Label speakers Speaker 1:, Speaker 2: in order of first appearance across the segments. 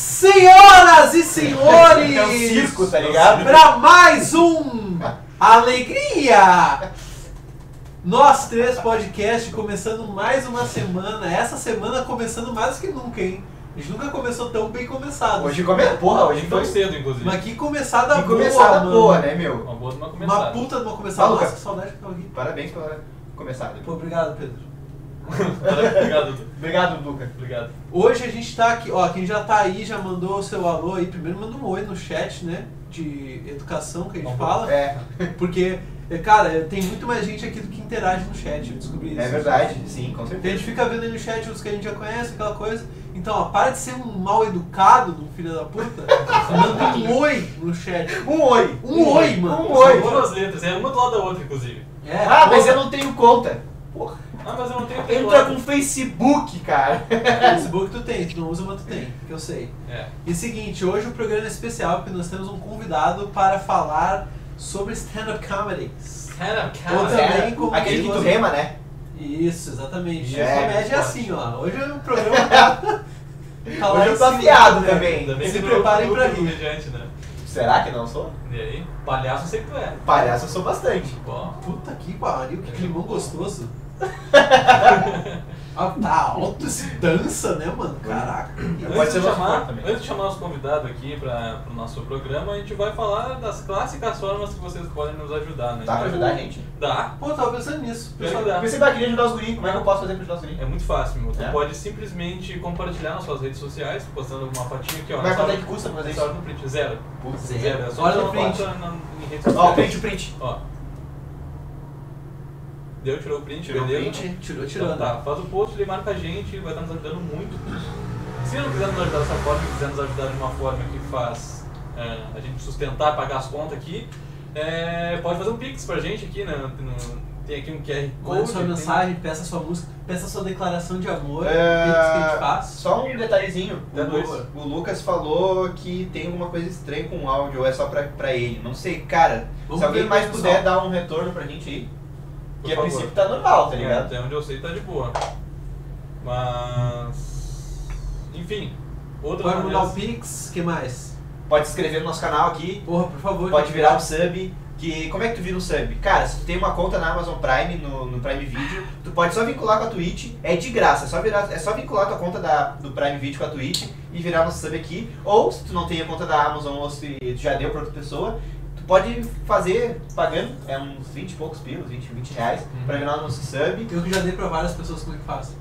Speaker 1: Senhoras e senhores!
Speaker 2: É um circo, tá ligado?
Speaker 1: Pra mais um Alegria! Nós três podcast começando mais uma semana. Essa semana começando mais que nunca, hein? A gente nunca começou tão bem começado.
Speaker 2: Hoje começa. Porra, hoje
Speaker 3: Tão
Speaker 2: foi.
Speaker 3: cedo, inclusive.
Speaker 1: Mas que começada
Speaker 2: E
Speaker 1: boa,
Speaker 2: começada
Speaker 1: mano.
Speaker 2: boa, né, meu?
Speaker 3: Uma boa de uma começada.
Speaker 1: Uma puta de uma começada.
Speaker 2: Fala,
Speaker 1: Nossa,
Speaker 2: cara.
Speaker 1: que saudade que tava aqui.
Speaker 2: Parabéns pela começada.
Speaker 1: Pô, obrigado, Pedro.
Speaker 3: Obrigado, Dudu.
Speaker 2: Obrigado, Luca.
Speaker 3: Obrigado.
Speaker 1: Hoje a gente tá aqui, ó, quem já tá aí, já mandou o seu alô aí, primeiro manda um oi no chat, né, de educação que a gente
Speaker 3: Vamos
Speaker 1: fala.
Speaker 2: É,
Speaker 1: Porque, é, cara, é, tem muito mais gente aqui do que interage no chat, eu descobri isso.
Speaker 2: é verdade, sim,
Speaker 1: Então
Speaker 2: com
Speaker 1: a gente
Speaker 2: certeza.
Speaker 1: fica vendo aí no chat os que a gente já conhece, aquela coisa. Então, ó, para de ser um mal educado de um filho da puta, manda um oi no chat.
Speaker 2: Um oi.
Speaker 1: Um oi, mano.
Speaker 2: Um oi.
Speaker 3: São duas letras, é uma do lado da outra, inclusive.
Speaker 1: É,
Speaker 2: Ah, mas
Speaker 1: pô,
Speaker 2: eu não tenho conta.
Speaker 3: Ah, mas eu não tenho
Speaker 2: Entra
Speaker 3: teclado.
Speaker 2: com Facebook, cara.
Speaker 1: Facebook tu tem, tu não usa, mas tu tem, que eu sei.
Speaker 3: É.
Speaker 1: E seguinte, hoje o programa é especial porque nós temos um convidado para falar sobre stand-up comedy.
Speaker 3: Stand-up
Speaker 1: Outra-
Speaker 3: comedy.
Speaker 1: também com-
Speaker 2: Aquele que tu rema, né?
Speaker 1: Isso, exatamente.
Speaker 2: É,
Speaker 1: comédia é
Speaker 3: eu
Speaker 1: assim, ó. Hoje é um programa. tá lá
Speaker 2: Hoje
Speaker 1: em
Speaker 2: eu tô
Speaker 1: cima,
Speaker 2: afiado
Speaker 1: né?
Speaker 2: também.
Speaker 3: Ainda bem
Speaker 1: Se
Speaker 3: que tu é
Speaker 1: preparem
Speaker 3: um
Speaker 1: pra
Speaker 3: grupo
Speaker 1: rir.
Speaker 3: comediante, né?
Speaker 2: Será que não sou?
Speaker 3: E aí? Palhaço eu sei que tu é.
Speaker 2: Palhaço eu sou bastante.
Speaker 3: Bom.
Speaker 1: Puta que pariu, que climão gostoso. ah, tá alto esse dança, né, mano? Caraca.
Speaker 2: Pode
Speaker 3: Antes
Speaker 2: ser
Speaker 3: de,
Speaker 2: nosso
Speaker 3: chamar,
Speaker 2: quarto também.
Speaker 3: antes de chamar nosso convidado aqui para o nosso programa, a gente vai falar das clássicas formas que vocês podem nos ajudar, né?
Speaker 2: Dá pra ajudar a gente?
Speaker 3: Dá.
Speaker 1: Pô, eu tava pensando nisso.
Speaker 3: Pior
Speaker 1: Pessoal,
Speaker 3: que dá.
Speaker 2: Pensei, bah, queria ajudar os guris. Como é que eu posso fazer pra ajudar os guris?
Speaker 3: É muito fácil, meu. Tu
Speaker 2: É?
Speaker 3: pode simplesmente compartilhar nas suas redes sociais, postando uma fotinha aqui, ó.
Speaker 2: Mas
Speaker 3: nessa
Speaker 2: quanto é
Speaker 3: hora-
Speaker 2: que custa pra fazer
Speaker 3: nessa hora
Speaker 2: isso?
Speaker 3: do print. Zero.
Speaker 1: Putz,
Speaker 3: Zero,
Speaker 1: é.
Speaker 3: é só
Speaker 1: Olha
Speaker 3: tirar
Speaker 1: no print.
Speaker 3: foto na- em redes
Speaker 2: Ó, o
Speaker 3: sociais.
Speaker 2: print, o print.
Speaker 3: Ó. Deu, tirou o print,
Speaker 2: Tirou o
Speaker 3: beleza?
Speaker 2: print.
Speaker 1: Tirou,
Speaker 3: Então
Speaker 1: tirando.
Speaker 3: tá, faz o post, ele marca a gente, vai estar nos ajudando muito. Se não quiser nos ajudar dessa forma, quiser nos ajudar de uma forma que faz é, a gente sustentar, pagar as contas aqui, é, pode fazer um pix pra gente aqui, né? No- tem aqui um QR
Speaker 1: Manda
Speaker 3: Code.
Speaker 1: sua
Speaker 3: tem-
Speaker 1: mensagem, peça sua música, peça sua declaração de amor.
Speaker 2: É,
Speaker 1: pix que a gente faz.
Speaker 2: Só um detalhezinho.
Speaker 3: Dá
Speaker 2: O
Speaker 3: dois.
Speaker 2: Lu- O Lucas falou que tem alguma coisa estranha com o áudio, ou é só pra, pra ele. Não sei, cara.
Speaker 1: Vamos
Speaker 2: se alguém
Speaker 1: ver,
Speaker 2: mais
Speaker 1: pessoal.
Speaker 2: puder dar um retorno pra gente aí,
Speaker 3: Por
Speaker 2: que a
Speaker 3: favor.
Speaker 2: princípio tá normal, tá
Speaker 3: É,
Speaker 2: ligado?
Speaker 3: até onde eu sei tá de boa. Mas. Enfim, outra
Speaker 1: Pode mandar o
Speaker 3: maneira-
Speaker 1: Pix, que mais?
Speaker 2: Pode se inscrever no nosso canal aqui,
Speaker 1: Porra, por favor.
Speaker 2: pode
Speaker 1: que-
Speaker 2: virar um sub. Que, como é que tu vira um sub? Cara, se tu tem uma conta na Amazon Prime, no, no Prime Video, tu pode só vincular com a Twitch, é de graça, é só, virar, é só vincular tua conta da, do Prime Video com a Twitch e virar nosso sub aqui. Ou se tu não tem a conta da Amazon ou se tu já deu pra outra pessoa, tu pode fazer pagando, é uns 20 e poucos pilos, 20, 20 reais,
Speaker 3: Uhum.
Speaker 2: pra virar nosso sub.
Speaker 1: Eu que já dei pra várias pessoas como é que faz.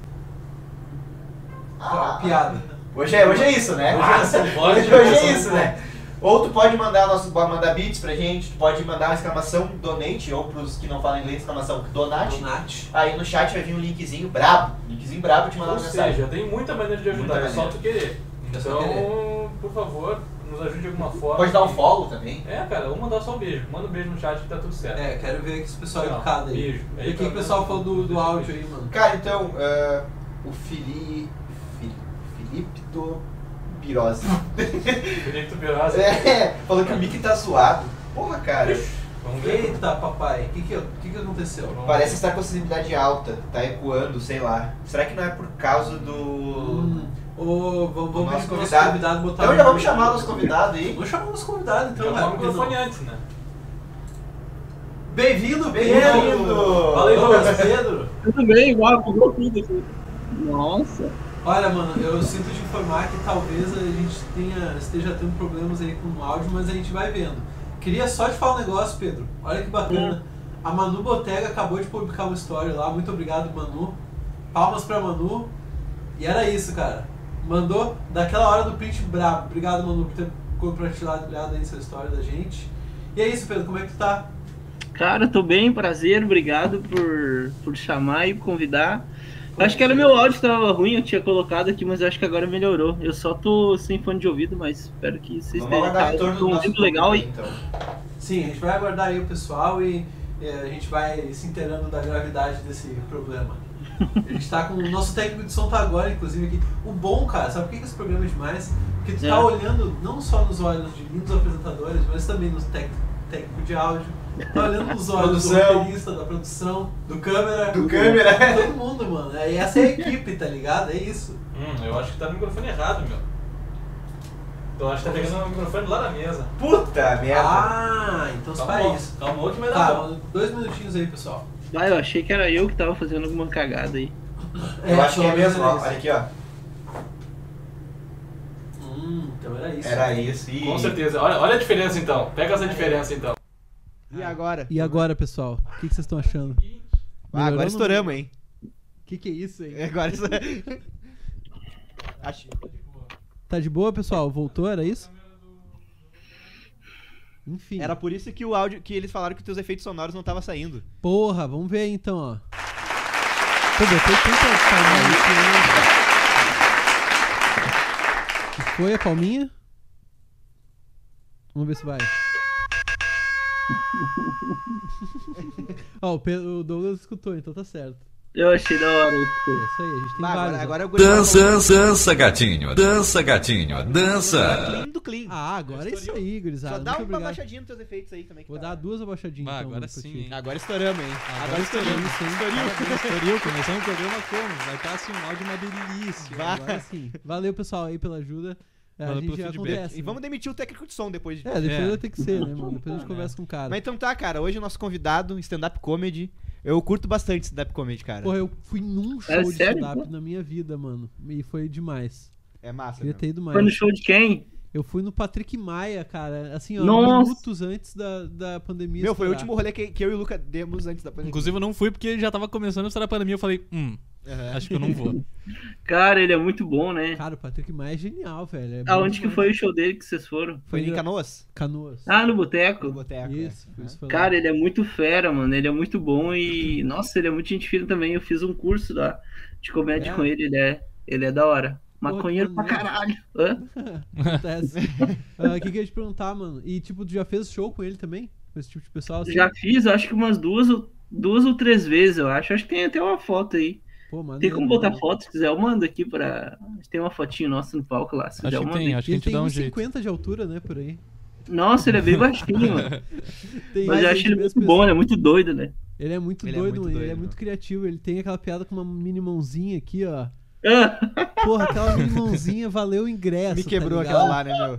Speaker 2: Ah,
Speaker 1: Piada.
Speaker 2: Hoje é, hoje é isso, né?
Speaker 3: Hoje é São Paulo,
Speaker 2: Hoje, hoje é isso, né? Ou tu pode mandar nosso pode mandar beats pra gente, tu pode mandar uma exclamação donate, ou pros que não falam inglês, exclamação donate.
Speaker 1: Donate.
Speaker 2: Aí no chat vai vir um linkzinho brabo, linkzinho brabo te mandar
Speaker 3: Ou
Speaker 2: uma mensagem.
Speaker 3: seja, tem muita maneira de
Speaker 2: Muita
Speaker 3: ajudar, é só
Speaker 2: maneira.
Speaker 3: tu querer.
Speaker 1: É
Speaker 3: Então,
Speaker 1: só
Speaker 3: por favor, nos ajude de alguma forma.
Speaker 2: Pode dar um follow também.
Speaker 3: É, cara, ou mandar só um beijo. Manda um beijo no chat que tá tudo certo.
Speaker 1: É, quero ver esse pessoal
Speaker 3: Não,
Speaker 1: educado aí.
Speaker 3: beijo.
Speaker 1: E
Speaker 3: Aí tá
Speaker 1: o que que o
Speaker 3: pra-
Speaker 1: pessoal falou do, do áudio aí, mano?
Speaker 2: Cara, então, ah, o Fili... Fili... Filipe do Birose.
Speaker 3: Felipe Tuberaz.
Speaker 2: É, falou que o mic tá zoado. Porra, cara,
Speaker 3: Vamos ver.
Speaker 1: Eita, papai, o que que, que que aconteceu?
Speaker 2: parece estar com a sensibilidade alta, tá ecoando, sei lá. Será que não é por causa do...
Speaker 1: Hum, ô, vamos vamos pedir
Speaker 2: O nosso
Speaker 1: pro nosso
Speaker 2: convidado.
Speaker 1: convidado botar.
Speaker 2: Então já vamos chamar o nosso convidado aí.
Speaker 1: Vamos chamar o nosso convidado, então,
Speaker 3: Então,
Speaker 1: vai,
Speaker 3: o
Speaker 1: por que não?
Speaker 3: microfone antes, né?
Speaker 1: Bem-vindo, Pedro!
Speaker 2: Bem-vindo!
Speaker 3: Fala aí,
Speaker 1: Lucas
Speaker 3: Lucas.
Speaker 1: Pedro!
Speaker 4: Tudo bem, uau, mudou tudo aqui. Nossa.
Speaker 1: Olha, mano, eu sinto de informar que talvez a gente tenha, esteja tendo problemas aí com o áudio, mas a gente vai vendo. Queria só te falar um negócio, Pedro. Olha que bacana. A Manu Botega acabou de publicar uma história lá. Muito obrigado, Manu. Palmas pra Manu. E era isso, cara. Mandou daquela hora do print brabo. Obrigado, Manu, por ter compartilhado aí sua história da gente. E é isso, Pedro. Como é que tu tá?
Speaker 4: Cara, tô bem, prazer, obrigado por, por chamar e convidar. Acho que era meu áudio que tava ruim, eu tinha colocado aqui, mas acho que agora melhorou. Eu só tô sem fone de ouvido, mas espero que vocês
Speaker 2: Vamos aguardar o
Speaker 4: estejam
Speaker 2: retorno do
Speaker 4: com um
Speaker 2: nosso
Speaker 4: ouvido legal aí.
Speaker 2: público, então.
Speaker 1: Sim, a gente vai aguardar aí o pessoal e eh, a gente vai se inteirando da gravidade desse problema. A gente tá com. O nosso técnico de som tá agora, inclusive, aqui. O bom, cara, sabe por que que esse programa é demais? Porque tu
Speaker 4: É.
Speaker 1: tá olhando não só nos olhos de lindos apresentadores, mas também nos tec- técnico de áudio. Tá olhando nos olhos do
Speaker 2: Produção.
Speaker 1: roteirista, da produção, do câmera.
Speaker 2: Do câmera.
Speaker 1: Todo mundo, mano. E essa é a equipe, tá ligado? É isso.
Speaker 3: Hum, eu acho que tá no microfone errado, meu.
Speaker 5: Eu acho que tá pegando o microfone lá na mesa.
Speaker 6: Puta merda.
Speaker 1: Ah, então
Speaker 6: Tá
Speaker 1: só
Speaker 5: Calmou,
Speaker 1: isso.
Speaker 5: calmou que vai dar
Speaker 1: Tá,
Speaker 5: bom.
Speaker 1: dois minutinhos aí, pessoal.
Speaker 4: Ah, eu achei que era eu que tava fazendo alguma cagada aí.
Speaker 6: eu acho que é
Speaker 1: pelo menos
Speaker 6: mesmo, ó.
Speaker 1: isso.
Speaker 6: Olha aqui, ó.
Speaker 1: Hum, então era isso.
Speaker 6: Era isso e...
Speaker 5: Com certeza. Olha, olha a diferença então. Pega
Speaker 2: É.
Speaker 5: essa diferença então.
Speaker 2: E agora?
Speaker 1: E agora, pessoal? O que que vocês estão achando?
Speaker 2: Ah,
Speaker 1: Melhorou
Speaker 2: agora
Speaker 1: no-
Speaker 2: estouramos, hein?
Speaker 1: O que, que é isso aí?
Speaker 2: Agora estouramos. Acho...
Speaker 1: Tá de boa, pessoal? Voltou, era isso? Enfim.
Speaker 2: Era por isso que o áudio que eles falaram que os teus efeitos sonoros não tava saindo.
Speaker 1: Porra, vamos ver aí, então, ó. Pô, botei tanta palminha ali que eu- Que Foi a palminha? Vamos ver se vai. Ó, o Pedro- o Douglas escutou, então tá certo.
Speaker 4: Eu achei da hora.
Speaker 1: É isso aí, a gente tem
Speaker 2: Bah,
Speaker 1: vários.
Speaker 2: agora,
Speaker 1: ó.
Speaker 2: agora é o guri
Speaker 7: Dança, dança, dança, gatinho. Dança, gatinho. Dança.
Speaker 2: clean do um clean.
Speaker 1: Ah, agora é isso aí,
Speaker 2: Só
Speaker 1: gurizada.
Speaker 2: dá
Speaker 1: Muito
Speaker 2: uma
Speaker 1: obrigado.
Speaker 2: baixadinha nos teus efeitos aí também. que
Speaker 1: Vou
Speaker 2: tá-
Speaker 1: dar um duas abaixadinhas.
Speaker 3: Bah,
Speaker 1: então,
Speaker 3: agora
Speaker 1: Bruno, pra
Speaker 3: sim,
Speaker 1: ti.
Speaker 3: hein?
Speaker 2: Agora estouramos, hein? Agora, estouramos.
Speaker 1: Isso, hein?
Speaker 2: Estourou.
Speaker 3: Estouril, começamos o programa um como? Vai estar assim, um áudio uma delícia.
Speaker 2: Vai.
Speaker 1: Agora sim. Valeu, pessoal, aí pela ajuda. É, a
Speaker 3: Valeu
Speaker 1: gente
Speaker 3: pelo
Speaker 1: já
Speaker 3: feedback.
Speaker 1: conversa.
Speaker 2: E vamos demitir o técnico de som depois.
Speaker 1: É, depois
Speaker 3: É.
Speaker 1: vai ter que ser, né, mano? Depois a gente conversa com o cara.
Speaker 2: Mas então tá, cara. Hoje o nosso convidado, stand-up comedy. Eu curto bastante stand-up comedy, cara.
Speaker 1: Porra, eu fui num show
Speaker 4: É
Speaker 1: de
Speaker 4: sério,
Speaker 1: stand-up na minha vida, mano. E foi demais.
Speaker 2: É massa.
Speaker 1: Queria
Speaker 2: meu.
Speaker 1: ter ido mais.
Speaker 4: Foi no show de quem?
Speaker 1: Eu fui no Patrick Maia, cara. Assim, ó,
Speaker 4: Nossa.
Speaker 1: minutos antes da, da pandemia.
Speaker 2: Meu, foi o
Speaker 1: estourar.
Speaker 2: último rolê que, que eu e o Luca demos antes da pandemia.
Speaker 3: Inclusive eu não fui porque já tava começando a história da pandemia. Eu falei, hum,
Speaker 2: Aham.
Speaker 3: acho que eu não vou.
Speaker 4: Cara, ele é muito bom, né?
Speaker 1: Cara, o Patrick Maia é genial, velho. É bom
Speaker 4: Aonde que
Speaker 1: demais.
Speaker 4: foi o show dele que vocês foram?
Speaker 2: Foi em
Speaker 1: Canoas. Canoas.
Speaker 2: Canoas?
Speaker 4: Ah, no
Speaker 2: No
Speaker 4: boteco.
Speaker 2: boteco.
Speaker 1: Isso,
Speaker 2: é.
Speaker 1: foi isso. Foi lá.
Speaker 4: Cara, ele é muito fera, mano. Ele é muito bom e. Nossa, ele é muito gente fina também. Eu fiz um curso lá de comédia
Speaker 2: É?
Speaker 4: com ele. Ele é, ele é da hora.
Speaker 1: Porra,
Speaker 4: Maconheiro
Speaker 1: que
Speaker 4: pra
Speaker 1: maneiro.
Speaker 4: caralho. Hã?
Speaker 1: acontece. Ah, O que que eu ia te perguntar, mano? E, tipo, tu já fez show com ele também? Com esse tipo de pessoal? Assim?
Speaker 4: Já fiz, acho que umas duas ou, duas ou três vezes, eu acho. Acho que tem até uma foto aí.
Speaker 1: Pô, mano.
Speaker 4: Tem como botar foto? Se quiser, eu mando aqui pra. Tem uma fotinho nossa no palco lá. Se quiser,
Speaker 3: Acho
Speaker 4: eu
Speaker 3: que
Speaker 4: mando.
Speaker 3: tem, acho que a
Speaker 1: Ele
Speaker 3: gente
Speaker 1: tem
Speaker 3: dá um
Speaker 1: uns
Speaker 3: jeito.
Speaker 1: 50 de altura, né, por aí.
Speaker 4: Nossa, ele é bem baixinho, mano.
Speaker 1: Tem
Speaker 4: Mas eu
Speaker 1: mais
Speaker 4: acho
Speaker 1: de
Speaker 4: ele
Speaker 1: duas
Speaker 4: muito bom,
Speaker 1: pessoas.
Speaker 4: ele é muito doido, né?
Speaker 1: Ele é muito
Speaker 2: Ele é
Speaker 1: doido,
Speaker 2: muito
Speaker 1: mano. Ele é
Speaker 2: doido,
Speaker 1: muito
Speaker 2: meu.
Speaker 1: criativo. Ele tem aquela piada com uma mini mãozinha aqui, ó.
Speaker 4: Ah,
Speaker 1: Porra, aquela mini mãozinha valeu o ingresso.
Speaker 2: Me
Speaker 1: tá
Speaker 2: quebrou aquela
Speaker 1: ligado?
Speaker 2: lá, né, meu?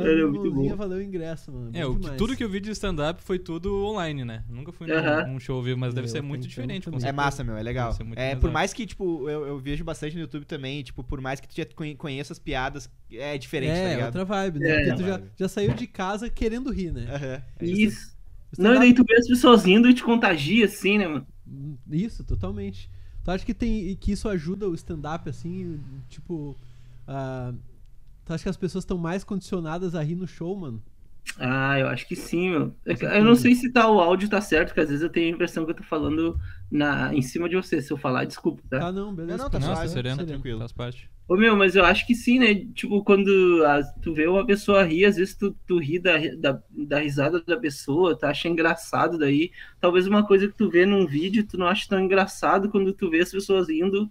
Speaker 1: Aquela
Speaker 4: Ele é
Speaker 1: mini
Speaker 4: muito
Speaker 1: mãozinha
Speaker 4: bom.
Speaker 1: valeu o ingresso, mano.
Speaker 3: É,
Speaker 1: Bom
Speaker 3: o que-
Speaker 1: demais.
Speaker 3: tudo que eu vi de stand-up foi tudo online, né? Nunca fui num,
Speaker 4: Aham.
Speaker 3: num show ao vivo, mas deve
Speaker 1: Eu
Speaker 3: ser muito
Speaker 1: tenho
Speaker 3: diferente.
Speaker 1: também.
Speaker 3: com
Speaker 2: É
Speaker 3: certeza.
Speaker 2: massa, meu, é legal.
Speaker 3: Deve ser muito
Speaker 2: É,
Speaker 3: mais
Speaker 2: por
Speaker 3: da
Speaker 2: mais que, tipo, eu, eu vejo bastante no YouTube também, tipo, por mais que tu já conhe- conheça as piadas, é diferente, tá
Speaker 1: É,
Speaker 2: ligado?
Speaker 1: outra vibe, né?
Speaker 4: É.
Speaker 1: Porque tu já, já saiu de casa querendo rir, né?
Speaker 2: Aham.
Speaker 4: isso.
Speaker 1: Você
Speaker 4: Não, e
Speaker 1: tá-
Speaker 4: daí tu vê as pessoas rindo e te contagia, assim, né, mano?
Speaker 1: Isso, totalmente. Tu acha que tem e que isso ajuda o stand-up, assim, tipo. ah, tu acha que as pessoas estão mais condicionadas a rir no show, mano?
Speaker 4: Ah, eu acho que sim, meu. É que- Eu não sei se tá, o áudio tá certo, porque às vezes eu tenho a impressão que eu tô falando na, em cima de você. Se eu falar, desculpa, tá?
Speaker 1: Tá, não, beleza.
Speaker 2: Não, não, tá
Speaker 3: Não,
Speaker 2: suave,
Speaker 3: tá
Speaker 2: tá
Speaker 3: sereno,
Speaker 2: tranquilo.
Speaker 3: Faz parte.
Speaker 4: Ô meu, mas eu acho que sim, né? Tipo, quando as- tu vê uma pessoa rir, às vezes tu, tu ri da, da, da risada da pessoa, tu acha engraçado daí. Talvez uma coisa que tu vê num vídeo, tu não acha tão engraçado, quando tu vê as pessoas rindo,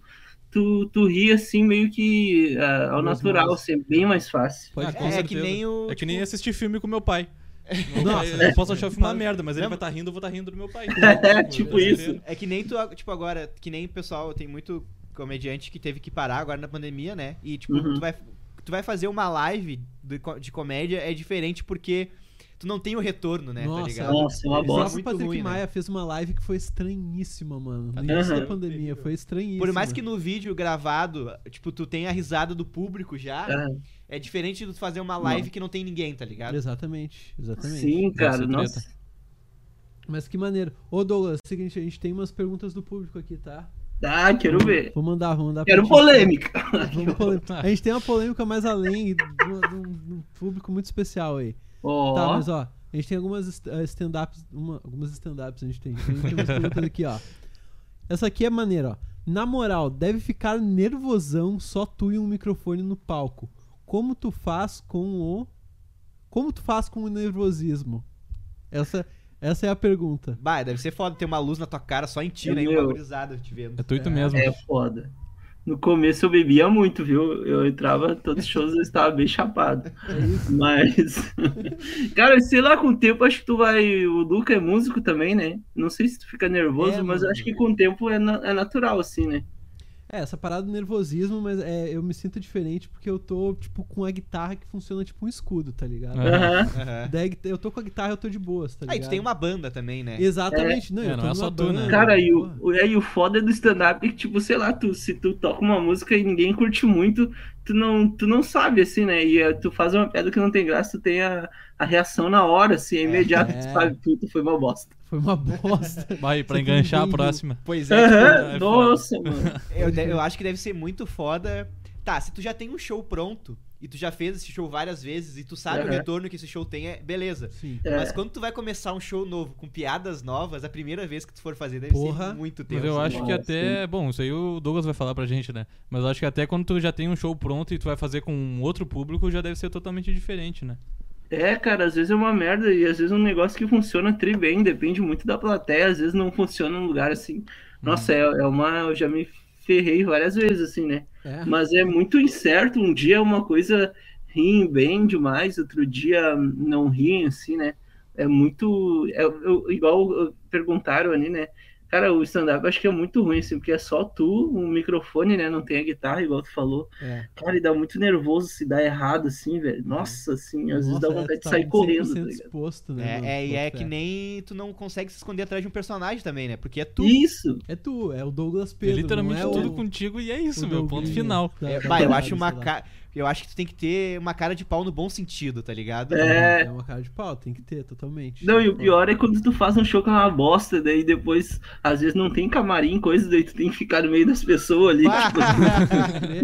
Speaker 4: tu, tu ri assim meio que ah, ao
Speaker 1: Mas,
Speaker 4: natural,
Speaker 1: mas-
Speaker 4: assim, é bem mais fácil.
Speaker 3: Ah,
Speaker 1: Pode
Speaker 3: com
Speaker 2: É, é
Speaker 3: certeza.
Speaker 2: que nem o.
Speaker 3: É que
Speaker 2: tipo,
Speaker 3: nem assistir filme com meu pai.
Speaker 1: Nossa,
Speaker 3: eu
Speaker 1: né?
Speaker 3: posso achar o filme uma
Speaker 1: Para-
Speaker 3: merda, mas ele vai
Speaker 2: Lembra?
Speaker 3: estar rindo, eu vou estar rindo do meu pai.
Speaker 4: É, tipo isso.
Speaker 2: É que nem tu, tipo, agora, que nem o pessoal, tem muito comediante que teve que parar agora na pandemia, né? E, tipo,
Speaker 4: Uhum.
Speaker 2: tu, vai, tu vai fazer uma live de, co- de comédia é diferente porque tu não tem o retorno, né?
Speaker 1: Nossa,
Speaker 2: tá ligado?
Speaker 4: Nossa, é uma
Speaker 2: Eles
Speaker 1: O
Speaker 4: bosta.
Speaker 1: próprio
Speaker 2: muito
Speaker 1: Patrick
Speaker 2: ruim, né?
Speaker 1: Maia fez uma live que foi estranhíssima, mano. No início da
Speaker 4: Aham.
Speaker 1: pandemia, foi estranhíssima.
Speaker 2: Por mais que no vídeo gravado, tipo, tu tem a risada do público já,
Speaker 4: Ah,
Speaker 2: é diferente de tu fazer uma live que não tem ninguém, tá ligado?
Speaker 1: Exatamente, exatamente.
Speaker 4: Sim,
Speaker 3: Deve
Speaker 4: cara,
Speaker 3: ser
Speaker 4: nossa.
Speaker 1: Mas que maneiro. Ô, Douglas, é seguinte, a gente tem umas perguntas do público aqui, tá?
Speaker 4: Ah, quero ver.
Speaker 1: Vou mandar, vou mandar pra
Speaker 4: Quero
Speaker 1: ti. tá?
Speaker 4: polêmica.
Speaker 1: Vamos polêmica.
Speaker 3: Tá.
Speaker 1: A gente tem uma polêmica mais além de um- de um- de um público muito especial aí.
Speaker 4: Ó,
Speaker 1: Tá, mas ó, a gente tem algumas est- eh, stand-ups. uma- Algumas stand-ups a gente tem. A gente tem umas perguntas aqui, ó. Essa aqui é maneira, ó. Na moral, deve ficar nervosão só tu e um microfone no palco. Como tu faz com o. Como tu faz com o nervosismo? Essa, essa é a pergunta.
Speaker 2: Bah, deve ser foda ter uma luz na tua cara só em ti,
Speaker 4: É
Speaker 2: né? E uma
Speaker 4: meu.
Speaker 2: gurizada te vendo.
Speaker 3: É tuito mesmo.
Speaker 4: É foda. No começo eu bebia muito, viu? Eu entrava, todos os shows eu estava bem chapado.
Speaker 1: É
Speaker 4: Mas. Cara, sei lá, com o tempo acho que tu vai. O Luca é músico também, né? Não sei se tu fica nervoso,
Speaker 1: É,
Speaker 4: mas
Speaker 1: mano.
Speaker 4: acho que com o tempo é, na- é natural, assim, né?
Speaker 1: É, essa parada do nervosismo, mas é, eu me sinto diferente porque eu tô, tipo, com a guitarra que funciona tipo um escudo, tá ligado?
Speaker 3: É.
Speaker 4: Aham.
Speaker 2: Aham.
Speaker 1: Daí eu tô com a guitarra, eu tô de boas, tá ligado?
Speaker 2: Ah, e tu tem uma banda também, né?
Speaker 1: Exatamente, não,
Speaker 3: É,
Speaker 1: eu tô
Speaker 3: não é
Speaker 1: numa
Speaker 3: só tu,
Speaker 1: banda,
Speaker 3: né?
Speaker 4: Cara, e o,
Speaker 1: porra.
Speaker 4: o- é, e o foda do stand-up é que, tipo, sei lá, tu, se tu toca uma música e ninguém curte muito, tu não, tu não sabe, assim, né? E eh, tu faz uma piada que não tem graça, tu tem a, a reação na hora, assim, é imediato, tu
Speaker 1: É.
Speaker 4: sabe, puta, foi uma bosta.
Speaker 1: Foi uma bosta.
Speaker 3: Vai, pra
Speaker 1: Isso aqui
Speaker 3: enganchar a
Speaker 1: ninguém
Speaker 3: próxima.
Speaker 1: tipo,
Speaker 2: Pois é,
Speaker 4: Aham,
Speaker 3: é
Speaker 4: nossa, mano.
Speaker 2: eu, de- eu acho que deve ser muito foda. Tá, se tu já tem um show pronto e tu já fez esse show várias vezes e tu sabe o
Speaker 4: Aham.
Speaker 2: retorno que esse show tem, é beleza.
Speaker 1: Sim.
Speaker 4: É.
Speaker 2: Mas quando tu vai começar um show novo com piadas novas, a primeira vez que tu for fazer deve
Speaker 1: Porra.
Speaker 2: ser muito
Speaker 3: Mas
Speaker 2: tempo.
Speaker 3: eu acho que
Speaker 4: Nossa,
Speaker 3: até. Bom, isso aí o Douglas vai falar pra gente, né? Mas eu acho que até quando tu já tem um show pronto e tu vai fazer com um outro público, já deve ser totalmente diferente, né?
Speaker 4: É, cara, às vezes é uma merda e às vezes é um negócio que funciona tri bem, depende muito da plateia, às vezes não funciona num lugar assim. Nossa, é, é uma. Eu já me ferrei várias vezes, assim, né?
Speaker 1: É.
Speaker 4: Mas é muito incerto. Um dia é uma coisa riem bem demais, outro dia não riem, assim, né? É muito. é- eu- igual eu- perguntaram ali, né? Cara, o stand-up eu acho que é muito ruim, assim, porque é só tu, um microfone, né? Não tem a guitarra, igual tu falou.
Speaker 1: É.
Speaker 4: Cara, e dá muito nervoso se dá errado, assim, velho. Nossa, assim, às vezes dá
Speaker 1: Nossa, é,
Speaker 4: vontade de
Speaker 1: tá
Speaker 4: sair correndo,
Speaker 1: 100%
Speaker 4: tá ligado?
Speaker 1: disposto, né? mano?
Speaker 2: É, é, e é que
Speaker 1: Puta,
Speaker 2: nem tu não consegue se esconder atrás de um personagem também, né? Porque é tu.
Speaker 4: Isso!
Speaker 1: é. É tu, é o Douglas
Speaker 3: É
Speaker 1: Pedro.
Speaker 3: literalmente
Speaker 1: não é
Speaker 3: tudo
Speaker 1: o,
Speaker 3: contigo e é
Speaker 1: o
Speaker 3: isso, meu. Ponto
Speaker 1: Douglinho
Speaker 3: final.
Speaker 1: da-
Speaker 2: É,
Speaker 1: da
Speaker 2: bah, eu
Speaker 1: parada,
Speaker 2: acho uma
Speaker 1: tá sei lá.
Speaker 2: ca... Eu acho que tu tem que ter uma cara de pau no bom sentido, tá ligado?
Speaker 4: É.
Speaker 1: É uma cara de pau, tem que ter, totalmente.
Speaker 4: Não, e o pior é quando tu faz um show que é uma bosta, daí depois, às vezes não tem camarim, coisa, daí tu tem que ficar no meio das pessoas ali, assim.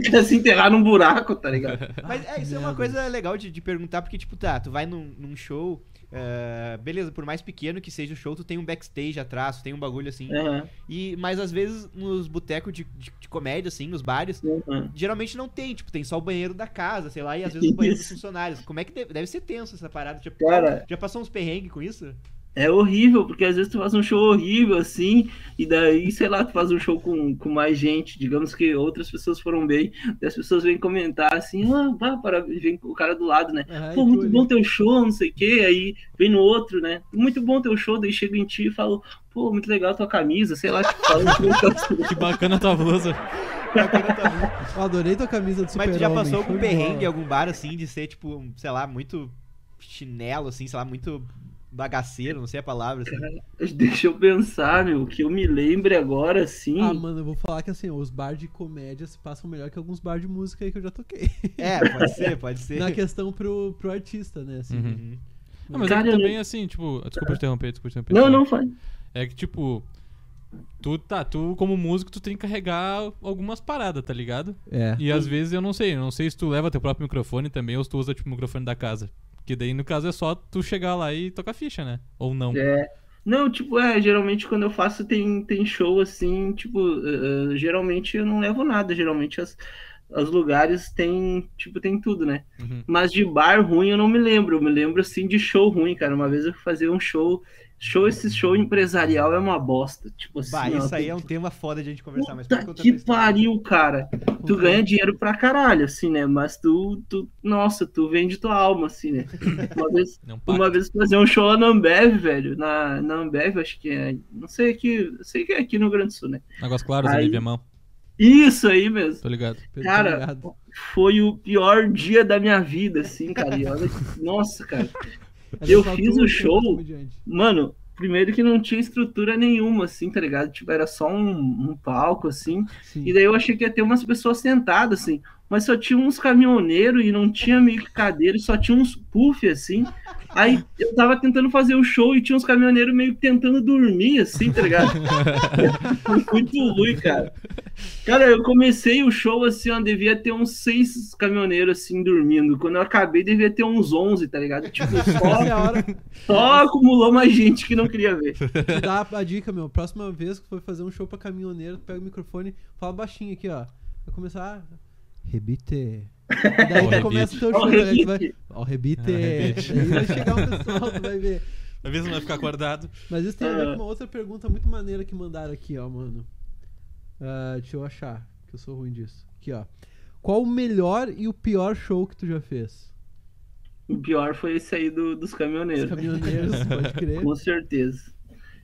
Speaker 4: tipo, se enterrar num buraco, tá ligado?
Speaker 2: Mas é, isso é uma
Speaker 1: merda.
Speaker 2: coisa legal de, de perguntar, porque, tipo, tá, tu vai num, num show, eh, beleza, por mais pequeno que seja o show, tu tem um backstage atrás, tu tem um bagulho assim.
Speaker 4: Aham,
Speaker 2: E, mas às vezes nos botecos de, de, de comédia, assim, nos bares,
Speaker 4: aham.
Speaker 2: geralmente não tem, tipo, tem só o banheiro da casa, sei lá, e às vezes o banheiro dos
Speaker 4: Isso.
Speaker 2: funcionários. Como é que deve, deve ser tenso essa parada? Já,
Speaker 4: Cara.
Speaker 2: já passou uns perrengues com isso?
Speaker 4: É horrível, porque às vezes tu faz um show horrível, assim, e daí, sei lá, tu faz um show com, com mais gente, digamos que outras pessoas foram bem, e as pessoas vêm comentar assim, ah, vá, para... vem o cara do lado, né?
Speaker 1: Aham,
Speaker 4: Pô,
Speaker 1: e
Speaker 4: muito
Speaker 1: tu
Speaker 4: bom
Speaker 1: ali.
Speaker 4: teu show, não sei o quê. Aí vem no outro, né? Muito bom teu show, daí chega em ti e falo, pô, muito legal tua camisa, sei lá, tipo, fala
Speaker 3: Que bacana tua blusa.
Speaker 1: Eu adorei tua camisa do super
Speaker 2: Mas tu já passou algum perrengue em algum bar, assim, de ser, tipo, um, sei lá, muito chinelo, assim, sei lá, muito bagaceiro, não sei a palavra, assim.
Speaker 4: Uhum. Deixa eu pensar, meu, o que eu me lembre agora, assim.
Speaker 1: Ah, mano, eu vou falar que assim, os bar de comédia se passam melhor que alguns bar de música aí que eu já toquei.
Speaker 2: É, pode ser, pode ser.
Speaker 1: Na questão pro, pro artista, né? Assim,
Speaker 3: Uhum.
Speaker 2: Uhum.
Speaker 3: Ah, mas é que
Speaker 4: Cara, eu
Speaker 3: também, assim, tipo. Desculpa te interromper, desculpa te interromper.
Speaker 4: não, não faz.
Speaker 3: É que, tipo. Tu, tá, tu, como músico, tu tem que carregar algumas paradas, tá ligado?
Speaker 1: É.
Speaker 3: E
Speaker 4: Uhum.
Speaker 3: às vezes eu não sei, eu não sei se tu leva teu próprio microfone também ou se tu usa tipo o microfone da casa. Porque daí no caso é só tu chegar lá e tocar ficha, né? Ou não.
Speaker 4: É. Não, tipo, é, geralmente quando eu faço tem, tem show assim, tipo, eh, eh, geralmente eu não levo nada, geralmente as, os lugares tem, tipo, tem tudo, né?
Speaker 3: Uhum.
Speaker 4: Mas de bar ruim eu não me lembro, eu me lembro assim de show ruim, cara. Uma vez eu fui fazer um show, show, esse show empresarial é uma bosta, tipo assim,
Speaker 2: Bah,
Speaker 4: ó,
Speaker 2: isso aí
Speaker 4: tu-
Speaker 2: é um tema foda de a gente conversar, mas pode
Speaker 4: Puta
Speaker 2: contar
Speaker 4: que
Speaker 2: tua história.
Speaker 4: pariu, cara.
Speaker 2: Uhum.
Speaker 4: Tu ganha dinheiro pra caralho, assim, né? Mas tu, tu, nossa, tu vende tua alma, assim, né? Uma vez,
Speaker 3: Não pá.
Speaker 4: uma vez fazer um show lá na Ambev, velho. Na, na Ambev, acho que é. Não sei aqui. Sei que é aqui no Rio Grande do Sul, né?
Speaker 3: Negócio claro,
Speaker 4: Aí-
Speaker 3: alivia a mão.
Speaker 4: Isso aí mesmo.
Speaker 3: Tô ligado.
Speaker 4: Cara,
Speaker 1: tá
Speaker 4: Foi o pior dia da minha vida, assim, cara. E olha, nossa, cara. eu fiz o show- Mano, primeiro que não tinha estrutura nenhuma, assim, tá ligado? Tipo, era só um, um palco, assim. E daí eu achei que ia ter umas pessoas sentadas, assim. Mas só tinha uns caminhoneiros e não tinha meio que cadeira, e só tinha uns puff, assim. Aí eu tava tentando fazer o show e tinha uns caminhoneiros meio que tentando dormir, assim, tá ligado? Foi muito ruim, cara. Cara, eu comecei o show assim, ó, devia ter uns seis caminhoneiros assim dormindo. Quando eu acabei, devia ter uns onze, tá ligado? Tipo,
Speaker 1: Essa é
Speaker 4: só,
Speaker 1: a hora
Speaker 4: só acumulou mais gente que não queria ver.
Speaker 1: Te dá a dica, meu. Próxima vez que for fazer um show pra caminhoneiro, tu pega o microfone, fala baixinho aqui, ó. Vai começar. ah, Rebite. E daí
Speaker 3: Ó,
Speaker 1: tu começa o teu
Speaker 4: Ó,
Speaker 1: show, né? Tu vai.
Speaker 4: rebite.
Speaker 1: Ó, rebite.
Speaker 3: Ah, rebite.
Speaker 1: Daí vai chegar um pessoal, tu vai ver.
Speaker 3: Às vezes não vai ficar acordado.
Speaker 1: Mas isso tem a ver
Speaker 4: Ah.
Speaker 1: com uma outra pergunta muito maneira que mandaram aqui, ó, mano. Ah, deixa eu achar, que eu sou ruim disso. Aqui, ó. Qual o melhor e o pior show que tu já fez?
Speaker 4: O pior foi esse aí do, dos
Speaker 1: Os
Speaker 4: caminhoneiros,
Speaker 1: caminhoneiros, pode crer.
Speaker 4: com certeza.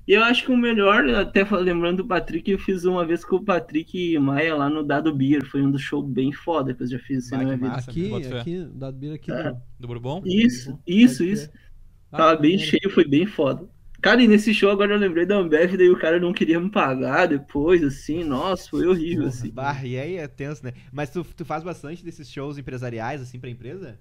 Speaker 4: E eu acho que o melhor, até fa- lembrando do Patrick, eu fiz uma vez com o Patrick Maia lá no Dado Beer. Foi um do show bem foda que eu já fiz
Speaker 1: Ah,
Speaker 4: assim,
Speaker 2: Vai,
Speaker 4: na minha
Speaker 2: que
Speaker 4: vida.
Speaker 2: massa,
Speaker 1: aqui,
Speaker 3: bota fé.
Speaker 1: aqui, dado beer aqui.
Speaker 4: É.
Speaker 1: pô.
Speaker 3: Do Bourbon?
Speaker 4: Isso, isso,
Speaker 1: Pode
Speaker 4: isso.
Speaker 1: crer. Ah,
Speaker 4: Tava bem
Speaker 1: maneiro.
Speaker 4: cheio, foi bem foda. Cara, e nesse show agora eu lembrei da Ambev, daí o cara não queria me pagar depois, assim, nossa, foi horrível, assim.
Speaker 2: Bah, e aí é tenso, né? Mas tu, tu faz bastante desses shows empresariais, assim, pra empresa?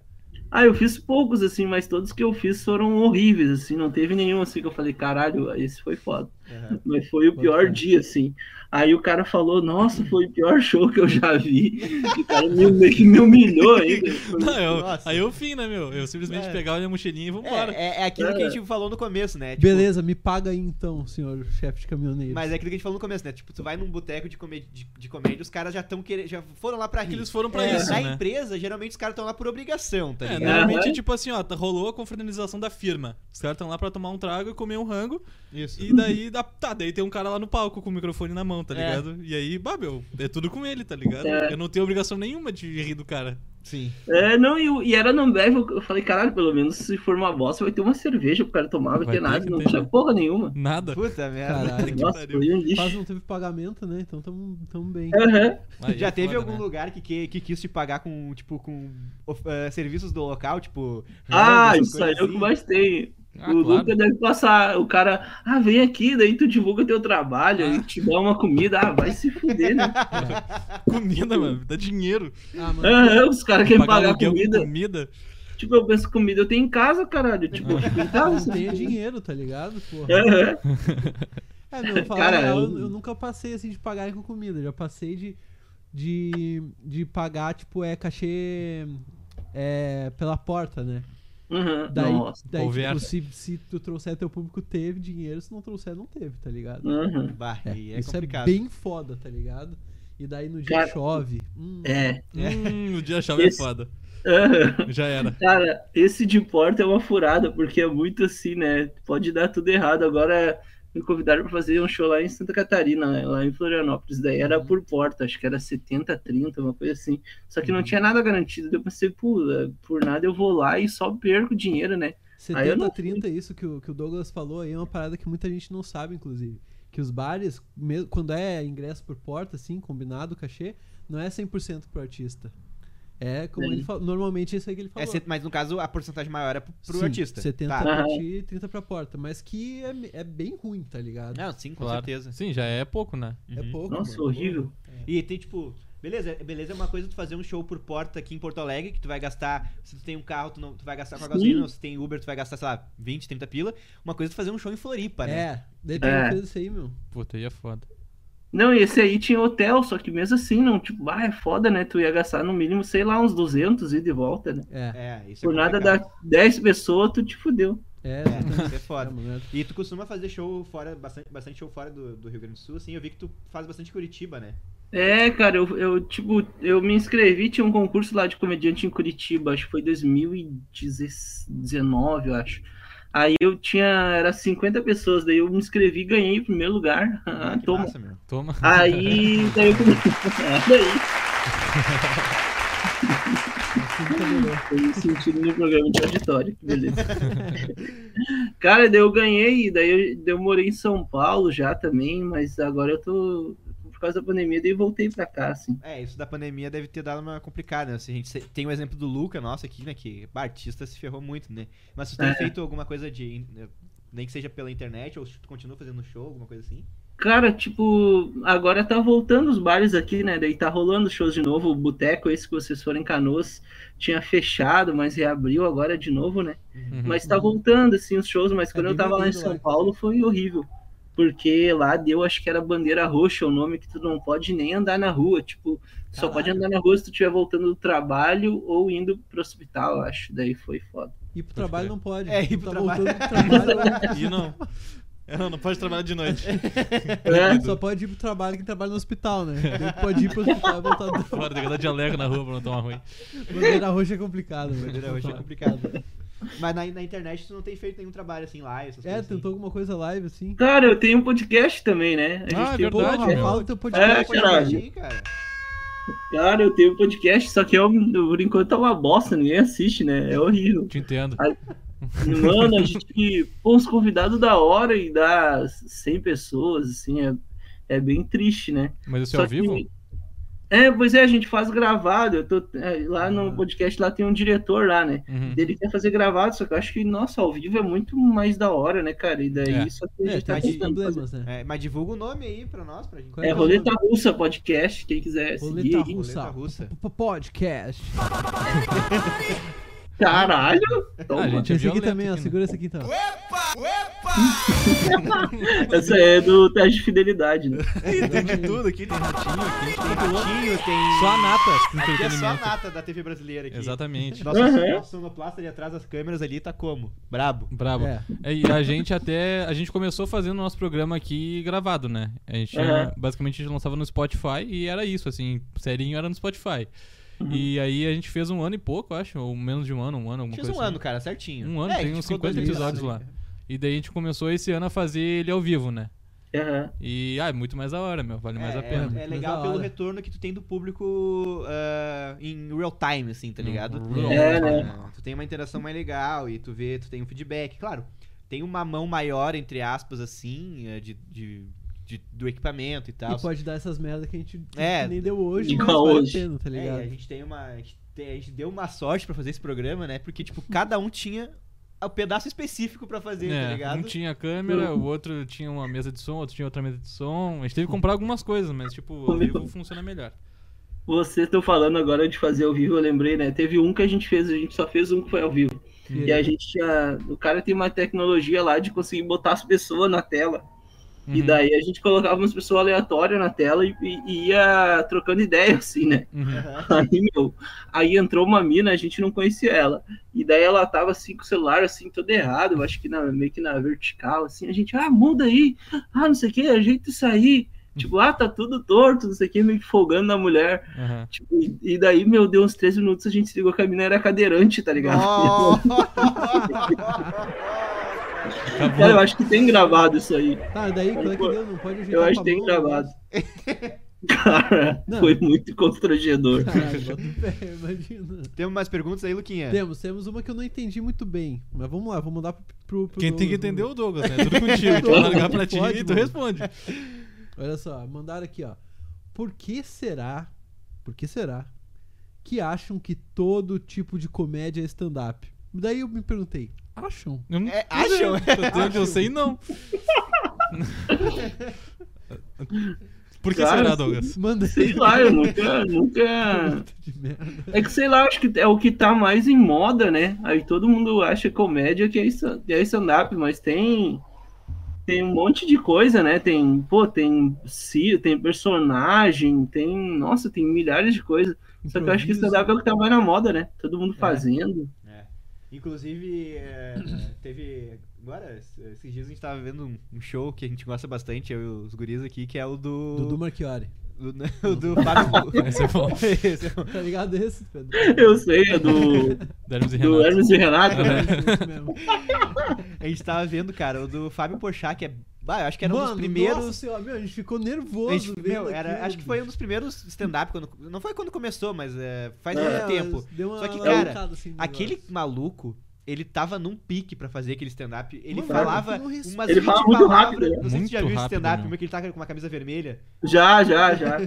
Speaker 4: Ah, eu fiz poucos, assim, mas todos que eu fiz foram horríveis, assim, não teve nenhum, assim, que eu falei, caralho, esse foi foda.
Speaker 2: Aham.
Speaker 4: Mas foi o
Speaker 1: Pode
Speaker 4: pior
Speaker 1: crer.
Speaker 4: dia, assim. Aí o cara falou, nossa, foi o pior show que eu já vi. E o cara me, meio que me humilhou ainda.
Speaker 3: Não, eu-
Speaker 2: Nossa.
Speaker 3: aí eu fim, né, meu? Eu simplesmente
Speaker 2: É.
Speaker 3: pegava a minha mochilinha e vambora.
Speaker 2: É, é, é aquilo que a gente falou no começo, né? Tipo,
Speaker 1: Beleza, me paga aí então, senhor chefe de caminhoneiro.
Speaker 2: Mas é aquilo que a gente falou no começo, né? Tipo, tu vai num boteco de, comé- de, de comédia, os caras já estão querendo. Já foram lá pra
Speaker 3: Que
Speaker 2: rir.
Speaker 3: eles foram pra
Speaker 2: É,
Speaker 3: isso,
Speaker 2: na
Speaker 3: né?
Speaker 2: empresa, geralmente os caras estão lá por obrigação, tá
Speaker 3: É,
Speaker 2: ligado?
Speaker 3: normalmente,
Speaker 4: Aham.
Speaker 3: tipo assim, ó, tá- rolou a confraternização da firma. Os caras estão lá pra tomar um trago e comer um rango.
Speaker 2: Isso.
Speaker 3: E daí, dá, tá, daí tem um cara lá no palco com o microfone na mão, tá
Speaker 2: É.
Speaker 3: ligado? E aí, bah, meu, é tudo com ele, tá ligado?
Speaker 4: É.
Speaker 3: Eu não tenho obrigação nenhuma de rir do cara.
Speaker 2: Sim.
Speaker 4: É, não, e, o- e era na Ambev, eu eu falei, caralho, pelo menos se for uma bosta, vai ter uma cerveja pro cara tomar, vai
Speaker 3: Vai
Speaker 4: ter
Speaker 3: ter
Speaker 4: nada,
Speaker 3: que
Speaker 4: não
Speaker 3: ter,
Speaker 4: tinha
Speaker 3: né?
Speaker 4: porra nenhuma.
Speaker 3: Nada.
Speaker 2: Puta merda.
Speaker 1: Caralho.
Speaker 4: Nossa,
Speaker 3: pariu.
Speaker 4: foi um
Speaker 1: Quase
Speaker 4: lixo.
Speaker 1: não teve pagamento, né? Então tamo, tamo bem.
Speaker 4: Aham.
Speaker 3: Aí
Speaker 2: Já
Speaker 3: é
Speaker 2: teve
Speaker 3: foda,
Speaker 2: algum
Speaker 3: né?
Speaker 2: lugar que, que, que quis te pagar com, tipo, com of- eh, serviços do local, tipo.
Speaker 4: Ah,
Speaker 2: rango, essas
Speaker 4: isso aí
Speaker 2: coisas
Speaker 4: é o que
Speaker 2: assim?
Speaker 4: mais tem.
Speaker 3: Ah,
Speaker 4: o
Speaker 3: claro.
Speaker 4: Luca deve passar, o cara, ah, vem aqui, daí tu divulga teu trabalho, aí te dá uma comida, ah, vai se fuder, né?
Speaker 3: Comida, mano, dá dinheiro.
Speaker 1: Ah, mano.
Speaker 4: Aham, os caras querem pagar
Speaker 3: aluguel com
Speaker 4: comida.
Speaker 3: comida.
Speaker 4: Tipo, eu penso, comida eu tenho em casa, caralho. Tipo, eu fico em casa.
Speaker 1: Não
Speaker 4: sabe?
Speaker 1: tenha dinheiro, tá ligado? Porra.
Speaker 4: Aham.
Speaker 1: É, meu, falar
Speaker 4: Cara,
Speaker 1: a real, eu,
Speaker 4: eu-
Speaker 1: eu nunca passei assim de pagar com comida. Já passei de, de, de pagar, tipo, é cachê é, pela porta, né?
Speaker 4: Uhum.
Speaker 1: Daí,
Speaker 4: Nossa.
Speaker 1: daí tipo,
Speaker 3: conversa.
Speaker 1: se, se tu trouxer teu público, teve dinheiro. Se não trouxer, não teve, tá ligado?
Speaker 4: Uhum.
Speaker 2: Bah,
Speaker 1: É,
Speaker 2: e é
Speaker 1: isso
Speaker 2: complicado.
Speaker 1: é bem foda, tá ligado? E daí no dia
Speaker 4: Cara-
Speaker 1: chove. Hum,
Speaker 4: É.
Speaker 3: Hum, o dia chave é
Speaker 4: Esse-
Speaker 3: foda.
Speaker 4: Aham.
Speaker 3: Já era.
Speaker 4: Cara, esse de porta é uma furada, porque é muito assim, né? Pode dar tudo errado. Agora me convidaram pra fazer um show lá em Santa Catarina, né? lá em Florianópolis. Daí era por porta, acho que era 70, 30, uma coisa assim. Só que não tinha nada garantido. Daí eu pensei, pô, é, por nada eu vou lá e só perco dinheiro, né? Aí
Speaker 1: 70,
Speaker 4: eu não-
Speaker 1: 30, isso que o, que o Douglas falou aí é uma parada que muita gente não sabe, inclusive. Que os bares, me- quando é ingresso por porta, assim, combinado, cachê, não é 100% pro artista. É como
Speaker 4: Sim.
Speaker 1: ele falou. Normalmente é isso aí que ele
Speaker 2: É
Speaker 1: falou.
Speaker 2: set- mas no caso, a porcentagem maior é pro, pro
Speaker 1: Sim,
Speaker 2: artista.
Speaker 1: 70
Speaker 2: Tá.
Speaker 1: pra
Speaker 4: Aham.
Speaker 1: ti e 30 pra porta. Mas que é, me- é bem ruim, tá ligado?
Speaker 2: Não, sim, com
Speaker 3: Claro.
Speaker 2: certeza.
Speaker 3: Sim, já é pouco, né?
Speaker 1: É
Speaker 2: Uhum.
Speaker 1: pouco.
Speaker 4: Nossa,
Speaker 1: mano.
Speaker 4: horrível.
Speaker 2: E tem tipo, beleza, beleza é uma coisa tu fazer um show por porta aqui em Porto Alegre, que tu vai gastar, se tu tem um carro, tu, não, tu vai gastar com a
Speaker 4: Sim.
Speaker 2: gasolina, ou se tem Uber, tu vai gastar, sei lá, 20, 30 pila. Uma coisa é tu fazer um show em Floripa, né?
Speaker 1: É, daí tu não
Speaker 4: É.
Speaker 1: fez isso aí, meu.
Speaker 3: Puta, aí é foda.
Speaker 4: Não, e esse aí tinha hotel, só que mesmo assim, não, tipo, ah, é foda, né? Tu ia gastar no mínimo, sei lá, uns 200 e de volta, né?
Speaker 1: É,
Speaker 2: É, isso
Speaker 4: Por
Speaker 2: é
Speaker 4: nada
Speaker 2: complicado.
Speaker 4: dá 10 pessoas, tu te fudeu.
Speaker 1: é,
Speaker 2: É, isso
Speaker 1: é,
Speaker 2: é foda.
Speaker 1: mano, é
Speaker 2: E tu costuma fazer show fora, bastante, bastante show fora do, do Rio Grande do Sul, assim, eu vi que tu faz bastante Curitiba, né?
Speaker 4: É, cara, eu, eu, tipo, eu me inscrevi, tinha um concurso lá de comediante em Curitiba, acho que foi 2019, eu acho. Aí eu tinha, era 50 pessoas, daí eu me inscrevi, ganhei em primeiro lugar. Ah,
Speaker 2: que
Speaker 4: toma.
Speaker 2: massa, meu.
Speaker 3: Toma.
Speaker 4: Aí, daí eu comecei. Daí,
Speaker 1: assim que melhorou.
Speaker 4: foi o sentido no programa de auditório, que beleza. Cara, daí eu ganhei, daí eu, daí eu morei em São Paulo já também, mas agora eu tô, por causa da pandemia, daí voltei pra cá, assim.
Speaker 2: É, isso da pandemia deve ter dado uma complicada, né? Assim, a gente se- tem o exemplo do Luca, nosso aqui, né? Que bah, artista se ferrou muito, né? Mas tu tem
Speaker 4: É.
Speaker 2: feito alguma coisa de. in- eh, Nem que seja pela internet, ou se tu continua fazendo show, alguma coisa assim?
Speaker 4: Cara, tipo, agora tá voltando os bares aqui, né? Daí tá rolando shows de novo. O boteco, esse que vocês foram em Canoas, tinha fechado, mas reabriu agora de novo, né?
Speaker 3: Uhum.
Speaker 4: Mas tá voltando, assim, os shows. Mas
Speaker 1: É
Speaker 4: quando eu
Speaker 1: bem
Speaker 4: tava lá em
Speaker 1: vendido lá,
Speaker 4: São
Speaker 1: inclusive.
Speaker 4: Paulo foi horrível. Porque lá deu, acho que era bandeira roxa, o nome que tu não pode nem andar na rua. Tipo, só
Speaker 2: Caralho.
Speaker 4: pode andar na rua se tu estiver voltando do trabalho ou indo pro hospital, eu acho. Daí foi foda.
Speaker 1: Ir pro
Speaker 3: Pode
Speaker 1: trabalho
Speaker 3: crer.
Speaker 1: não pode.
Speaker 2: É, ir
Speaker 1: Tu
Speaker 2: pro
Speaker 1: tá
Speaker 2: trabalho.
Speaker 1: voltando pro trabalho.
Speaker 3: E não. É, não, não pode trabalhar de noite.
Speaker 4: É,
Speaker 1: Só pode ir pro trabalho quem trabalha no hospital, né? Daí tu pode ir pro hospital e voltar do
Speaker 3: Fora, tem que dar dialeco na rua pra não tomar ruim.
Speaker 1: Bandeira roxa é complicado, velho.
Speaker 2: Bandeira roxa é complicado. Mas na, na internet tu não tem feito nenhum trabalho assim live, essas
Speaker 1: É,
Speaker 2: coisas. assim.
Speaker 1: tentou alguma coisa live assim.
Speaker 4: Cara, eu tenho um podcast também, né? A
Speaker 3: Ah, é
Speaker 4: tem
Speaker 3: verdade,
Speaker 4: um
Speaker 1: Porra,
Speaker 3: meu.
Speaker 1: fala o teu
Speaker 4: É,
Speaker 2: Cara,
Speaker 1: podcast.
Speaker 2: pode
Speaker 4: caralho.
Speaker 2: fazer aí, cara.
Speaker 4: Cara, eu tenho um podcast, só que eu, por enquanto é uma bosta, ninguém assiste, né? É horrível.
Speaker 3: Te entendo.
Speaker 4: Mano, a gente pô uns convidados da hora e dá 100 pessoas, assim, é, é bem triste, né?
Speaker 3: Mas isso é
Speaker 4: Só
Speaker 3: ao
Speaker 4: que-
Speaker 3: vivo?
Speaker 4: É, pois é, a gente faz gravado. Eu tô, é, lá no podcast lá tem um diretor lá, né?
Speaker 3: Ah. Uhum.
Speaker 4: Ele quer fazer gravado, só que eu acho que, nossa, ao vivo é muito mais da hora, né, cara? E daí
Speaker 3: É.
Speaker 4: só que a
Speaker 1: É,
Speaker 4: gente
Speaker 1: tem
Speaker 4: tá
Speaker 1: esses
Speaker 4: tentando fazer.
Speaker 1: problemas, né?
Speaker 2: É, mas divulga o nome aí pra nós, pra gente.
Speaker 3: né?
Speaker 1: Qual
Speaker 4: É
Speaker 1: que o nome?
Speaker 4: Roleta Russa Podcast, quem quiser seguir.
Speaker 1: Roleta
Speaker 4: aí.
Speaker 1: Russa.
Speaker 2: Roleta Russa.
Speaker 1: P- p- Podcast.
Speaker 4: Caralho!
Speaker 3: Ah,
Speaker 4: Toma.
Speaker 3: gente, é
Speaker 1: Esse aqui
Speaker 3: violento
Speaker 1: também, ó.
Speaker 3: aqui, né?
Speaker 1: Segura esse aqui então.
Speaker 4: Essa é do teste de fidelidade, né?
Speaker 2: Tem de tudo aqui, tem ratinho aqui, tem ratinho, tem.
Speaker 3: Só a nata.
Speaker 2: Aqui é só
Speaker 3: do
Speaker 2: a
Speaker 3: entretenimento.
Speaker 2: nata da TV brasileira aqui.
Speaker 3: Exatamente.
Speaker 2: Nossa,
Speaker 4: Uhum.
Speaker 2: nosso sonoplasta ali atrás das câmeras ali tá como? Brabo.
Speaker 3: Bravo.
Speaker 1: É.
Speaker 3: É, E a gente até. A gente começou fazendo o nosso programa aqui gravado, né? A gente tinha-
Speaker 4: Aham.
Speaker 3: basicamente a gente lançava no Spotify e era isso, assim, serinho era no Spotify. E aí a gente fez um ano e pouco, eu acho, ou menos de um ano, um ano, alguma
Speaker 2: Fez
Speaker 3: coisa
Speaker 2: um
Speaker 3: assim.
Speaker 2: ano, cara, certinho.
Speaker 3: Um ano,
Speaker 2: É,
Speaker 3: tem
Speaker 2: que
Speaker 3: uns
Speaker 2: ficou
Speaker 3: 50
Speaker 2: dois meses,
Speaker 3: episódios
Speaker 2: né?
Speaker 3: lá. E daí a gente começou esse ano a fazer ele ao vivo, né?
Speaker 4: Aham.
Speaker 3: E, ah, é muito mais da hora, meu, vale mais a pena.
Speaker 2: É,
Speaker 1: Mas
Speaker 2: legal
Speaker 1: da
Speaker 2: pelo
Speaker 1: hora.
Speaker 2: retorno que tu tem do público ah, em real time, assim, tá
Speaker 3: Em
Speaker 2: ligado?
Speaker 3: real
Speaker 4: É,
Speaker 2: time,
Speaker 1: né?
Speaker 2: Tu tem uma interação mais legal e tu vê, tu tem um feedback. Claro, tem uma mão maior, entre aspas, assim, eh, de, de- de- do equipamento e tal.
Speaker 1: E pode dar essas merdas que a gente
Speaker 2: É.
Speaker 1: nem deu hoje, mas
Speaker 4: Igual
Speaker 1: vale
Speaker 4: hoje.
Speaker 1: a pena, tá
Speaker 2: É,
Speaker 1: ligado?
Speaker 2: e a gente tem uma. A gente, tem- a gente deu uma sorte pra fazer esse programa, né? Porque, tipo, cada um tinha o pedaço específico pra fazer, tá
Speaker 3: É,
Speaker 2: ligado?
Speaker 3: um tinha câmera, o outro tinha uma mesa de som, outro tinha outra mesa de som. A gente teve que comprar algumas coisas, mas tipo, ao vivo funciona melhor.
Speaker 4: Vocês estão falando agora de fazer ao vivo, eu lembrei, né? Teve um que a gente fez, a gente só fez um que foi ao vivo.
Speaker 1: E
Speaker 4: E a gente tinha. O cara tem uma tecnologia lá de conseguir botar as pessoas na tela. E
Speaker 3: Uhum,
Speaker 4: daí a gente colocava umas pessoas aleatórias na tela e, e- e ia trocando ideia, assim, né?
Speaker 3: uhum.
Speaker 4: Aí, meu, aí entrou uma mina, a gente não conhecia ela. E daí ela tava assim com o celular, assim, todo errado, eu acho que na, meio que na vertical, assim, a gente, ah, muda aí, ah, não sei o que, ajeita isso aí. Tipo, ah, tá tudo torto, não sei o que, meio que folgando na mulher.
Speaker 3: Aham.
Speaker 4: Tipo, e, e daí, meu, deu uns três minutos, a gente se ligou que a mina era cadeirante, tá ligado? Cara, eu acho que tem gravado isso aí.
Speaker 1: Tá, daí, quando é que
Speaker 4: Pô,
Speaker 1: deu? Não pode ajeitar
Speaker 4: Eu acho
Speaker 1: com
Speaker 4: que
Speaker 1: a
Speaker 4: tem
Speaker 1: mão,
Speaker 4: gravado. Cara,
Speaker 1: Não.
Speaker 4: foi muito constrangedor.
Speaker 1: Caralho, bota o pé, imagina.
Speaker 2: Temos mais perguntas aí, Luquinha?
Speaker 1: Temos, temos uma que eu não entendi muito bem. Mas vamos lá, vou mandar pro. pro, pro
Speaker 3: Quem tem que
Speaker 1: Douglas,
Speaker 3: entender é
Speaker 1: vamos
Speaker 3: o Douglas, né? Tudo contigo. Tu vai largar pra ti
Speaker 1: Pode,
Speaker 3: e tu
Speaker 1: mano.
Speaker 3: responde.
Speaker 1: ver. Olha só, mandaram aqui, ó. Por que será? Por que será que acham que todo tipo de comédia é stand-up? Daí eu me perguntei, acham?
Speaker 3: Eu não-
Speaker 2: É, acham?
Speaker 3: Até onde eu sei, não. Por que
Speaker 4: Cara,
Speaker 3: será, Douglas?
Speaker 1: Mandei.
Speaker 4: Sei lá, eu nunca, nunca.
Speaker 1: Puta de merda.
Speaker 4: É que sei lá, acho que é o que tá mais em moda, né? Aí todo mundo acha comédia que é sta- que é stand-up, mas tem. Tem um monte de coisa, né? Tem, pô, tem si, tem personagem, tem. Nossa, tem milhares de coisas. Só que eu acho que
Speaker 1: Improviso. É.
Speaker 4: stand-up é o que tá mais na moda, né? Todo mundo fazendo.
Speaker 2: Inclusive, é, teve. Agora, esses dias a gente tava vendo um- um show que a gente gosta bastante, eu e os guris aqui, que é o do.
Speaker 1: Dudu Marchiori.
Speaker 2: do, não, o do Fábio.
Speaker 3: Esse é bom.
Speaker 2: Esse é o-
Speaker 1: Tá ligado esse, Pedro?
Speaker 4: Eu sei, é do,
Speaker 3: Da Hermes e
Speaker 4: do
Speaker 3: Renato.
Speaker 4: Hermes e Renato, né?
Speaker 1: É isso mesmo.
Speaker 2: a gente tava vendo, cara, o do Fábio Porchat, que é. Bah, eu acho que era um dos
Speaker 1: Mano,
Speaker 2: primeiros.
Speaker 1: nossa senhora, meu, a gente ficou
Speaker 2: A
Speaker 1: nervoso.
Speaker 2: gente-
Speaker 1: vendo
Speaker 2: meu, era-
Speaker 1: aquilo,
Speaker 2: acho que foi um dos primeiros stand-up quando. Não foi quando começou, mas é, faz
Speaker 1: bicho.
Speaker 2: muito
Speaker 1: É,
Speaker 2: tempo.
Speaker 1: deu uma
Speaker 2: Só que,
Speaker 1: alavancada,
Speaker 2: cara,
Speaker 1: assim, no
Speaker 2: Aquele
Speaker 1: negócio.
Speaker 2: maluco, ele tava num pique pra fazer aquele stand-up. Ele
Speaker 1: Mano,
Speaker 2: falava
Speaker 1: não
Speaker 2: umas
Speaker 1: respeita.
Speaker 2: 20
Speaker 4: é Ele fala muito
Speaker 2: palavras.
Speaker 4: rápido, né?
Speaker 2: Não sei se
Speaker 3: Muito
Speaker 2: você já viu esse
Speaker 3: rápido,
Speaker 2: stand-up,
Speaker 3: meu.
Speaker 2: meu, que ele tá com uma camisa vermelha.
Speaker 4: Já, já, já.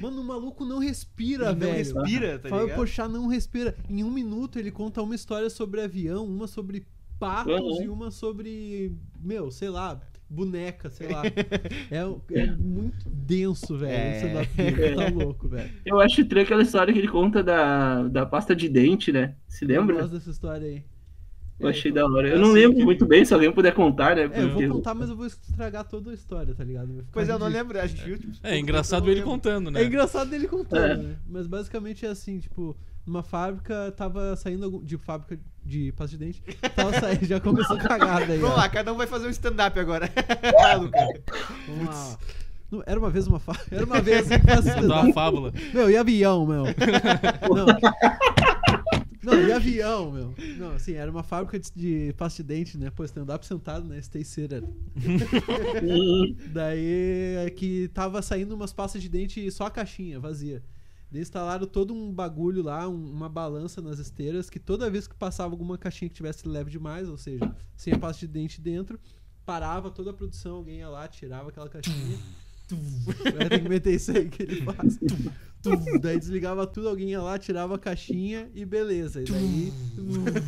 Speaker 1: Mano, o maluco não respira,
Speaker 2: ele não
Speaker 1: velho.
Speaker 2: respira, tá
Speaker 4: um
Speaker 1: Fábio
Speaker 2: ligado?
Speaker 1: Pochá não respira. Em um minuto ele conta uma história sobre avião, uma sobre patos
Speaker 4: Uhum.
Speaker 1: e uma sobre. Meu, sei lá, boneca, sei lá. é, é muito denso, velho.
Speaker 2: É.
Speaker 1: Você dá dele, tá louco, velho.
Speaker 4: Eu acho estranho aquela história que ele conta da, da pasta de dente, né? Se
Speaker 1: Eu
Speaker 4: lembra?
Speaker 1: gosto dessa história aí.
Speaker 4: Eu achei da hora.
Speaker 2: eu
Speaker 4: Eu não
Speaker 2: sei
Speaker 4: lembro
Speaker 2: que-
Speaker 4: muito bem, se alguém puder contar, né?
Speaker 1: É, eu vou
Speaker 4: porque-
Speaker 1: contar, mas eu vou estragar toda a história, tá ligado? Vai ficar
Speaker 2: Pois é, eu não
Speaker 1: ridículo.
Speaker 2: lembro. A gente viu. tipo, pouco
Speaker 3: É
Speaker 2: tempo, eu
Speaker 3: engraçado
Speaker 2: não
Speaker 3: ele
Speaker 2: lembro.
Speaker 3: contando, né?
Speaker 1: É engraçado ele contando,
Speaker 4: É.
Speaker 1: né? Mas basicamente é assim, tipo, numa fábrica tava saindo algum- de fábrica de pasta de dente, tava saindo, já começou a tá cagada aí. ó.
Speaker 2: Vamos lá, cada um vai fazer um stand-up agora. Lucas.
Speaker 1: Vamos lá. Não, era uma vez uma fábrica, era uma vez assim que faz
Speaker 3: Contar uma fábula.
Speaker 1: Meu, e avião, meu? Não. Não, e avião, meu? Não, assim, era uma fábrica de, de pasta de dente, né? Pô, stand-up sentado, né? Stay seated.
Speaker 4: Hum,
Speaker 1: Então Daí é que tava saindo umas pastas de dente e só a caixinha vazia. Daí instalaram todo um bagulho lá, um- uma balança nas esteiras, que toda vez que passava alguma caixinha que tivesse leve demais, ou seja, sem a pasta de dente dentro, parava toda a produção, alguém ia lá, tirava aquela caixinha. Tum, tem que meter isso aí que ele faz. Tum, tum. daí desligava tudo, alguém ia lá, tirava a caixinha e beleza. E daí.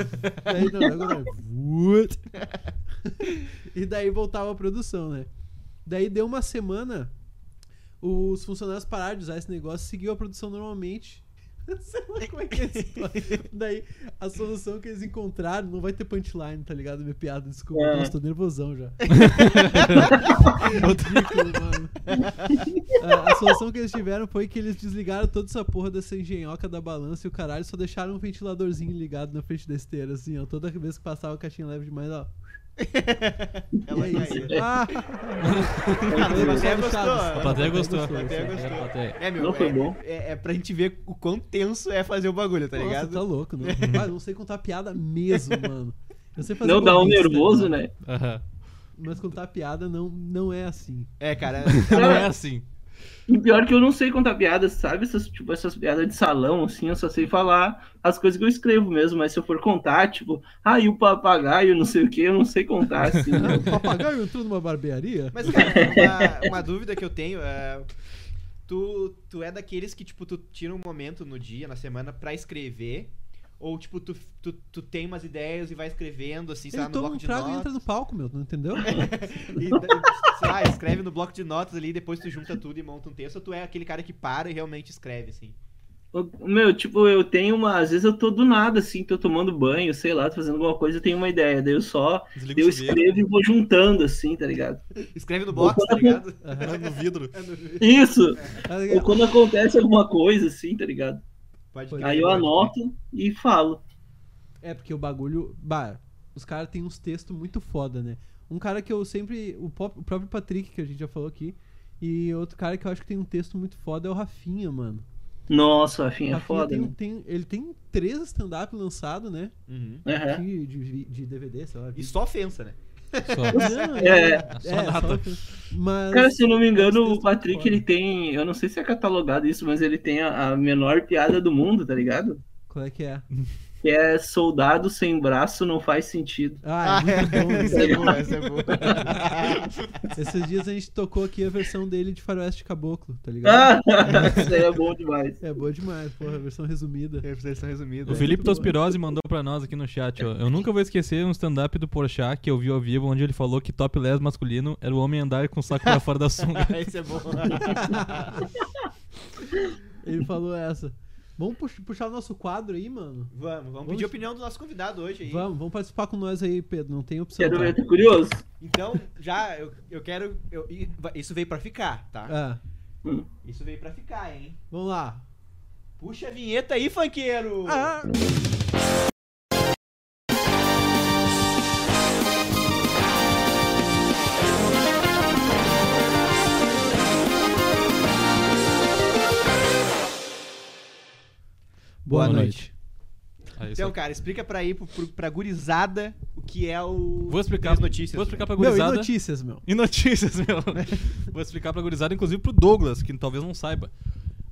Speaker 1: daí não, agora. Vuut. e daí voltava a produção, né? Daí deu uma semana, os funcionários pararam de usar esse negócio e seguiu a produção normalmente. Sei lá como é que é esse negócio. Daí a solução que eles encontraram não vai ter punchline, tá ligado? Minha piada, desculpa.
Speaker 4: É.
Speaker 1: Nossa, tô nervosão já. Ridículo, mano. A- A solução que eles tiveram foi que eles desligaram toda essa porra dessa engenhoca da balança e o caralho só deixaram um ventiladorzinho ligado na frente da esteira, assim, ó. Toda vez que passava a caixinha leve demais, ó.
Speaker 2: Ela tá
Speaker 1: é isso. Então,
Speaker 2: caía.
Speaker 1: Ah!
Speaker 2: Ah, mas a plateia
Speaker 1: Só do Chaves. A plateia gostou,
Speaker 2: gostou. A
Speaker 3: A plateia gostou.
Speaker 2: a plateia
Speaker 3: É, a
Speaker 2: gostou.
Speaker 3: plateia.
Speaker 2: É, meu,
Speaker 4: Não, foi
Speaker 2: é,
Speaker 4: bom.
Speaker 2: É, é pra gente ver o quão tenso é fazer o bagulho, tá
Speaker 1: Nossa,
Speaker 2: ligado?
Speaker 1: tá louco, né? Ah, eu não sei contar piada mesmo, mano. Eu sei fazer
Speaker 4: Não dá um
Speaker 1: convite, tá
Speaker 4: nervoso,
Speaker 1: ligado?
Speaker 4: né?
Speaker 3: Aham.
Speaker 1: Mas contar piada não, não é assim.
Speaker 2: É, cara.
Speaker 3: Não é assim.
Speaker 4: E pior que eu não sei contar piadas, sabe? Essas, tipo, essas piadas de salão, assim, eu só sei falar as coisas que eu escrevo mesmo, mas se eu for contar, tipo, ah, e o papagaio, não sei o que, eu não sei contar, assim.
Speaker 1: Ah,
Speaker 4: né?
Speaker 1: o papagaio entrou numa barbearia?
Speaker 2: Mas, cara, uma, uma dúvida que eu tenho é. Tu, tu é daqueles que, tipo, tu tira um momento no dia, na semana, pra escrever? Ou, tipo, tu, tu, tu tem umas ideias e vai escrevendo, assim, sei lá,
Speaker 1: Ele
Speaker 2: no
Speaker 1: toma
Speaker 2: bloco
Speaker 1: um
Speaker 2: de
Speaker 1: trago e entra
Speaker 2: notas?
Speaker 1: no palco, meu, não entendeu?
Speaker 2: E, e, sei lá, escreve no bloco de notas ali, depois tu junta tudo e monta um texto, ou tu é aquele cara que para e realmente escreve, assim?
Speaker 4: Eu- Meu, tipo, eu tenho uma. Às vezes eu tô do nada, assim, tô tomando banho, sei lá, tô fazendo alguma coisa, eu tenho uma ideia. Daí eu só.
Speaker 3: Desliga
Speaker 4: Eu
Speaker 3: o chuveiro.
Speaker 4: escrevo e vou juntando, assim, tá ligado?
Speaker 2: Escreve no box, tá ligado?
Speaker 3: No vidro.
Speaker 4: Isso!
Speaker 1: Tá
Speaker 4: Ou
Speaker 1: ligado?
Speaker 4: quando acontece alguma coisa, assim, tá ligado?
Speaker 2: Pode
Speaker 1: Pode
Speaker 4: Aí eu anoto e falo.
Speaker 1: É, porque o bagulho. Bah, os caras têm uns textos muito foda, né? Um cara que eu sempre. O, pop- o próprio Patrick, que a gente já falou aqui. E outro cara que eu acho que tem um texto muito foda é o Rafinha, mano.
Speaker 4: Nossa, Rafinha, é
Speaker 1: Rafinha
Speaker 4: foda,
Speaker 1: tem, um,
Speaker 4: né?
Speaker 1: tem- ele tem três stand-up lançado, né?
Speaker 2: Uhum.
Speaker 4: Aham.
Speaker 1: De, de- de DVD, sei lá.
Speaker 2: E só ofensa, né?
Speaker 3: Só.
Speaker 1: Não,
Speaker 4: É.
Speaker 3: Só nada.
Speaker 1: só- mas.
Speaker 4: Cara, assim, se eu não me engano,
Speaker 1: Mas-
Speaker 4: o Patrick, ele tem. Eu não sei se é catalogado isso, mas ele tem a, a menor piada do mundo, tá ligado?
Speaker 1: Qual é que é?
Speaker 4: Que é soldado sem braço não faz sentido.
Speaker 1: Ah, é muito bom, né?
Speaker 2: Essa é boa, essa é boa.
Speaker 1: Esses dias a gente tocou aqui a versão dele de Faroeste Caboclo, tá ligado?
Speaker 4: Ah, isso aí é bom demais.
Speaker 1: É boa demais, porra, a versão resumida.
Speaker 2: Representação resumida.
Speaker 3: O Felipe Tospirose mandou pra nós aqui no chat, ó. Eu nunca vou esquecer um stand-up do Porchat que eu vi ao vivo, onde ele falou que topless masculino era o homem andar com o saco pra fora da sunga.
Speaker 2: Esse é bom.
Speaker 1: Ele falou essa. Vamos pux- puxar o nosso quadro aí, mano?
Speaker 2: Vamos, vamos pedir a opinião do nosso convidado hoje aí.
Speaker 1: Vamos, vamos participar com nós aí, Pedro. Não tem opção.
Speaker 4: Quero
Speaker 1: tá?
Speaker 4: ver, tô curioso.
Speaker 2: Então, já eu, eu quero. eu- e- va- isso veio pra ficar, tá?
Speaker 1: Ah,
Speaker 2: Isso veio pra ficar, hein?
Speaker 1: vamos lá.
Speaker 2: Puxa a vinheta aí, funkeiro!
Speaker 1: Ah,
Speaker 3: Boa
Speaker 1: Boa
Speaker 3: noite.
Speaker 1: noite.
Speaker 3: Aí,
Speaker 2: Então,
Speaker 3: só-
Speaker 2: cara, explica pra aí, pro, pro, pra gurizada, o que é o.
Speaker 3: Vou explicar,
Speaker 2: Três notícias.
Speaker 3: vou explicar pra
Speaker 1: Meu, e
Speaker 3: gurizada.
Speaker 1: notícias, meu?
Speaker 3: E notícias, meu. Vou explicar pra gurizada, inclusive pro Douglas, que talvez não saiba.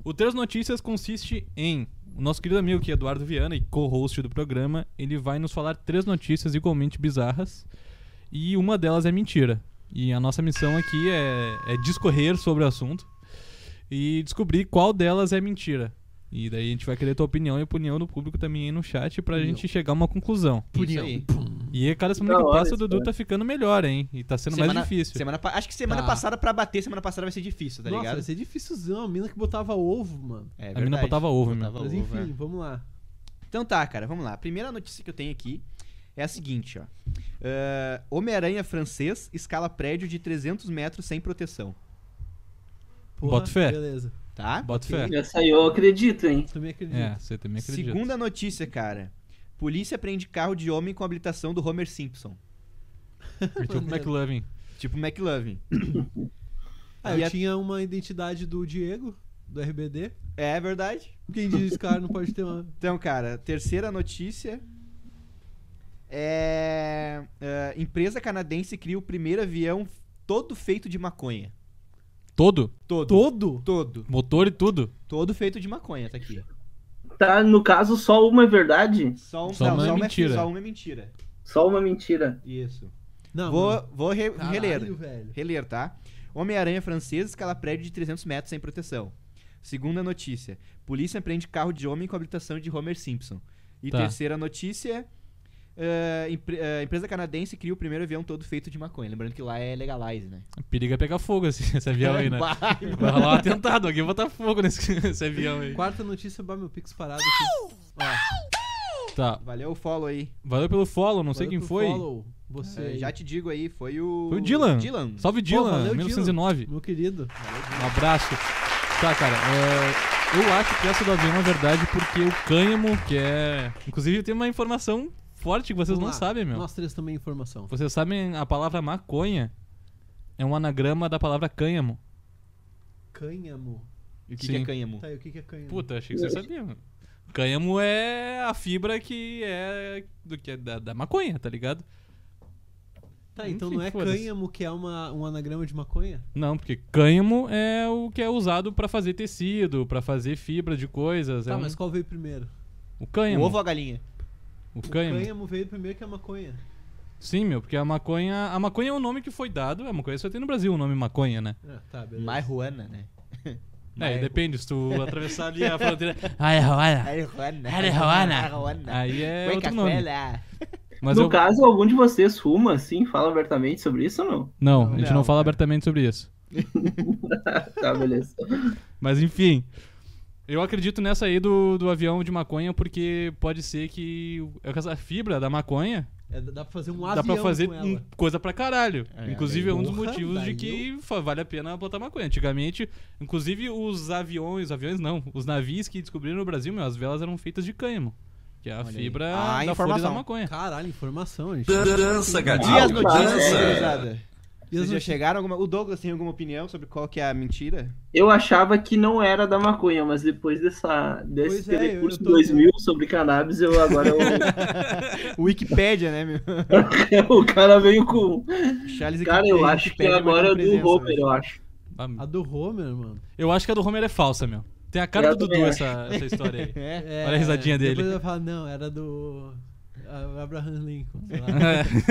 Speaker 3: O Três Notícias consiste em... O nosso querido amigo aqui, Eduardo Viana, e co-host do programa, ele vai nos falar três notícias igualmente bizarras. E uma delas é mentira. E a nossa missão aqui é, é discorrer sobre o assunto e descobrir qual delas é mentira. E daí a gente vai querer tua opinião e a opinião do público também aí no chat pra gente chegar a uma conclusão.
Speaker 2: Isso aí.
Speaker 3: E cara, semana
Speaker 4: Da
Speaker 3: que
Speaker 4: hora
Speaker 3: passa o
Speaker 4: isso, né?
Speaker 3: Dudu
Speaker 4: cara.
Speaker 3: tá ficando melhor, hein? E tá sendo mais difícil.
Speaker 2: Semana, pa- acho que semana
Speaker 1: Tá.
Speaker 2: passada pra bater, semana passada vai ser difícil, tá
Speaker 1: Nossa,
Speaker 2: ligado?
Speaker 1: vai ser difícilzão. A mina que botava ovo, mano.
Speaker 2: É,
Speaker 3: a mina
Speaker 2: verdade.
Speaker 3: botava ovo, meu.
Speaker 2: Botava
Speaker 1: Mas
Speaker 2: ovo, é.
Speaker 1: enfim, vamos lá.
Speaker 2: Então tá, cara, vamos lá. A primeira notícia que eu tenho aqui é a seguinte, ó. Ah, Homem-Aranha francês escala prédio de 300 metros sem proteção,
Speaker 1: Porra,
Speaker 3: Bota fé.
Speaker 1: Beleza.
Speaker 2: tá?
Speaker 3: Bota fé.
Speaker 4: Já saiu, eu acredito, hein?
Speaker 1: Também acredito.
Speaker 3: É, você também acredita.
Speaker 2: Segunda notícia, cara. Polícia prende carro de homem com habilitação do Homer Simpson.
Speaker 3: Tipo McLovin.
Speaker 2: Tipo McLovin.
Speaker 1: Ah,
Speaker 2: E
Speaker 1: eu
Speaker 2: a-
Speaker 1: tinha uma identidade do Diego, do RBD.
Speaker 2: É verdade.
Speaker 1: Quem diz que cara não pode ter uma.
Speaker 2: Então, cara, terceira notícia. É. ah, empresa canadense cria o primeiro avião todo feito de maconha.
Speaker 3: Todo?
Speaker 2: Todo.
Speaker 1: Todo?
Speaker 2: Todo.
Speaker 3: Motor e tudo?
Speaker 2: Todo feito de maconha, tá aqui.
Speaker 4: Tá, no caso, só uma é verdade?
Speaker 2: Só, um,
Speaker 3: Só
Speaker 2: não,
Speaker 3: uma é
Speaker 2: só
Speaker 3: mentira.
Speaker 2: Só uma é mentira.
Speaker 4: Só uma mentira.
Speaker 2: Isso.
Speaker 3: Tá
Speaker 1: Não,
Speaker 2: vou
Speaker 1: mano.
Speaker 2: vou re-
Speaker 1: Caralho,
Speaker 2: reler.
Speaker 1: velho.
Speaker 2: Reler, tá? Homem-Aranha francês escala prédio de 300 metros sem proteção. Segunda notícia. Polícia prende carro de homem com habilitação de Homer Simpson. E
Speaker 3: Tá.
Speaker 2: terceira notícia. eh, empre- eh, empresa canadense cria o primeiro avião todo feito de maconha. Lembrando que lá é legalize, né?
Speaker 3: Periga pegar fogo esse, esse avião aí, né?
Speaker 2: Vai,
Speaker 3: Vai rolar um atentado, alguém botar fogo nesse, nesse avião aí.
Speaker 1: Quarta notícia, bah, meu pix parado aqui.
Speaker 3: Ah,
Speaker 1: Ó,
Speaker 3: Tá,
Speaker 2: Valeu o follow aí.
Speaker 3: valeu pelo follow, não sei
Speaker 1: valeu
Speaker 3: quem
Speaker 1: pro
Speaker 3: foi.
Speaker 1: Follow, você.
Speaker 2: Eh,
Speaker 1: aí.
Speaker 2: já te digo aí, foi o.
Speaker 3: Foi o Dylan.
Speaker 2: Dylan.
Speaker 3: Salve
Speaker 1: Pô,
Speaker 3: Dylan,
Speaker 1: valeu,
Speaker 3: 1909.
Speaker 1: Meu querido.
Speaker 3: Um abraço. Tá, cara, é, eu acho que essa do avião é verdade porque o cânhamo, que é. Inclusive tem uma informação forte que vocês
Speaker 1: Vamos
Speaker 3: não
Speaker 1: lá.
Speaker 3: sabem, meu.
Speaker 1: Nós três também informação.
Speaker 3: Vocês sabem a palavra maconha é um anagrama da palavra cânhamo.
Speaker 1: Cânhamo.
Speaker 2: E o que,
Speaker 3: Sim.
Speaker 2: que é cânhamo?
Speaker 1: Tá, e o que que é cânhamo?
Speaker 3: Puta, achei que vocês sabiam. mano. Cânhamo é a fibra que é do que é da, da maconha, tá ligado?
Speaker 1: tá, então
Speaker 3: enfim,
Speaker 1: não é
Speaker 3: foda-se.
Speaker 1: cânhamo que é uma, um anagrama de maconha?
Speaker 3: Não, porque cânhamo é o que é usado pra fazer tecido, pra fazer fibra de coisas, é
Speaker 1: Tá,
Speaker 3: um-
Speaker 1: mas qual veio primeiro?
Speaker 3: o
Speaker 2: O
Speaker 3: cânhamo.
Speaker 2: ovo ou a galinha?
Speaker 3: O
Speaker 1: O
Speaker 3: cânhamo.
Speaker 1: cânhamo veio primeiro que a maconha.
Speaker 3: Sim, meu, porque a maconha, a maconha é um nome que foi dado, a maconha só tem no Brasil o nome maconha, né?
Speaker 1: Ah, tá, beleza.
Speaker 2: Marihuana, né?
Speaker 3: É,
Speaker 2: Mas-
Speaker 3: depende, se tu atravessar ali a fronteira. Ai, olha.
Speaker 2: Marihuana.
Speaker 3: Marihuana. Aí é
Speaker 2: Foi
Speaker 3: outro nome.
Speaker 2: cafuela.
Speaker 3: Mas
Speaker 4: no
Speaker 3: eu...
Speaker 4: caso, algum de vocês fuma, assim, fala abertamente sobre isso ou não?
Speaker 3: Não, a gente não,
Speaker 2: Não,
Speaker 3: fala
Speaker 2: cara.
Speaker 3: abertamente sobre isso.
Speaker 4: Tá, beleza.
Speaker 3: Mas enfim. Eu acredito nessa aí do, do avião de maconha, porque pode ser que o- essa fibra da maconha
Speaker 1: É, dá pra fazer um
Speaker 3: dá
Speaker 1: avião
Speaker 3: pra fazer
Speaker 1: com
Speaker 3: um-
Speaker 1: ela.
Speaker 3: coisa pra caralho.
Speaker 2: É,
Speaker 3: inclusive, é um dos
Speaker 1: porra,
Speaker 3: motivos de
Speaker 1: daí
Speaker 3: que fa- vale a pena botar maconha. Antigamente, inclusive os aviões, aviões não, os navios que descobriram no Brasil, meu, as velas eram feitas de cânhamo, que é a
Speaker 2: Olha aí.
Speaker 3: fibra
Speaker 2: Ah,
Speaker 3: da folha da
Speaker 2: informação.
Speaker 3: maconha.
Speaker 1: Caralho, informação, gente.
Speaker 2: E
Speaker 7: Dança,
Speaker 2: as
Speaker 7: gatinho,
Speaker 2: notícias, né,
Speaker 4: Nossa.
Speaker 7: dança.
Speaker 2: gurizada?
Speaker 1: E
Speaker 2: Vocês
Speaker 1: as
Speaker 2: já
Speaker 1: notícias?
Speaker 2: chegaram alguma... O Douglas tem alguma opinião sobre qual que é a mentira?
Speaker 4: Eu achava que não era da maconha, mas depois dessa, desse
Speaker 1: Pois é, eu- eu
Speaker 4: telecurso
Speaker 1: tô-
Speaker 4: 2000 sobre cannabis, eu agora eu-
Speaker 2: O Wikipédia, né, meu?
Speaker 4: o cara veio com.
Speaker 2: Charles
Speaker 4: Cara, eu
Speaker 2: Wikipédia,
Speaker 4: acho que
Speaker 2: Wikipédia
Speaker 4: agora é
Speaker 2: marcando
Speaker 4: do
Speaker 2: presença né?
Speaker 4: Homer,
Speaker 2: hoje.
Speaker 4: eu acho.
Speaker 3: Ah,
Speaker 1: A do Homer, mano.
Speaker 3: Eu acho que a do Homer é falsa, meu. Tem a cara
Speaker 4: Eu
Speaker 3: do Dudu
Speaker 4: também
Speaker 3: essa, essa história aí.
Speaker 2: É.
Speaker 1: É,
Speaker 3: Olha a risadinha dele.
Speaker 1: Depois vai falar, não, era do ah, Abraham Lincoln, sei lá.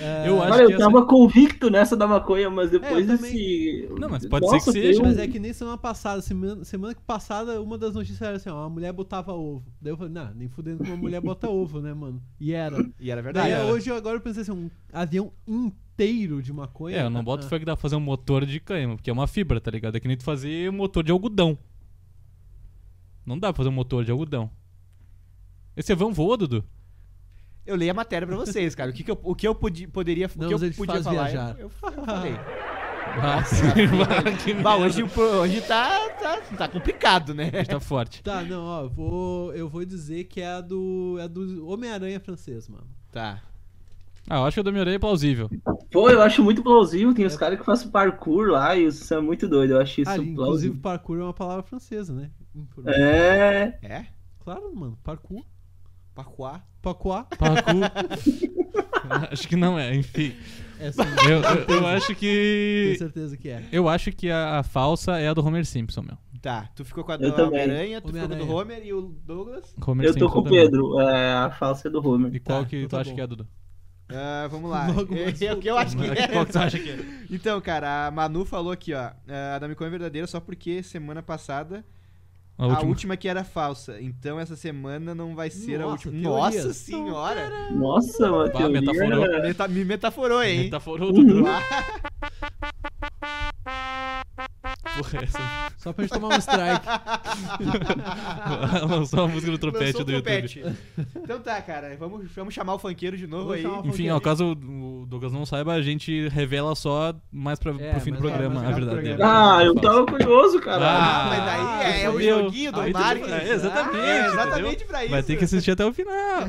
Speaker 3: É. Eu acho
Speaker 4: Cara,
Speaker 3: que
Speaker 4: eu
Speaker 3: essa-
Speaker 4: tava convicto nessa da maconha, mas depois
Speaker 1: eu também.
Speaker 4: desse.
Speaker 3: Não, mas pode ser que
Speaker 4: tem
Speaker 3: seja.
Speaker 4: um-
Speaker 1: Mas é que nem semana passada, semana, semana que passada, uma das notícias era assim, ó, uma mulher botava ovo. Daí eu falei, não, nem fudendo que uma mulher bota ovo, né, mano? E era.
Speaker 2: E era verdade.
Speaker 1: Daí
Speaker 3: era.
Speaker 1: hoje, agora eu pensei assim, um avião inteiro de maconha.
Speaker 3: É, eu não boto
Speaker 1: Ah,
Speaker 3: fé que dá pra fazer um motor de cânhamo, porque é uma fibra, tá ligado? É que nem tu fazer um motor de algodão. Não dá pra fazer um motor de algodão. Esse avião um voa, Dudu?
Speaker 2: Eu leio a matéria pra vocês, cara. O que, que eu, o que eu podi- poderia, o
Speaker 1: Não,
Speaker 2: que eu
Speaker 1: mas ele te
Speaker 2: podia
Speaker 1: faz
Speaker 2: falar,
Speaker 1: viajar.
Speaker 2: eu, eu falei.
Speaker 3: Ah, sim, que
Speaker 2: bah,
Speaker 3: merda.
Speaker 2: hoje, o- hoje tá, tá, tá complicado, né?
Speaker 3: Tá forte.
Speaker 1: Tá, não, ó, vou, eu vou dizer que é a do, é a do Homem-Aranha francês, mano.
Speaker 2: Tá.
Speaker 3: Ah, eu acho que o da Mireia é plausível.
Speaker 4: Pô, eu acho muito plausível. Tem os caras que fazem parkour lá e isso é muito doido. Eu acho isso
Speaker 1: Ah,
Speaker 4: plausível.
Speaker 1: inclusive, parkour é uma palavra francesa, né? Informa-
Speaker 4: É.
Speaker 2: É?
Speaker 1: Claro, mano, parkour.
Speaker 2: Pacuá.
Speaker 1: Pacoá.
Speaker 3: Pacu. acho que não é, enfim.
Speaker 1: É sim,
Speaker 3: Eu, eu- eu acho que.
Speaker 1: tenho certeza que é.
Speaker 3: Eu acho que a, a falsa é a do Homer Simpson, meu.
Speaker 2: Tá. Tu ficou com a
Speaker 4: Eu
Speaker 2: do
Speaker 4: também.
Speaker 2: Homem-Aranha, tu ficou com a do
Speaker 1: Homem-Aranha.
Speaker 2: Homer e o Douglas.
Speaker 3: Homer
Speaker 4: Eu tô
Speaker 3: Simpson
Speaker 4: com o
Speaker 3: também.
Speaker 4: Pedro, é, a falsa é do Homer.
Speaker 3: E qual
Speaker 1: Tá,
Speaker 3: que
Speaker 1: então
Speaker 3: tu
Speaker 1: tá
Speaker 3: acha
Speaker 1: bom.
Speaker 3: que é, Dudu?
Speaker 2: Ah, vamos lá.
Speaker 1: Logo mais
Speaker 2: É, é o que eu acho que é.
Speaker 3: Qual que tu acha que é?
Speaker 2: Então, cara, a Manu falou aqui, ó. A da Micon é verdadeira só porque semana passada
Speaker 3: A
Speaker 2: a última, é
Speaker 3: última.
Speaker 2: que era falsa. Então essa semana não vai ser a
Speaker 1: Nossa,
Speaker 2: última.
Speaker 1: teorias.
Speaker 2: Nossa senhora!
Speaker 4: Nossa, é- uma
Speaker 3: Bah,
Speaker 4: teoria.
Speaker 3: metaforou.
Speaker 2: Meta- me metaforou, hein?
Speaker 3: Metaforou
Speaker 1: Uhum.
Speaker 3: o tá Dudu. Porra, essa
Speaker 1: Só pra gente tomar um strike.
Speaker 3: Lançou uma música no tropete
Speaker 2: Lançou um
Speaker 3: do
Speaker 2: o
Speaker 3: YouTube.
Speaker 2: tropete. Então tá, cara. Vamos, vamos chamar o funkeiro de novo
Speaker 1: Vamos
Speaker 2: aí.
Speaker 1: chamar o
Speaker 3: Enfim, ó, caso o Douglas não saiba, a gente revela só mais pra,
Speaker 1: É,
Speaker 3: pro fim
Speaker 1: mas
Speaker 3: do programa,
Speaker 1: vai,
Speaker 3: a
Speaker 1: mas
Speaker 3: verdade.
Speaker 2: vai pro
Speaker 3: dela.
Speaker 4: Ah, eu tava curioso, cara.
Speaker 2: Ah, mas daí é, é o
Speaker 3: entendeu?
Speaker 2: joguinho do
Speaker 3: Aí tu-
Speaker 2: Marcos.
Speaker 3: é, exatamente,
Speaker 2: Ah, é exatamente
Speaker 3: entendeu?
Speaker 2: pra isso.
Speaker 3: Vai ter que assistir até o final.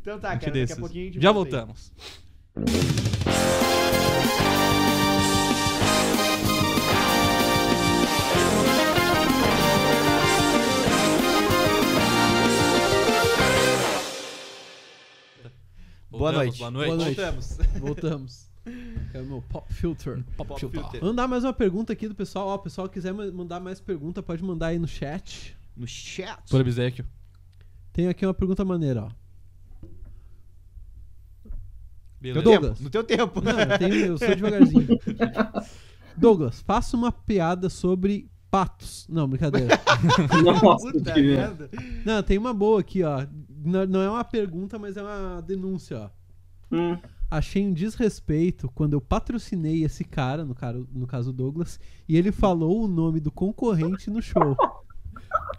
Speaker 2: Então tá,
Speaker 3: Um
Speaker 2: cara. Daqui
Speaker 3: desses.
Speaker 2: a pouquinho a gente
Speaker 3: Já
Speaker 2: volta aí.
Speaker 3: voltamos.
Speaker 2: Boa noite.
Speaker 3: Voltamos, Boa noite.
Speaker 1: Boa noite.
Speaker 2: Voltamos.
Speaker 1: Voltamos. É o meu pop filter.
Speaker 3: Pop,
Speaker 2: Pop
Speaker 3: filter.
Speaker 2: filter.
Speaker 1: Mandar mais uma pergunta aqui do pessoal. Ó, o pessoal quiser ma- mandar mais pergunta, pode mandar aí no chat.
Speaker 2: No chat.
Speaker 3: Por obsequio.
Speaker 1: Tem aqui uma pergunta maneira, ó.
Speaker 2: No teu
Speaker 3: Beleza.
Speaker 1: Douglas.
Speaker 2: tempo. No teu tempo.
Speaker 1: Não, eu, tenho- eu sou devagarzinho. Douglas, faça uma piada sobre patos. Não, brincadeira.
Speaker 4: Nossa,
Speaker 2: Puta
Speaker 4: que merda.
Speaker 2: merda.
Speaker 1: Não, tem uma boa aqui, ó. Não, não é uma pergunta, mas é uma denúncia, ó.
Speaker 4: Hum,
Speaker 1: Achei um desrespeito quando eu patrocinei esse cara, no, cara, no caso o Douglas, e ele falou o nome do concorrente no show.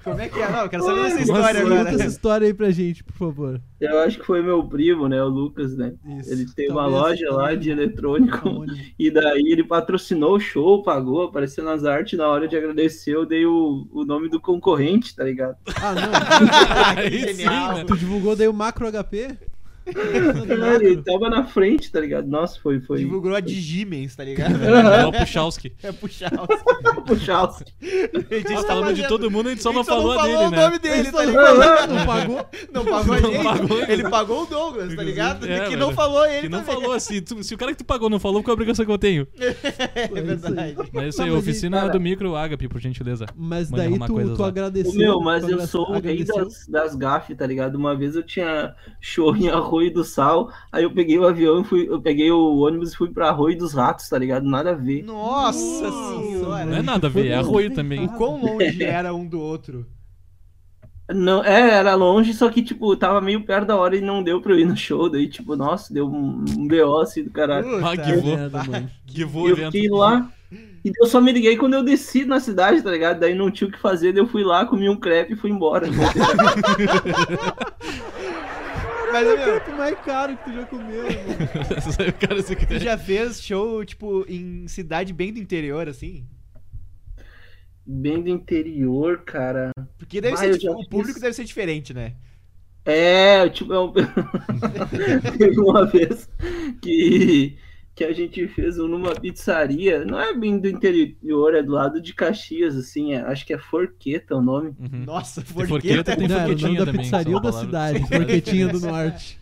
Speaker 2: Como é que é? Não, eu quero saber dessa
Speaker 3: Como
Speaker 2: história
Speaker 3: assim?
Speaker 1: Conta essa
Speaker 2: agora.
Speaker 1: história aí pra gente, por favor.
Speaker 4: eu acho que foi meu primo, né? O Lucas, né?
Speaker 1: Isso.
Speaker 4: Ele tem uma
Speaker 1: Talvez-
Speaker 4: loja lá de eletrônico.
Speaker 1: Ramone.
Speaker 4: E daí ele patrocinou o show, pagou, apareceu nas artes. Na hora de agradecer, eu dei o, o nome do concorrente, tá ligado?
Speaker 1: Ah, não.
Speaker 3: Aí sim,
Speaker 2: Genial.
Speaker 3: né?
Speaker 1: Tu divulgou daí o macro HP? Tá
Speaker 4: Cara, ele tava na frente, tá ligado? Nossa, foi. foi...
Speaker 2: Divulgou a Digimens, tá ligado?
Speaker 3: É o Puchalski.
Speaker 2: É puxar o...
Speaker 4: puxar os-
Speaker 2: A gente
Speaker 3: Nós
Speaker 2: tá
Speaker 3: falamos de
Speaker 2: fazendo-
Speaker 3: todo mundo, a gente
Speaker 2: a
Speaker 3: só
Speaker 2: gente
Speaker 3: não falou a
Speaker 2: falou
Speaker 3: dele,
Speaker 2: o
Speaker 3: né?
Speaker 2: nome dele, tá
Speaker 1: Ele
Speaker 2: ligado?
Speaker 1: não pagou.
Speaker 2: Não pagou a
Speaker 3: Não
Speaker 2: gente.
Speaker 3: pagou ele.
Speaker 2: ele pagou o Douglas, tá ligado?
Speaker 3: É,
Speaker 2: que
Speaker 3: velho.
Speaker 2: não falou ele
Speaker 3: Que não
Speaker 2: também.
Speaker 3: falou assim. tu- se o cara que tu pagou não falou, qual é a obrigação que eu tenho?
Speaker 2: É verdade.
Speaker 3: Mas isso
Speaker 1: Não,
Speaker 3: aí,
Speaker 1: mas e-
Speaker 3: oficina
Speaker 4: cara-
Speaker 3: do micro Agape, por gentileza.
Speaker 1: Mas
Speaker 3: Manda
Speaker 1: daí
Speaker 3: arrumar
Speaker 1: tu,
Speaker 3: coisas
Speaker 1: tu
Speaker 3: lá.
Speaker 1: agradeceu.
Speaker 4: Ô, meu, mas
Speaker 1: tu
Speaker 4: eu
Speaker 1: agra-
Speaker 4: sou o rei
Speaker 1: agradeceu.
Speaker 4: das, das gafes, tá ligado? Uma vez eu tinha show em Arroio do Sal, aí eu peguei o avião, e fui, eu peguei o ônibus e fui pra Arroio dos Ratos, tá ligado? Nada a ver.
Speaker 2: Nossa
Speaker 1: Nossa,
Speaker 2: senhora.
Speaker 3: Não é nada a ver, é arroio também.
Speaker 2: O quão longe era um do outro?
Speaker 4: Não, é, era longe, só que, tipo, tava meio perto da hora e não deu pra eu ir no show. Daí, tipo, nossa, deu um, um BO assim do caralho.
Speaker 2: Puta
Speaker 3: Ah, que
Speaker 2: merda.
Speaker 3: voo.
Speaker 1: Merda, mano.
Speaker 3: Que
Speaker 4: E
Speaker 3: voa
Speaker 4: eu
Speaker 3: Um evento.
Speaker 4: fiquei lá. E eu só me liguei quando eu desci na cidade, tá ligado? Daí não tinha o que fazer, daí eu fui lá, comi um crepe e fui embora.
Speaker 2: Mas,
Speaker 1: É o
Speaker 2: meu,
Speaker 1: crepe mais caro que tu já comeu, mano.
Speaker 3: Saiu o cara assim que-
Speaker 2: tu já fez show, tipo, em cidade bem do interior, assim?
Speaker 4: Bem do interior, cara.
Speaker 2: Porque deve
Speaker 4: Bah,
Speaker 2: ser,
Speaker 4: eu
Speaker 2: tipo,
Speaker 4: já
Speaker 2: o público
Speaker 4: fiz.
Speaker 2: deve ser diferente, né?
Speaker 4: É, tipo, é um... teve uma vez que, que a gente fez um numa pizzaria, não é bem do interior, é do lado de Caxias, assim, é- acho que é Forqueta o nome.
Speaker 3: Uhum.
Speaker 2: Nossa,
Speaker 3: Tem
Speaker 2: forqueta.
Speaker 3: forqueta, tem
Speaker 1: Não, era o nome
Speaker 3: forquetinha
Speaker 1: da
Speaker 3: também.
Speaker 1: pizzaria ou da cidade, Forquetinha do Norte.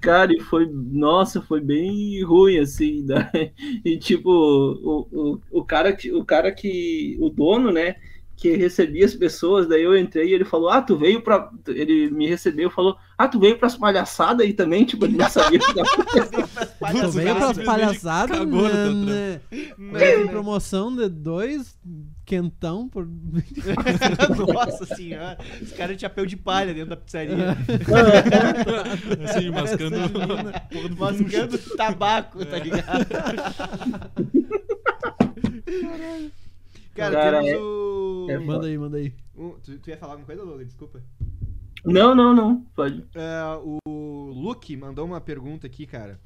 Speaker 4: Cara, e foi, nossa, foi bem ruim, assim, daí- e tipo, o, o, o, cara que, o cara que, o dono, né, que recebia as pessoas, daí eu entrei e ele falou, ah, tu veio pra, ele me recebeu e falou, ah, tu veio pras palhaçadas aí também, tipo, ele não sabia o que tava
Speaker 1: Tu
Speaker 3: Nossa, o
Speaker 1: veio
Speaker 3: cara
Speaker 1: pras
Speaker 2: assim,
Speaker 3: é simplesmente
Speaker 1: palhaçadas,
Speaker 3: cagou no teu
Speaker 1: né? Tem
Speaker 2: Nossa,
Speaker 1: promoção de dois quentão por...
Speaker 2: Nossa senhora. Os caras tinham apelo de palha dentro da pizzaria.
Speaker 1: É.
Speaker 3: Assim, mascando.
Speaker 2: mascando tabaco,
Speaker 1: É.
Speaker 2: tá ligado? Cara,
Speaker 4: Cara,
Speaker 2: temos
Speaker 4: é-
Speaker 2: o...
Speaker 4: é
Speaker 1: Manda aí, manda aí.
Speaker 2: o- Tu, tu ia falar alguma coisa, Logan? Desculpa.
Speaker 4: Não, não, não. Pode.
Speaker 2: Ah, o Luke mandou uma pergunta aqui, cara.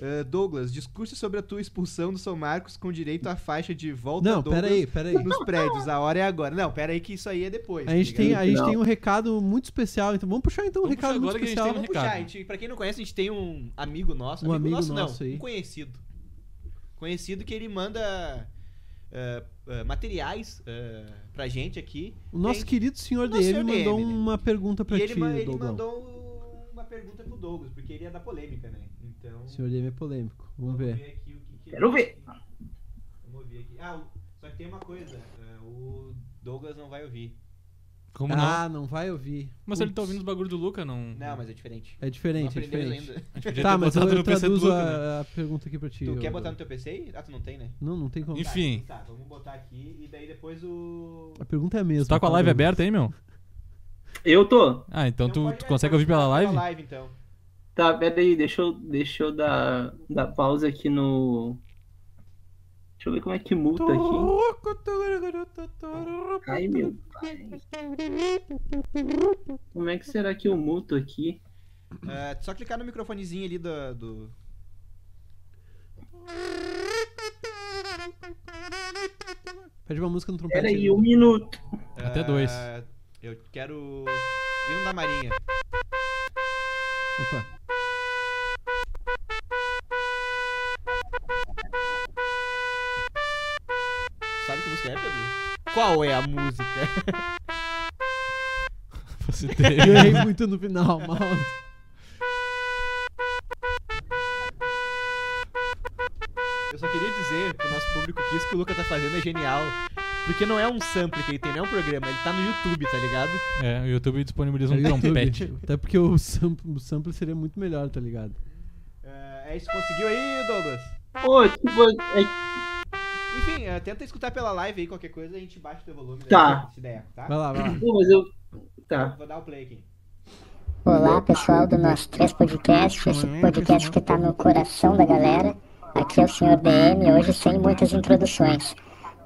Speaker 2: Ah, Douglas, discurso sobre a tua expulsão do São Marcos com direito à faixa de volta
Speaker 1: Não,
Speaker 2: Douglas
Speaker 1: pera aí, pera aí.
Speaker 2: nos prédios. A hora é agora. Não, pera aí que isso aí é depois.
Speaker 1: A gente,
Speaker 2: tá
Speaker 1: tem,
Speaker 2: ligado?
Speaker 1: a gente tem um recado muito especial, então vamos puxar então um
Speaker 3: Vamos puxar
Speaker 1: recado muito
Speaker 3: agora que a gente tem
Speaker 1: especial.
Speaker 3: um
Speaker 2: Vamos puxar, a
Speaker 3: Ricardo.
Speaker 2: gente, pra quem não conhece, a gente tem um amigo nosso.
Speaker 1: Um amigo nosso
Speaker 2: não,
Speaker 1: aí.
Speaker 2: um conhecido. Conhecido que ele manda ah, ah, materiais ah, pra gente aqui.
Speaker 3: um
Speaker 1: O nosso
Speaker 2: Tem-
Speaker 1: querido senhor
Speaker 2: Nosso
Speaker 1: DM
Speaker 2: senhor
Speaker 1: mandou
Speaker 2: DM, né?
Speaker 1: uma pergunta pra
Speaker 2: E ele,
Speaker 1: ti,
Speaker 2: ma- ele
Speaker 1: Douglas.
Speaker 2: mandou uma pergunta pro Douglas, porque ele é da polêmica, né? Então.
Speaker 3: um
Speaker 1: O senhor DM é polêmico. Vamos ver.
Speaker 2: aqui o que que
Speaker 4: Quero ver.
Speaker 2: Vamos ver aqui. Ah, o- só que tem uma coisa. é, o Douglas não vai ouvir.
Speaker 3: Como não?
Speaker 1: ah, não? vai ouvir.
Speaker 3: Mas ele tá ouvindo os bagulho do Luca, não.
Speaker 2: Não, mas é diferente.
Speaker 1: É diferente, é
Speaker 2: não aprendeu
Speaker 1: diferente.
Speaker 2: ainda.
Speaker 3: A gente podia
Speaker 1: Tá,
Speaker 3: ter
Speaker 1: mas eu,
Speaker 3: botado
Speaker 1: eu
Speaker 3: no PC do
Speaker 1: traduzo
Speaker 3: Luca, né?
Speaker 1: a, a pergunta aqui pra ti.
Speaker 2: Tu
Speaker 1: ô,
Speaker 2: quer
Speaker 1: Douglas.
Speaker 2: botar no teu PC? aí? Ah, tu não tem, né?
Speaker 1: Não, não tem como.
Speaker 3: Enfim.
Speaker 2: Tá, então tá, vamos botar aqui e daí depois o.
Speaker 1: A pergunta é a mesma.
Speaker 3: Tu tá com a live aberta aí, meu?
Speaker 4: Eu tô.
Speaker 3: Ah, então tu,
Speaker 2: pode-
Speaker 3: tu consegue ouvir pela live?
Speaker 2: live então.
Speaker 4: Tá, pera aí, deixa eu, deixa eu dar, dar pausa aqui no. Deixa eu ver como é que multa aqui. Ai, meu pai. Como é que será que eu muto aqui?
Speaker 2: É, só clicar no microfonezinho ali do. do-
Speaker 1: Pede uma música no trompete.
Speaker 4: Pera aí,
Speaker 1: né?
Speaker 4: um minuto.
Speaker 3: Até dois.
Speaker 2: Ah, eu quero. Hino da Marinha.
Speaker 1: Opa.
Speaker 2: Sabe que música é, Pedro? Qual é a música?
Speaker 3: Você
Speaker 1: Eu
Speaker 3: tem.
Speaker 1: errei muito no final, mal.
Speaker 2: que o Lucas tá fazendo é genial. Porque não é um sample que ele tem, não é um programa, ele tá no YouTube, tá ligado?
Speaker 3: É, o YouTube disponibiliza
Speaker 1: É
Speaker 3: um
Speaker 1: o YouTube.
Speaker 3: trompete.
Speaker 1: Até porque o sample, o sample seria muito melhor, tá ligado?
Speaker 2: É, é isso, conseguiu aí, Douglas?
Speaker 4: Pô, tipo, é-
Speaker 2: Enfim, é, tenta escutar pela live aí, qualquer coisa, a gente baixa o teu volume.
Speaker 4: Tá.
Speaker 2: daí, Se der, tá?
Speaker 1: Vai lá, vai lá.
Speaker 4: pô, mas eu. Tá.
Speaker 2: Vou dar o play aqui.
Speaker 8: Olá pessoal do nosso três podcast, esse podcast que tá no coração da galera. Aqui é o Sr. DM, hoje sem muitas introduções.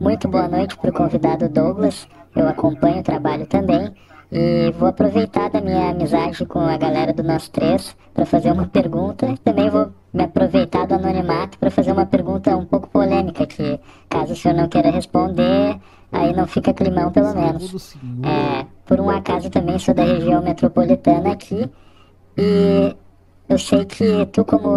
Speaker 8: Muito boa noite pro convidado Douglas, eu acompanho o trabalho também e vou aproveitar da minha amizade com a galera do nosso três para fazer uma pergunta. Também vou me aproveitar do anonimato para fazer uma pergunta um pouco polêmica que, caso o senhor não queira responder, aí não fica climão pelo menos.
Speaker 1: do senhor.
Speaker 2: Ah.
Speaker 8: É, por um acaso também sou da região metropolitana aqui e eu sei que tu, como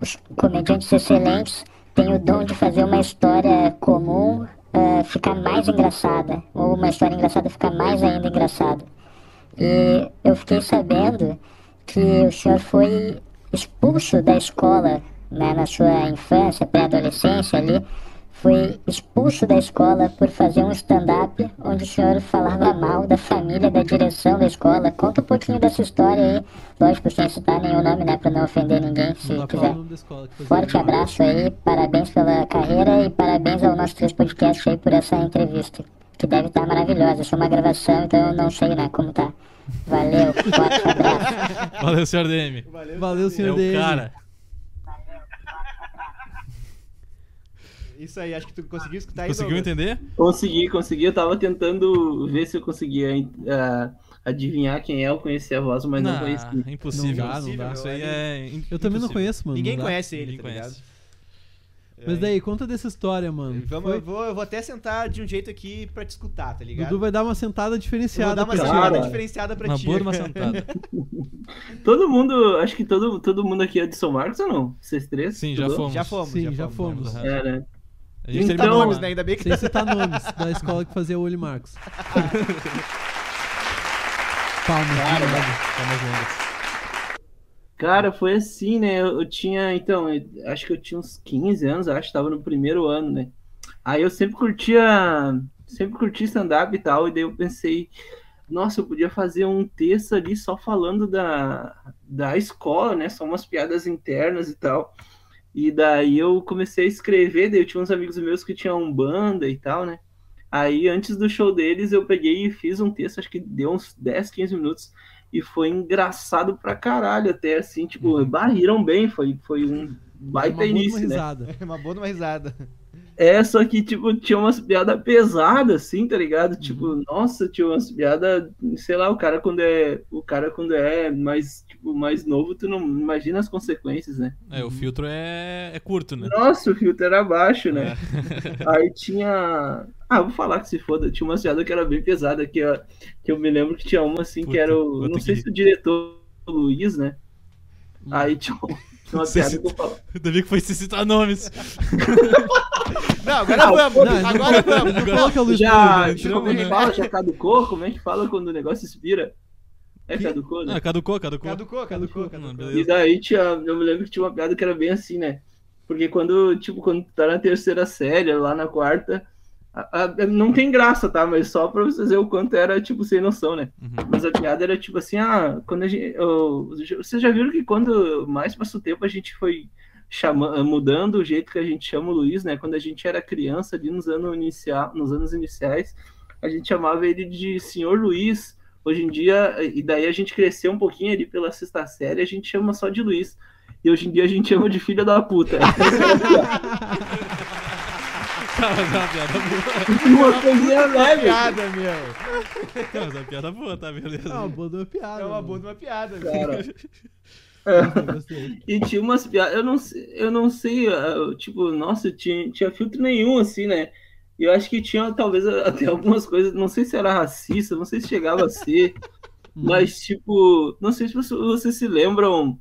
Speaker 8: os comediantes excelentes, tem o dom de fazer uma história comum eh, ficar mais engraçada, ou uma história engraçada ficar mais ainda engraçada. E eu fiquei sabendo que o senhor foi expulso da escola né, na sua infância, pré-adolescência ali. Foi expulso da escola por fazer um stand-up onde o senhor falava mal da família, da direção da escola. Conta um pouquinho dessa história aí. Lógico, sem citar nenhum nome, né, pra não ofender ninguém,
Speaker 1: Não
Speaker 8: se
Speaker 1: dá pra falar o
Speaker 8: quiser.
Speaker 1: nome da escola que fazia
Speaker 8: Forte
Speaker 1: isso.
Speaker 8: abraço aí, parabéns pela carreira e parabéns ao nosso três podcast aí por essa entrevista, que deve estar maravilhosa. Isso é uma gravação, então eu não sei né, como tá. Valeu, forte abraço.
Speaker 3: Valeu, senhor DM.
Speaker 1: Valeu,
Speaker 3: É
Speaker 1: senhor
Speaker 3: o
Speaker 1: DM.
Speaker 3: cara.
Speaker 2: Isso aí, acho que tu conseguiu
Speaker 1: Tá
Speaker 2: escutar aí,
Speaker 3: Conseguiu
Speaker 2: Douglas?
Speaker 3: entender?
Speaker 4: Consegui, consegui. Eu tava tentando ver se eu conseguia ah, adivinhar quem é, eu conhecia a voz, mas não, conheci.
Speaker 3: impossível.
Speaker 1: Não dá, não dá.
Speaker 3: Isso aí é in-
Speaker 1: Eu também não
Speaker 3: impossível.
Speaker 1: conheço, mano.
Speaker 2: Ninguém
Speaker 1: não dá.
Speaker 2: conhece ele,
Speaker 3: Ninguém
Speaker 2: tá ligado? É,
Speaker 3: conhece.
Speaker 1: Mas daí, conta dessa história, mano.
Speaker 2: Vamos, eu, vou, eu vou até sentar de um jeito aqui pra te escutar, tá ligado?
Speaker 1: Dudu vai dar uma sentada
Speaker 2: eu vou
Speaker 1: diferenciada.
Speaker 2: dar uma
Speaker 1: pra
Speaker 4: sentada.
Speaker 1: ti.
Speaker 2: sentada
Speaker 4: cara.
Speaker 2: diferenciada pra
Speaker 3: Uma
Speaker 2: ti.
Speaker 3: boa de uma sentada.
Speaker 4: Todo mundo, acho que todo, todo mundo aqui é de São Marcos ou não? Vocês três?
Speaker 3: Sim, já
Speaker 4: Tudo?
Speaker 3: fomos.
Speaker 2: Já fomos,
Speaker 1: Sim,
Speaker 2: já
Speaker 1: já
Speaker 2: fomos.
Speaker 1: fomos. Então
Speaker 3: Aham.
Speaker 4: É, né?
Speaker 3: A gente
Speaker 2: Tá
Speaker 3: terminou
Speaker 2: nomes,
Speaker 3: lá.
Speaker 2: né? Ainda bem que
Speaker 1: Sem citar nomes da escola que fazia olho Marcos.
Speaker 2: tá
Speaker 1: Palmas.
Speaker 3: Palmas longas.
Speaker 4: Cara, foi assim, né? Eu, eu tinha, então, eu- acho que eu tinha uns 15 anos, acho, tava no primeiro ano, né? Aí eu sempre curtia, sempre curti stand-up e tal, e daí eu pensei, nossa, eu podia fazer um texto ali só falando da, da escola, né? Só umas piadas internas e tal. E daí eu comecei a escrever, daí eu tinha uns amigos meus que tinham banda e tal, né? Aí antes do show deles eu peguei e fiz um texto, acho que deu uns 10, 15 minutos. E foi engraçado pra caralho, até assim, tipo, barriram bem, foi, foi um baita
Speaker 1: Uhum. Uma boa
Speaker 4: início, né?
Speaker 1: risada.
Speaker 2: é uma boa de uma risada.
Speaker 4: É, só que, tipo, tinha umas piadas pesadas, assim, tá ligado?
Speaker 3: Uhum.
Speaker 4: Tipo, nossa, tinha umas piadas, sei lá, o cara quando é, o cara quando é mais, tipo, mais novo, tu não imagina as consequências, né?
Speaker 3: É, o filtro é, é curto, né?
Speaker 4: Nossa, o filtro era baixo, né? Aí tinha. Ah, vou falar que se foda. Tinha uma piada que era bem pesada, que, ó, que eu me lembro que tinha uma assim, que
Speaker 3: Puta,
Speaker 4: era o.
Speaker 3: vou ter
Speaker 4: Não
Speaker 3: que
Speaker 4: sei
Speaker 3: rir.
Speaker 4: se o diretor o Luiz, né? Aí tinha uma- tinha uma
Speaker 3: Sei
Speaker 4: piada
Speaker 3: se-
Speaker 4: que eu falava.
Speaker 3: Ainda bem que foi se citar nomes.
Speaker 2: Não, agora vamos,
Speaker 1: Não,
Speaker 2: agora vamos.
Speaker 1: Não coloca o Luiz
Speaker 4: Já,
Speaker 1: Público,
Speaker 3: entramos,
Speaker 4: como é que
Speaker 3: né?
Speaker 4: fala? Já caducou? Como é que fala quando o negócio expira? É caducou, né?
Speaker 3: Ah, caducou, caducou.
Speaker 2: Caducou, caducou,
Speaker 3: Não,
Speaker 2: caducou.
Speaker 3: beleza.
Speaker 4: E daí tinha, eu me lembro que tinha uma piada que era bem assim, né? Porque quando, tipo, quando tu tá na terceira série, lá na quarta, a- a- não tem graça, tá? Mas só pra vocês verem o quanto era, tipo, sem noção, né?
Speaker 3: Uhum.
Speaker 4: Mas a piada era tipo assim, ah, quando a gente. eu- vocês já viram que quando mais passa o tempo a gente foi chama, mudando o jeito que a gente chama o Luiz, né? Quando a gente era criança ali nos anos, inicia, nos anos iniciais, a gente chamava ele de Senhor Luiz. Hoje em dia, e daí a gente cresceu um pouquinho ali pela sexta série, a gente chama só de Luiz. E hoje em dia a gente chama de filha da puta.
Speaker 3: Tá, mas é uma piada boa.
Speaker 4: Uma coisinha leve.
Speaker 2: Piada, meu.
Speaker 3: Tá, mas é uma piada boa, tá? Beleza.
Speaker 1: Ah, uma boa de uma piada.
Speaker 2: É uma
Speaker 1: mano.
Speaker 2: boa de uma piada, meu.
Speaker 4: Cara,
Speaker 1: Eu gostei.
Speaker 4: E tinha umas piadas, eu não, sei- eu não sei, ah, tipo, nossa, tinha, tinha filtro nenhum, assim, né? E Eu acho que tinha talvez até algumas coisas, não sei se era racista, não sei se chegava a ser, mas tipo, não sei se vocês- vocês se lembram,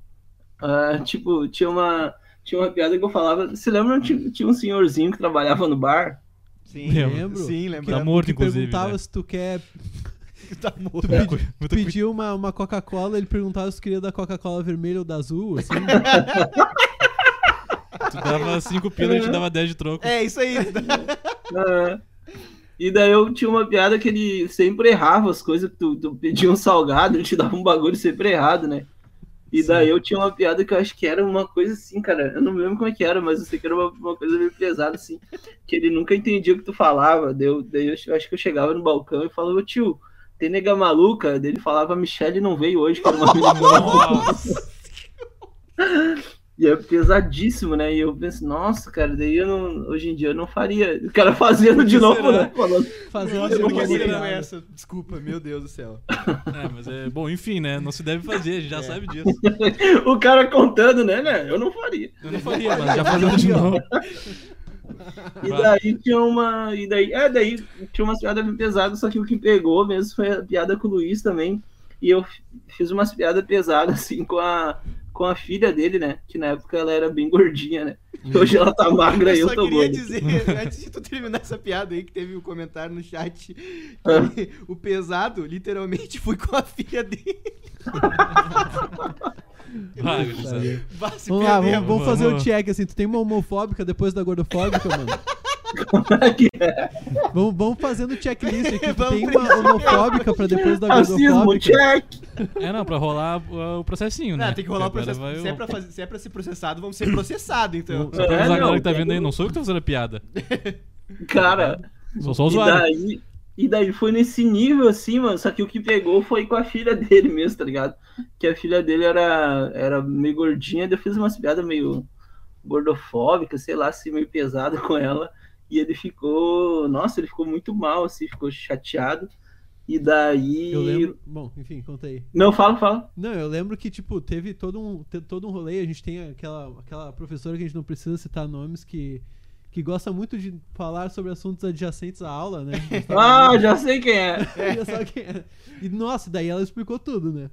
Speaker 4: ah, tipo, tinha uma, tinha uma piada que eu falava, se lembram, tinha, tinha um senhorzinho que trabalhava no bar?
Speaker 2: Sim,
Speaker 3: Lembro.
Speaker 2: Sim,
Speaker 1: Que-
Speaker 3: Tá
Speaker 2: lembrando.
Speaker 3: morto,
Speaker 1: que
Speaker 3: inclusive,
Speaker 1: perguntava
Speaker 3: né?
Speaker 1: se tu quer
Speaker 2: Tá morto.
Speaker 3: Muita coi- muita coi-
Speaker 1: pedir uma, uma Coca-Cola, ele perguntava se tu queria da Coca-Cola vermelha ou da azul, assim.
Speaker 3: Tu dava 5 pila e te dava 10 de troco.
Speaker 2: É, isso aí.
Speaker 4: Ah, E daí eu tinha uma piada que ele sempre errava as coisas, que tu, tu pedia um salgado, ele te dava um bagulho sempre errado, né? E daí eu tinha uma piada que eu acho que era uma coisa assim, cara. Eu não me lembro como é que era, mas eu sei que era uma, uma coisa meio pesada, assim. Que ele nunca entendia o que tu falava. Daí eu, daí eu che- eu acho que eu chegava no balcão e falava, "Ô, tio, tem nega maluca? Daí ele falava, Michelle não veio hoje, que era uma menina
Speaker 3: Nossa.
Speaker 4: E é pesadíssimo, né? E eu penso, nossa, cara, daí eu não. Hoje em dia eu não faria. O cara fazendo de
Speaker 3: que
Speaker 4: novo,
Speaker 3: será?
Speaker 4: né? Falando.
Speaker 1: Fazer
Speaker 3: Meu
Speaker 1: uma
Speaker 3: Deus,
Speaker 2: Eu
Speaker 3: não
Speaker 2: não
Speaker 3: vou
Speaker 2: consigo
Speaker 3: ligar.
Speaker 2: com essa. Desculpa, meu Deus do céu.
Speaker 3: É, mas é. Bom, enfim, né? Não se deve fazer, a
Speaker 1: É.
Speaker 3: gente já sabe disso.
Speaker 4: O cara contando, né, né? Eu não faria.
Speaker 3: Eu não faria, mas já fazendo de novo.
Speaker 4: E
Speaker 3: Vai.
Speaker 4: daí tinha uma. E daí, é, daí tinha umas piadas bem pesadas, só que o que pegou mesmo foi a piada com o Luiz também. E eu f- fiz umas piadas pesadas, assim, com a, com a filha dele, né? Que na época ela era bem gordinha, né? Hoje ela tá magra e
Speaker 2: eu
Speaker 4: eu
Speaker 2: só
Speaker 4: tô
Speaker 2: queria
Speaker 4: gordo.
Speaker 2: dizer, antes de tu terminar essa piada aí, que teve um comentário no chat, que
Speaker 4: Ah.
Speaker 2: o pesado literalmente foi com a filha dele. Ah,
Speaker 1: Ah,
Speaker 3: Vai, gurizada.
Speaker 2: Vai se
Speaker 1: Vamos lá,
Speaker 2: perder,
Speaker 1: vamos,
Speaker 2: mano.
Speaker 1: vamos fazer o
Speaker 3: Vamos.
Speaker 1: check assim. Tu tem uma homofóbica depois da gordofóbica, mano?
Speaker 4: Que
Speaker 1: Vamos, vamos fazendo checklist aqui. Tu
Speaker 2: Vamos
Speaker 1: tem uma homofóbica pra depois da
Speaker 4: Racismo,
Speaker 1: gordofóbica.
Speaker 4: check!
Speaker 3: É, não, pra rolar uh, o processinho, né?
Speaker 2: Não, Ah, tem que rolar o
Speaker 3: Porque
Speaker 2: processo.
Speaker 3: agora
Speaker 2: Se, é pra
Speaker 3: vai o-
Speaker 2: fazer- se é pra ser processado, vamos ser processados, então.
Speaker 3: Só pra
Speaker 4: É,
Speaker 3: usar a galera
Speaker 4: não,
Speaker 3: que tá
Speaker 4: tem-
Speaker 3: vendo aí, não sou eu que tô fazendo a piada.
Speaker 4: Cara,
Speaker 3: Sou só
Speaker 4: e
Speaker 3: usuário.
Speaker 4: daí, e daí foi nesse nível assim, mano. Só que o que pegou foi com a filha dele mesmo, tá ligado? Que a filha dele era, era meio gordinha, daí eu fiz umas piadas meio gordofóbicas, sei lá, assim, meio pesada com ela. E ele ficou. Nossa, ele ficou muito mal, assim, ficou chateado. E daí.
Speaker 1: Eu lembro. Bom, enfim, conta aí.
Speaker 4: Não, fala, fala.
Speaker 1: Não, eu lembro que, tipo, teve todo um, teve todo um rolê. A gente tem aquela, aquela professora que a gente não precisa citar nomes que, que gosta muito de falar sobre assuntos adjacentes à aula, né?
Speaker 4: Ah, já sei quem é.
Speaker 1: Olha só quem era. E nossa, daí ela explicou tudo, né?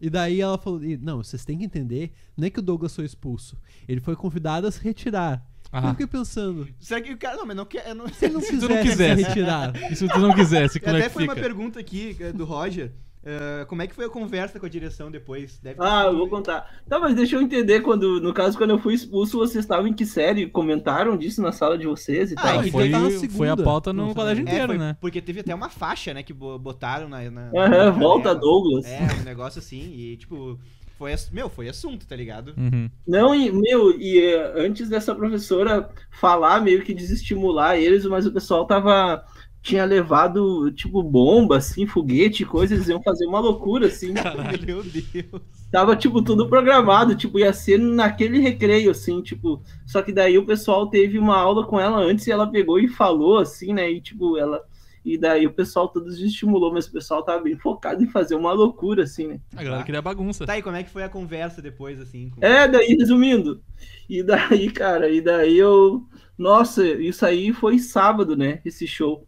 Speaker 1: E daí ela falou: "E, Não, vocês têm que entender, não é que o Douglas foi expulso. Ele foi convidado a se retirar. Eu
Speaker 3: Ah,
Speaker 1: fiquei pensando:
Speaker 2: Será que o cara. Não, mas não quer. eu não-
Speaker 1: se ele não
Speaker 3: Se tu
Speaker 1: quiser
Speaker 3: não
Speaker 1: se
Speaker 3: quisesse.
Speaker 1: retirar.
Speaker 3: e se tu não quisesse, como é
Speaker 2: Até
Speaker 3: que
Speaker 2: foi uma
Speaker 3: fica?
Speaker 2: pergunta aqui eh, do Roger. eh, como é que foi a conversa com a direção depois? Deve ter
Speaker 4: Ah,
Speaker 2: sido-
Speaker 4: eu vou contar. Tá, mas deixa eu entender quando, no caso, quando eu fui expulso, vocês estavam em que série? Comentaram disso na sala de vocês e
Speaker 1: Ah,
Speaker 4: tal?
Speaker 1: ele
Speaker 3: foi,
Speaker 1: tava na
Speaker 3: foi a
Speaker 1: segunda.
Speaker 3: pauta no
Speaker 1: Não,
Speaker 2: É,
Speaker 3: colégio inteiro,
Speaker 2: foi-
Speaker 3: né?
Speaker 2: Porque teve até uma faixa, né, que bo- botaram na. na-
Speaker 4: Aham,
Speaker 2: na
Speaker 4: volta
Speaker 2: janela.
Speaker 4: Douglas.
Speaker 2: É, um negócio assim, e tipo, foi ass- meu, foi assunto, tá ligado?
Speaker 3: Uhum.
Speaker 4: Não, e, meu, e eh, antes dessa professora falar, meio que desestimular eles, mas o pessoal tava. Tinha levado, tipo, bomba, assim, foguete, coisas, eles iam fazer uma loucura, assim.
Speaker 2: Meu Deus.
Speaker 4: Tava, tipo, tudo programado, tipo, ia ser naquele recreio, assim, tipo. Só que daí o pessoal teve uma aula com ela antes e ela pegou e falou, assim, né? E, tipo, ela. E daí o pessoal todo desestimulou, mas o pessoal tava bem focado em fazer uma loucura, assim, né?
Speaker 3: A galera queria bagunça.
Speaker 2: Tá, e como é que foi a conversa depois, assim? com-
Speaker 4: É, daí, resumindo. E daí, cara, e daí eu. Nossa, isso aí foi sábado, né? Esse show.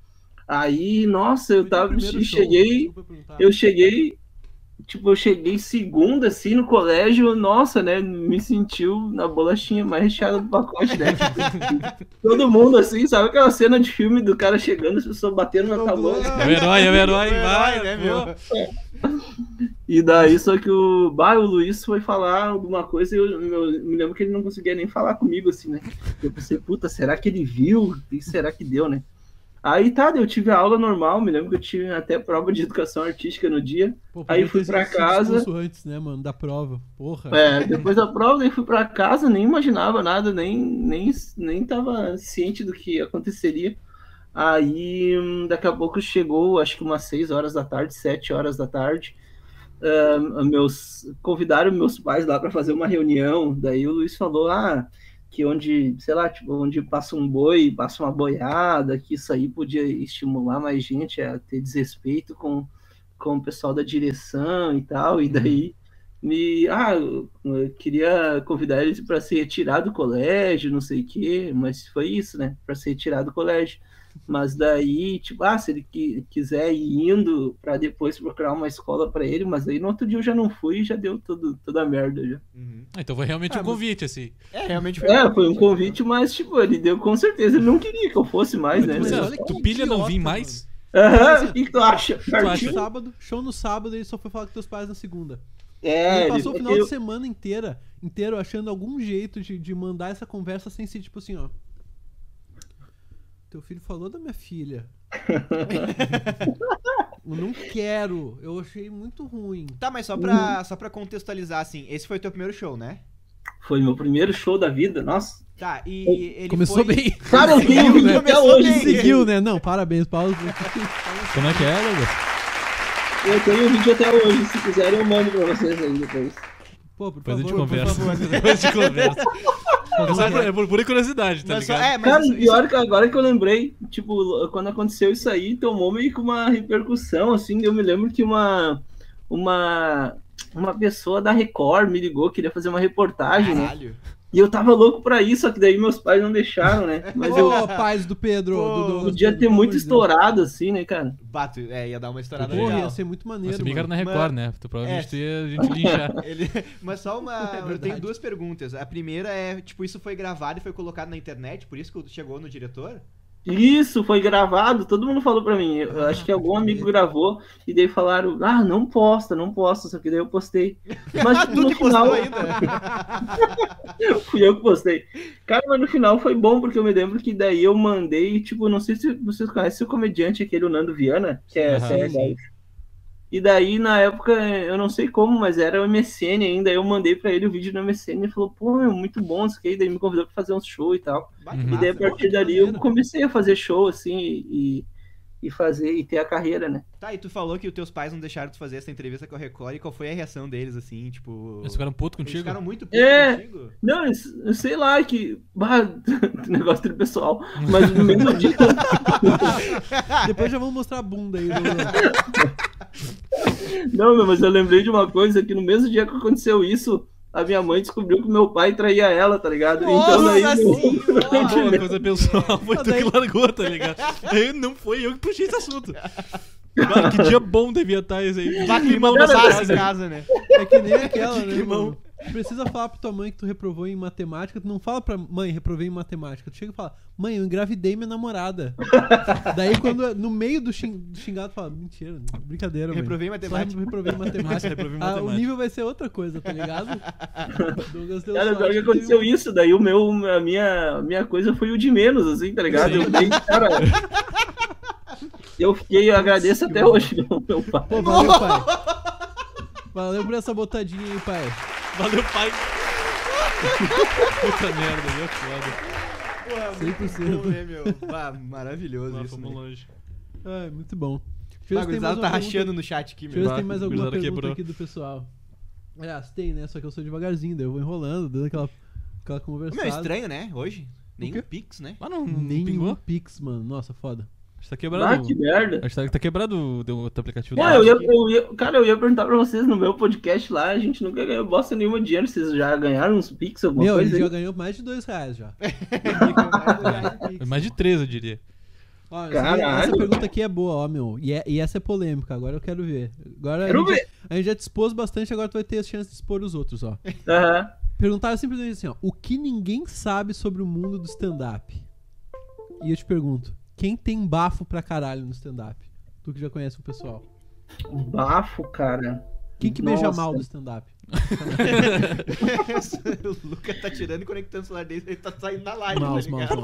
Speaker 4: Aí, nossa, eu tava. Cheguei.
Speaker 1: né?
Speaker 4: Eu cheguei. Tipo, eu cheguei segunda, assim, no colégio, nossa, né? Me sentiu na bolachinha mais recheada do pacote, né? Todo mundo, assim, sabe aquela cena de filme do cara chegando, as pessoas batendo na tabela.
Speaker 3: É o herói, é o herói,
Speaker 2: Foi
Speaker 3: vai,
Speaker 2: herói, né,
Speaker 3: pô.
Speaker 2: meu?
Speaker 4: E daí, só que o, bah, o Luiz foi falar alguma coisa e eu, eu me lembro que ele não conseguia nem falar comigo, assim, né? Eu pensei, puta, será que ele viu? E será que deu, né? Aí tá, daí eu tive a aula normal, me lembro que eu tive até prova de educação artística no dia.
Speaker 1: Pô,
Speaker 4: Aí
Speaker 1: podia
Speaker 4: fui
Speaker 1: ter
Speaker 4: pra
Speaker 1: sido
Speaker 4: casa.
Speaker 1: expulso antes, né, mano, da prova. Porra.
Speaker 4: É, depois da prova, daí fui pra casa, nem imaginava nada, nem, nem, nem tava ciente do que aconteceria. Aí, hum, daqui a pouco chegou, acho que umas 6 horas da tarde, 7 horas da tarde. Ahn, meus convidaram meus pais lá para fazer uma reunião. Daí o Luiz falou: "Ah, que onde, sei lá, tipo, onde passa um boi, passa uma boiada, que isso aí podia estimular mais gente a ter desrespeito com, com o pessoal da direção e tal". E daí me, ah, eu queria convidar eles para se retirar do colégio, não sei o quê, mas foi isso, né? Para se retirar do colégio. Mas daí, tipo, ah, se ele qui- quiser ir indo para depois procurar uma escola para ele, mas aí no outro dia eu já não fui e já deu tudo, toda a merda já.
Speaker 2: Uhum.
Speaker 3: Ah, então foi
Speaker 2: Ah,
Speaker 3: realmente um
Speaker 2: mas-
Speaker 3: convite, assim.
Speaker 2: É, realmente foi.
Speaker 4: É, foi um convite, mas, tipo, ele deu com certeza, ele não queria que eu fosse mais, né?
Speaker 1: Mas
Speaker 3: Marcelo,
Speaker 1: olha que
Speaker 3: tu pilha não vir
Speaker 1: idiota,
Speaker 3: mais?
Speaker 4: Aham, o que que tu acha?
Speaker 3: acha?
Speaker 4: Partiu?
Speaker 1: Sábado, show no sábado, ele só foi falar com teus pais na segunda.
Speaker 4: É,
Speaker 1: ele passou o
Speaker 4: é que
Speaker 1: final
Speaker 4: eu-
Speaker 1: de semana inteira, inteiro achando algum jeito de, de mandar essa conversa sem ser tipo assim, ó. Teu filho falou da minha filha. eu não quero. Eu achei muito ruim.
Speaker 2: Tá, mas só pra,
Speaker 4: Uhum.
Speaker 2: só pra contextualizar, assim, esse foi o teu primeiro show, né?
Speaker 4: Foi meu primeiro show da vida, nossa.
Speaker 2: Tá, e
Speaker 4: É,
Speaker 2: ele
Speaker 1: Começou
Speaker 2: foi...
Speaker 1: bem.
Speaker 4: Cara, eu tenho
Speaker 2: né?
Speaker 4: até
Speaker 2: Começou
Speaker 4: hoje.
Speaker 2: bem.
Speaker 4: esse-
Speaker 1: Seguiu, né? Não, parabéns, Paulo.
Speaker 3: Como é que é, Douglas?
Speaker 4: Eu tenho o vídeo até hoje, se quiserem eu mando pra vocês aí depois.
Speaker 1: Pô, por
Speaker 3: Depois
Speaker 1: favor,
Speaker 3: a gente
Speaker 1: por
Speaker 3: conversa.
Speaker 1: favor.
Speaker 3: Depois a gente conversa. É só por- É por pura curiosidade, tá
Speaker 2: Mas só-
Speaker 3: ligado?
Speaker 2: é, mas
Speaker 4: Cara,
Speaker 2: isso-
Speaker 4: e pior que agora que eu lembrei, tipo, quando aconteceu isso aí, tomou meio que uma repercussão, assim, eu me lembro que uma uma uma pessoa da Record me ligou, queria fazer uma reportagem, né?
Speaker 2: Caralho.
Speaker 4: E eu tava louco pra isso, só que daí meus pais não deixaram, né? Mas eu
Speaker 1: Ô, paz do Pedro.
Speaker 2: Pô,
Speaker 1: do Douglas,
Speaker 4: podia
Speaker 1: Pedro,
Speaker 4: ter
Speaker 1: pelo amor
Speaker 4: muito
Speaker 1: de
Speaker 2: é.
Speaker 4: estourado, assim, né, cara?
Speaker 2: Bato, é, ia dar uma
Speaker 1: Deus.
Speaker 2: estourada
Speaker 1: Porra, ia
Speaker 2: legal.
Speaker 1: ser muito
Speaker 3: Mas
Speaker 1: maneiro.
Speaker 3: se bem que era
Speaker 1: mano.
Speaker 3: na Record, né? Tu provavelmente
Speaker 2: É.
Speaker 3: tu ia a gente linchar.
Speaker 2: Ele- Mas só uma.
Speaker 1: É
Speaker 2: eu tenho
Speaker 1: verdade.
Speaker 2: duas perguntas. A primeira é, tipo, isso foi gravado e foi colocado na internet, por isso que chegou no diretor?
Speaker 4: Isso, foi gravado, todo mundo falou pra mim.
Speaker 2: Ah,
Speaker 4: Eu acho que algum amigo gravou e daí falaram, ah, não posta, não posta, só que daí eu postei. Mas tipo,
Speaker 2: tu
Speaker 4: no
Speaker 2: que postou
Speaker 4: final,
Speaker 2: ainda?
Speaker 4: Fui eu que postei. Cara, mas no final foi bom, porque eu me lembro que daí eu mandei, tipo, não sei se vocês conhecem o comediante aquele, o Nando Viana, que é
Speaker 3: Aham.
Speaker 4: sério. E daí, na época, eu não sei como, mas era o MSN ainda, eu mandei pra ele o vídeo no MSN, ele falou, pô, é muito bom isso aqui, daí me convidou pra fazer um show e tal.
Speaker 2: Bah, Ah, que
Speaker 3: E
Speaker 4: E daí, a
Speaker 2: massa.
Speaker 4: partir dali, eu comecei a fazer show, assim, e, e fazer, e ter a carreira, né?
Speaker 2: Tá, e tu falou que os teus pais não deixaram tu fazer essa entrevista com a Record e qual foi a reação deles, assim, tipo.
Speaker 3: Eles ficaram putos
Speaker 2: Eles
Speaker 3: contigo?
Speaker 2: ficaram muito putos
Speaker 4: É.
Speaker 2: contigo?
Speaker 4: Não, eu s- eu sei lá, que... Bah, negócio do pessoal, mas no mesmo dia...
Speaker 1: Depois já vamos mostrar a bunda aí. Douglas.
Speaker 4: Não, meu, mas eu lembrei de uma coisa que no mesmo dia que aconteceu isso, a minha mãe descobriu que meu pai traía ela, tá ligado? então daí
Speaker 2: Nossa
Speaker 3: Não
Speaker 2: senhora!
Speaker 3: foi uma coisa pessoal, foi tu
Speaker 1: Daí-
Speaker 3: que largou, tá ligado? Eu, não foi eu que puxei esse assunto. Cara, que dia bom devia estar esse aí.
Speaker 2: Bah, climão
Speaker 4: Cara,
Speaker 2: pesado em
Speaker 4: cara.
Speaker 2: casa, né?
Speaker 1: É que nem aquela, né?
Speaker 2: climão.
Speaker 1: mano? Tu Precisa falar pra tua mãe que tu reprovou em matemática. Tu não fala pra mãe, reprovei em matemática. Tu chega e fala, mãe, eu engravidei minha namorada. Daí, quando no meio do, xing, do xingado, tu fala, mentira, brincadeira, mãe.
Speaker 2: Reprovei matemática.
Speaker 1: Só reprovei em matemática.
Speaker 3: reprovei em
Speaker 1: Ah, o
Speaker 3: é matemática.
Speaker 1: nível vai ser outra coisa, tá ligado? Douglas deu
Speaker 4: Cara,
Speaker 1: sorte
Speaker 4: pior que
Speaker 1: teve
Speaker 4: aconteceu
Speaker 1: um-
Speaker 4: isso, daí o meu, a minha, a minha coisa foi o de menos, assim, tá ligado? Eu fiquei, cara. Eu fiquei, eu agradeço até hoje, meu, meu pai.
Speaker 1: um- Pô, valeu, pai. Valeu por essa botadinha aí, pai.
Speaker 3: Valeu, pai. Puta merda, meu foda.
Speaker 2: Porra, muito
Speaker 1: 100%.
Speaker 2: bom, né, meu? Bah, maravilhoso
Speaker 3: Mas
Speaker 2: isso.
Speaker 3: fomos
Speaker 2: Né?
Speaker 3: longe.
Speaker 1: Ai, muito bom. Deixa eu ver se
Speaker 2: Bah, a
Speaker 1: tem
Speaker 2: gurizada
Speaker 1: mais
Speaker 2: tá
Speaker 1: uma pergunta
Speaker 2: rachando no chat aqui,
Speaker 1: Deixa eu ver se
Speaker 2: meu.
Speaker 1: tem mais
Speaker 3: Bah,
Speaker 1: alguma
Speaker 3: gurizada
Speaker 1: pergunta
Speaker 3: quebrou.
Speaker 1: aqui do pessoal. Aliás, tem, né? Só que eu sou devagarzinho, daí eu vou enrolando, dando aquela, aquela conversada.
Speaker 2: Meu, estranho, né? Hoje? Nenhum
Speaker 1: quê?
Speaker 2: Pix, né?
Speaker 3: Mas não, não
Speaker 1: Nenhum
Speaker 3: pingou?
Speaker 1: Pix, mano. Nossa, foda.
Speaker 3: Acho que tá
Speaker 4: Ah,
Speaker 3: quebrado.
Speaker 4: que merda.
Speaker 3: Acho que tá- tá quebrado o teu teu aplicativo.
Speaker 4: Não, eu ia, eu ia- cara, eu ia perguntar pra vocês no meu podcast lá, a gente nunca ganhou bosta nenhuma de dinheiro, vocês já ganharam uns pix, alguma
Speaker 1: Meu,
Speaker 4: coisa?
Speaker 1: ele
Speaker 4: aí?
Speaker 1: já ganhou mais de dois reais já.
Speaker 3: É Mais de três, eu diria.
Speaker 1: Ó,
Speaker 4: Caralho.
Speaker 1: essa- essa pergunta aqui é boa, ó, meu. E, é- e essa é polêmica, agora eu quero ver. Agora a,
Speaker 4: Quero
Speaker 1: gente,
Speaker 4: ver.
Speaker 1: a gente já te expôs bastante, agora tu vai ter a chance de expor os outros, ó.
Speaker 4: Aham.
Speaker 1: Perguntaram simplesmente assim, ó. O que ninguém sabe sobre o mundo do stand-up? E eu te pergunto, quem tem bafo pra caralho no stand-up? Tu que já conhece o pessoal.
Speaker 4: Bafo, cara.
Speaker 1: Quem que beija
Speaker 4: Nossa.
Speaker 1: mal do stand-up?
Speaker 2: o Luca tá tirando e conectando o celular dele, ele tá saindo na live,
Speaker 1: Maus,
Speaker 2: tá
Speaker 1: maus,
Speaker 2: ligado?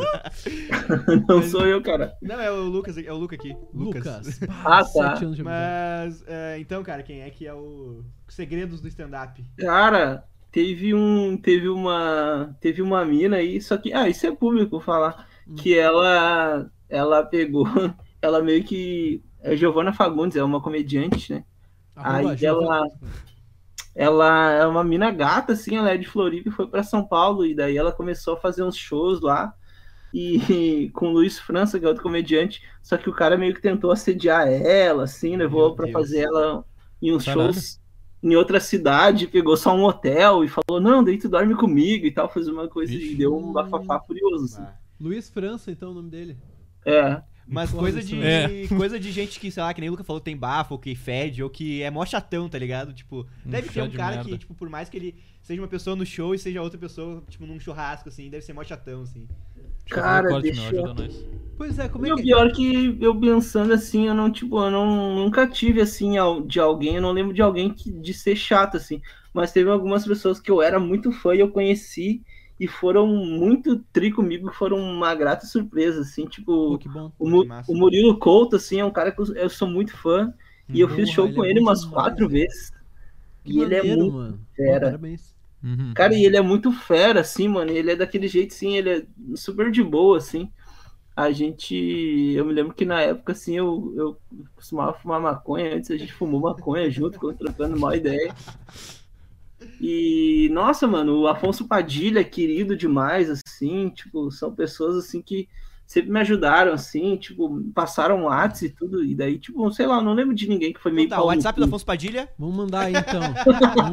Speaker 1: maus.
Speaker 4: Não sou eu, cara.
Speaker 2: Não, é o Lucas, aqui, é o Luca aqui.
Speaker 1: Lucas.
Speaker 4: Ah, tá.
Speaker 1: Sete anos de amizade.
Speaker 2: Mas, é, então, cara, quem é que é o... Segredos do stand-up?
Speaker 4: Cara, teve um, teve uma, teve uma mina aí, só que, ah, isso é público falar, que ela, ela pegou, ela meio que, é Giovana Fagundes, é uma comediante, né?
Speaker 2: Tá
Speaker 1: Arroba
Speaker 4: Aí
Speaker 1: Giovana-
Speaker 4: ela- Ela é uma mina gata, assim, ela é de Floripa e foi pra São Paulo, e daí ela começou a fazer uns shows lá, e com o Luiz França, que é outro comediante, só que o cara meio que tentou assediar ela, assim, levou
Speaker 2: Meu
Speaker 4: pra
Speaker 2: Deus.
Speaker 4: fazer ela em uns
Speaker 3: Caralho.
Speaker 4: shows em outra cidade, pegou só um hotel e falou, não, daí tu dorme comigo e tal, fez uma coisa
Speaker 3: Vixe.
Speaker 4: e deu um bafafá furioso, assim.
Speaker 2: Ah.
Speaker 1: Luiz França, então, o nome dele.
Speaker 4: É.
Speaker 2: Mas
Speaker 1: Foda
Speaker 2: coisa
Speaker 1: isso,
Speaker 2: de,
Speaker 3: né?
Speaker 2: coisa de gente que, sei lá, que nem o Luca falou, tem bafo, ou que fede, ou que é mó chatão, tá ligado? Tipo,
Speaker 3: Um
Speaker 2: deve ter
Speaker 3: chá
Speaker 2: um
Speaker 3: de
Speaker 2: cara que,
Speaker 3: merda.
Speaker 2: tipo, por mais que ele seja uma pessoa no show e seja outra pessoa, tipo, num churrasco, assim, deve ser mó chatão, assim.
Speaker 3: fazer
Speaker 4: Cara,
Speaker 3: o corte, meu,
Speaker 4: deixa eu-
Speaker 3: ajuda nós.
Speaker 1: Pois é, como
Speaker 4: E
Speaker 1: é
Speaker 4: o
Speaker 1: que.
Speaker 4: pior que eu pensando assim, eu não, tipo, eu não, nunca tive assim al- de alguém, eu não lembro de alguém que, de ser chato, assim. Mas teve algumas pessoas que eu era muito fã e eu conheci e foram muito tri comigo, foram uma grata surpresa, assim, tipo.
Speaker 1: é? Pô, que bom.
Speaker 4: O, Mu-
Speaker 2: que massa.
Speaker 4: o Murilo Couto, assim, é um cara que eu, eu sou muito fã. E eu
Speaker 1: Porra,
Speaker 4: fiz show
Speaker 1: ele
Speaker 4: com
Speaker 1: é
Speaker 4: ele
Speaker 1: bom
Speaker 4: umas
Speaker 1: demais,
Speaker 4: quatro
Speaker 1: velho.
Speaker 4: vezes.
Speaker 1: Que
Speaker 4: e ele é
Speaker 1: maneiro,
Speaker 4: muito
Speaker 1: mano. Pô,
Speaker 4: fera.
Speaker 1: parabéns.
Speaker 3: Uhum.
Speaker 4: Cara, e ele é muito fera, assim, mano. Ele é daquele jeito, assim, ele é super de boa, assim. A gente. Eu me lembro que na época, assim, eu, eu costumava fumar maconha. Antes a gente fumou maconha junto, ficou trocando uma ideia. E, nossa, mano, o Afonso Padilha, é querido demais, assim, tipo, são pessoas, assim, que sempre me ajudaram, assim, tipo, passaram WhatsApp e tudo. E daí, tipo, sei lá, não lembro de ninguém que foi meio.
Speaker 2: Então tá,
Speaker 4: pau
Speaker 2: o
Speaker 4: no
Speaker 2: WhatsApp
Speaker 4: cu.
Speaker 2: do Afonso Padilha.
Speaker 1: Vamos mandar aí então.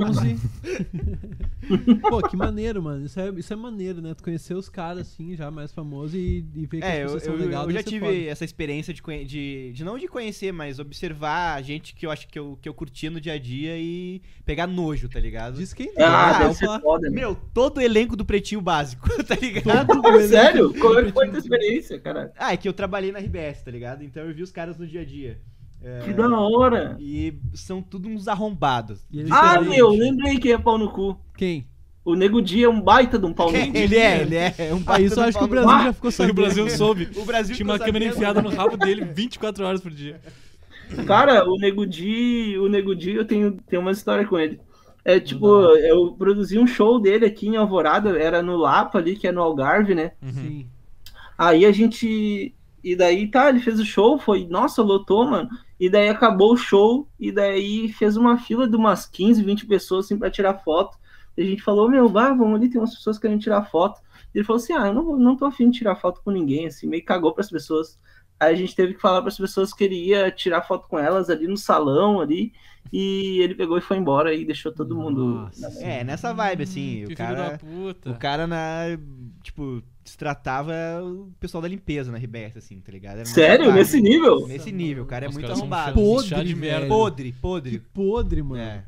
Speaker 1: 11. Pô, que maneiro, mano. Isso é, isso é maneiro, né? Tu conhecer os caras assim, já mais famosos e, e ver que
Speaker 2: É,
Speaker 1: as
Speaker 2: eu,
Speaker 1: pessoas são
Speaker 2: eu-
Speaker 1: legais.
Speaker 2: eu já
Speaker 1: deve ser
Speaker 2: tive
Speaker 1: foda.
Speaker 2: essa experiência de, conhe- de, de não de conhecer, mas observar gente que eu acho que eu, que eu curtia no dia a dia e pegar nojo, tá ligado?
Speaker 1: Diz quem é,
Speaker 4: Ah,
Speaker 2: Ah,
Speaker 4: deve
Speaker 2: eu
Speaker 4: ser
Speaker 1: falar-
Speaker 4: foda, né?
Speaker 2: Meu, todo o elenco do Pretinho Básico, tá ligado?
Speaker 4: Ah, Sério? Como é que foi a tua experiência, cara?
Speaker 2: Ah, é que eu trabalhei na RBS, tá ligado? Então eu vi os caras no dia a dia. É,
Speaker 4: Que da hora.
Speaker 2: E são tudo uns arrombados.
Speaker 1: E eles
Speaker 4: Ah,
Speaker 1: também-
Speaker 4: meu, lembrei quem é pau no cu.
Speaker 1: Quem?
Speaker 4: O Nego Dia é um baita de um pau no cu.
Speaker 2: ele é, ele é. é um
Speaker 1: Ah,
Speaker 2: baita
Speaker 1: isso eu
Speaker 2: do
Speaker 1: acho que o
Speaker 2: pau no-
Speaker 1: Brasil já ficou
Speaker 3: Só que
Speaker 1: sabendo.
Speaker 3: o Brasil soube.
Speaker 2: O Brasil
Speaker 3: Tinha uma
Speaker 2: ficou
Speaker 3: câmera
Speaker 2: sabendo.
Speaker 3: enfiada no rabo dele 24 horas por dia.
Speaker 4: Cara, o Nego Di, o Nego Di, eu tenho, tenho uma história com ele. É tipo, eu produzi um show dele aqui em Alvorada, era no Lapa ali, que é no Algarve, né?
Speaker 3: Uhum.
Speaker 1: Sim.
Speaker 4: Aí a gente. E daí tá, ele fez o show, foi. Nossa, lotou, mano. E daí acabou o show, e daí fez uma fila de umas 15, 20 pessoas assim pra tirar foto. E a gente falou, meu, vá, vamos ali, tem umas pessoas querendo tirar foto. E ele falou assim: ah, eu não, vou- não tô afim de tirar foto com ninguém, assim, meio que cagou pras pessoas. Aí a gente teve que falar pras pessoas que ele ia tirar foto com elas ali no salão ali. E ele pegou e foi embora e deixou todo mundo.
Speaker 1: Nossa senhora.
Speaker 2: É, nessa vibe, assim.
Speaker 3: que
Speaker 2: o
Speaker 3: filho
Speaker 2: cara,
Speaker 3: da puta.
Speaker 2: o cara na. Tipo, se tratava o pessoal da limpeza na RBS, assim, tá ligado? Era nessa
Speaker 4: Sério?
Speaker 2: vibe.
Speaker 4: Nesse nível?
Speaker 2: Nesse nível, o cara é
Speaker 3: Os
Speaker 2: muito
Speaker 3: caras são
Speaker 2: arrombado. assim.
Speaker 3: chatos,
Speaker 1: Podre,
Speaker 3: chá de merda.
Speaker 1: velho.
Speaker 2: Podre,
Speaker 1: Que
Speaker 2: podre.
Speaker 1: podre, mano.
Speaker 2: É.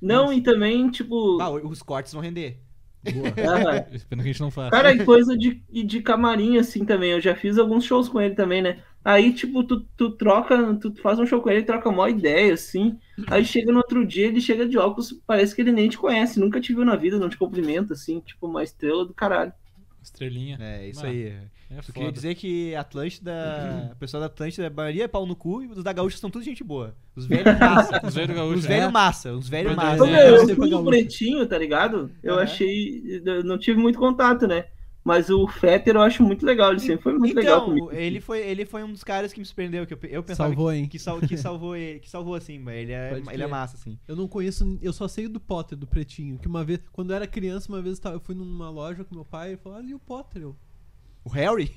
Speaker 4: Não, e também, tipo.
Speaker 2: Bah, os cortes vão render. É.
Speaker 1: Boa.
Speaker 4: ah,
Speaker 3: Espero que a gente não faça.
Speaker 4: Cara, e coisa de, e de camarim, assim, também. Eu já fiz alguns shows com ele também, né? Aí, tipo, tu, tu troca, tu faz um show com ele, troca uma ideia, assim. Aí chega no outro dia, ele chega de óculos, parece que ele nem te conhece, nunca te viu na vida, não te cumprimenta, assim, tipo, uma estrela do caralho.
Speaker 3: Estrelinha.
Speaker 2: É, isso
Speaker 3: Ah,
Speaker 2: aí.
Speaker 3: É
Speaker 2: Eu queria
Speaker 3: foda.
Speaker 2: dizer que Atlântida, o pessoal da Atlântida, a maioria é pau no cu e os da Gaúcha são tudo gente boa. Os velhos massa.
Speaker 3: Os velhos
Speaker 2: Os
Speaker 3: gaúchos. né?
Speaker 2: velhos massa. Os velhos
Speaker 3: Verdade.
Speaker 2: massa.
Speaker 4: Então,
Speaker 1: é,
Speaker 4: meu,
Speaker 1: deve
Speaker 4: eu
Speaker 1: ser
Speaker 4: fui
Speaker 1: pra
Speaker 4: no
Speaker 1: gaúcho.
Speaker 4: pretinho, tá ligado? Eu
Speaker 2: Aham.
Speaker 4: achei. Eu não tive muito contato, né? Mas o Fetter eu acho muito legal, ele sempre foi muito legal comigo.
Speaker 2: Então, ele foi, ele foi um dos caras que me surpreendeu, que eu, eu pensava
Speaker 1: Salvou,
Speaker 2: que,
Speaker 1: hein?
Speaker 2: que, sal- que salvou ele, que salvou assim, mas ele é,
Speaker 1: Pode
Speaker 2: ele é
Speaker 1: crer.
Speaker 2: massa, assim.
Speaker 1: Eu não conheço, eu só sei do Potter, do Pretinho. Que uma vez, quando eu era criança, uma vez eu tava- eu fui numa loja com meu pai e ele falou: Olha o Potter. Eu,
Speaker 2: O Harry?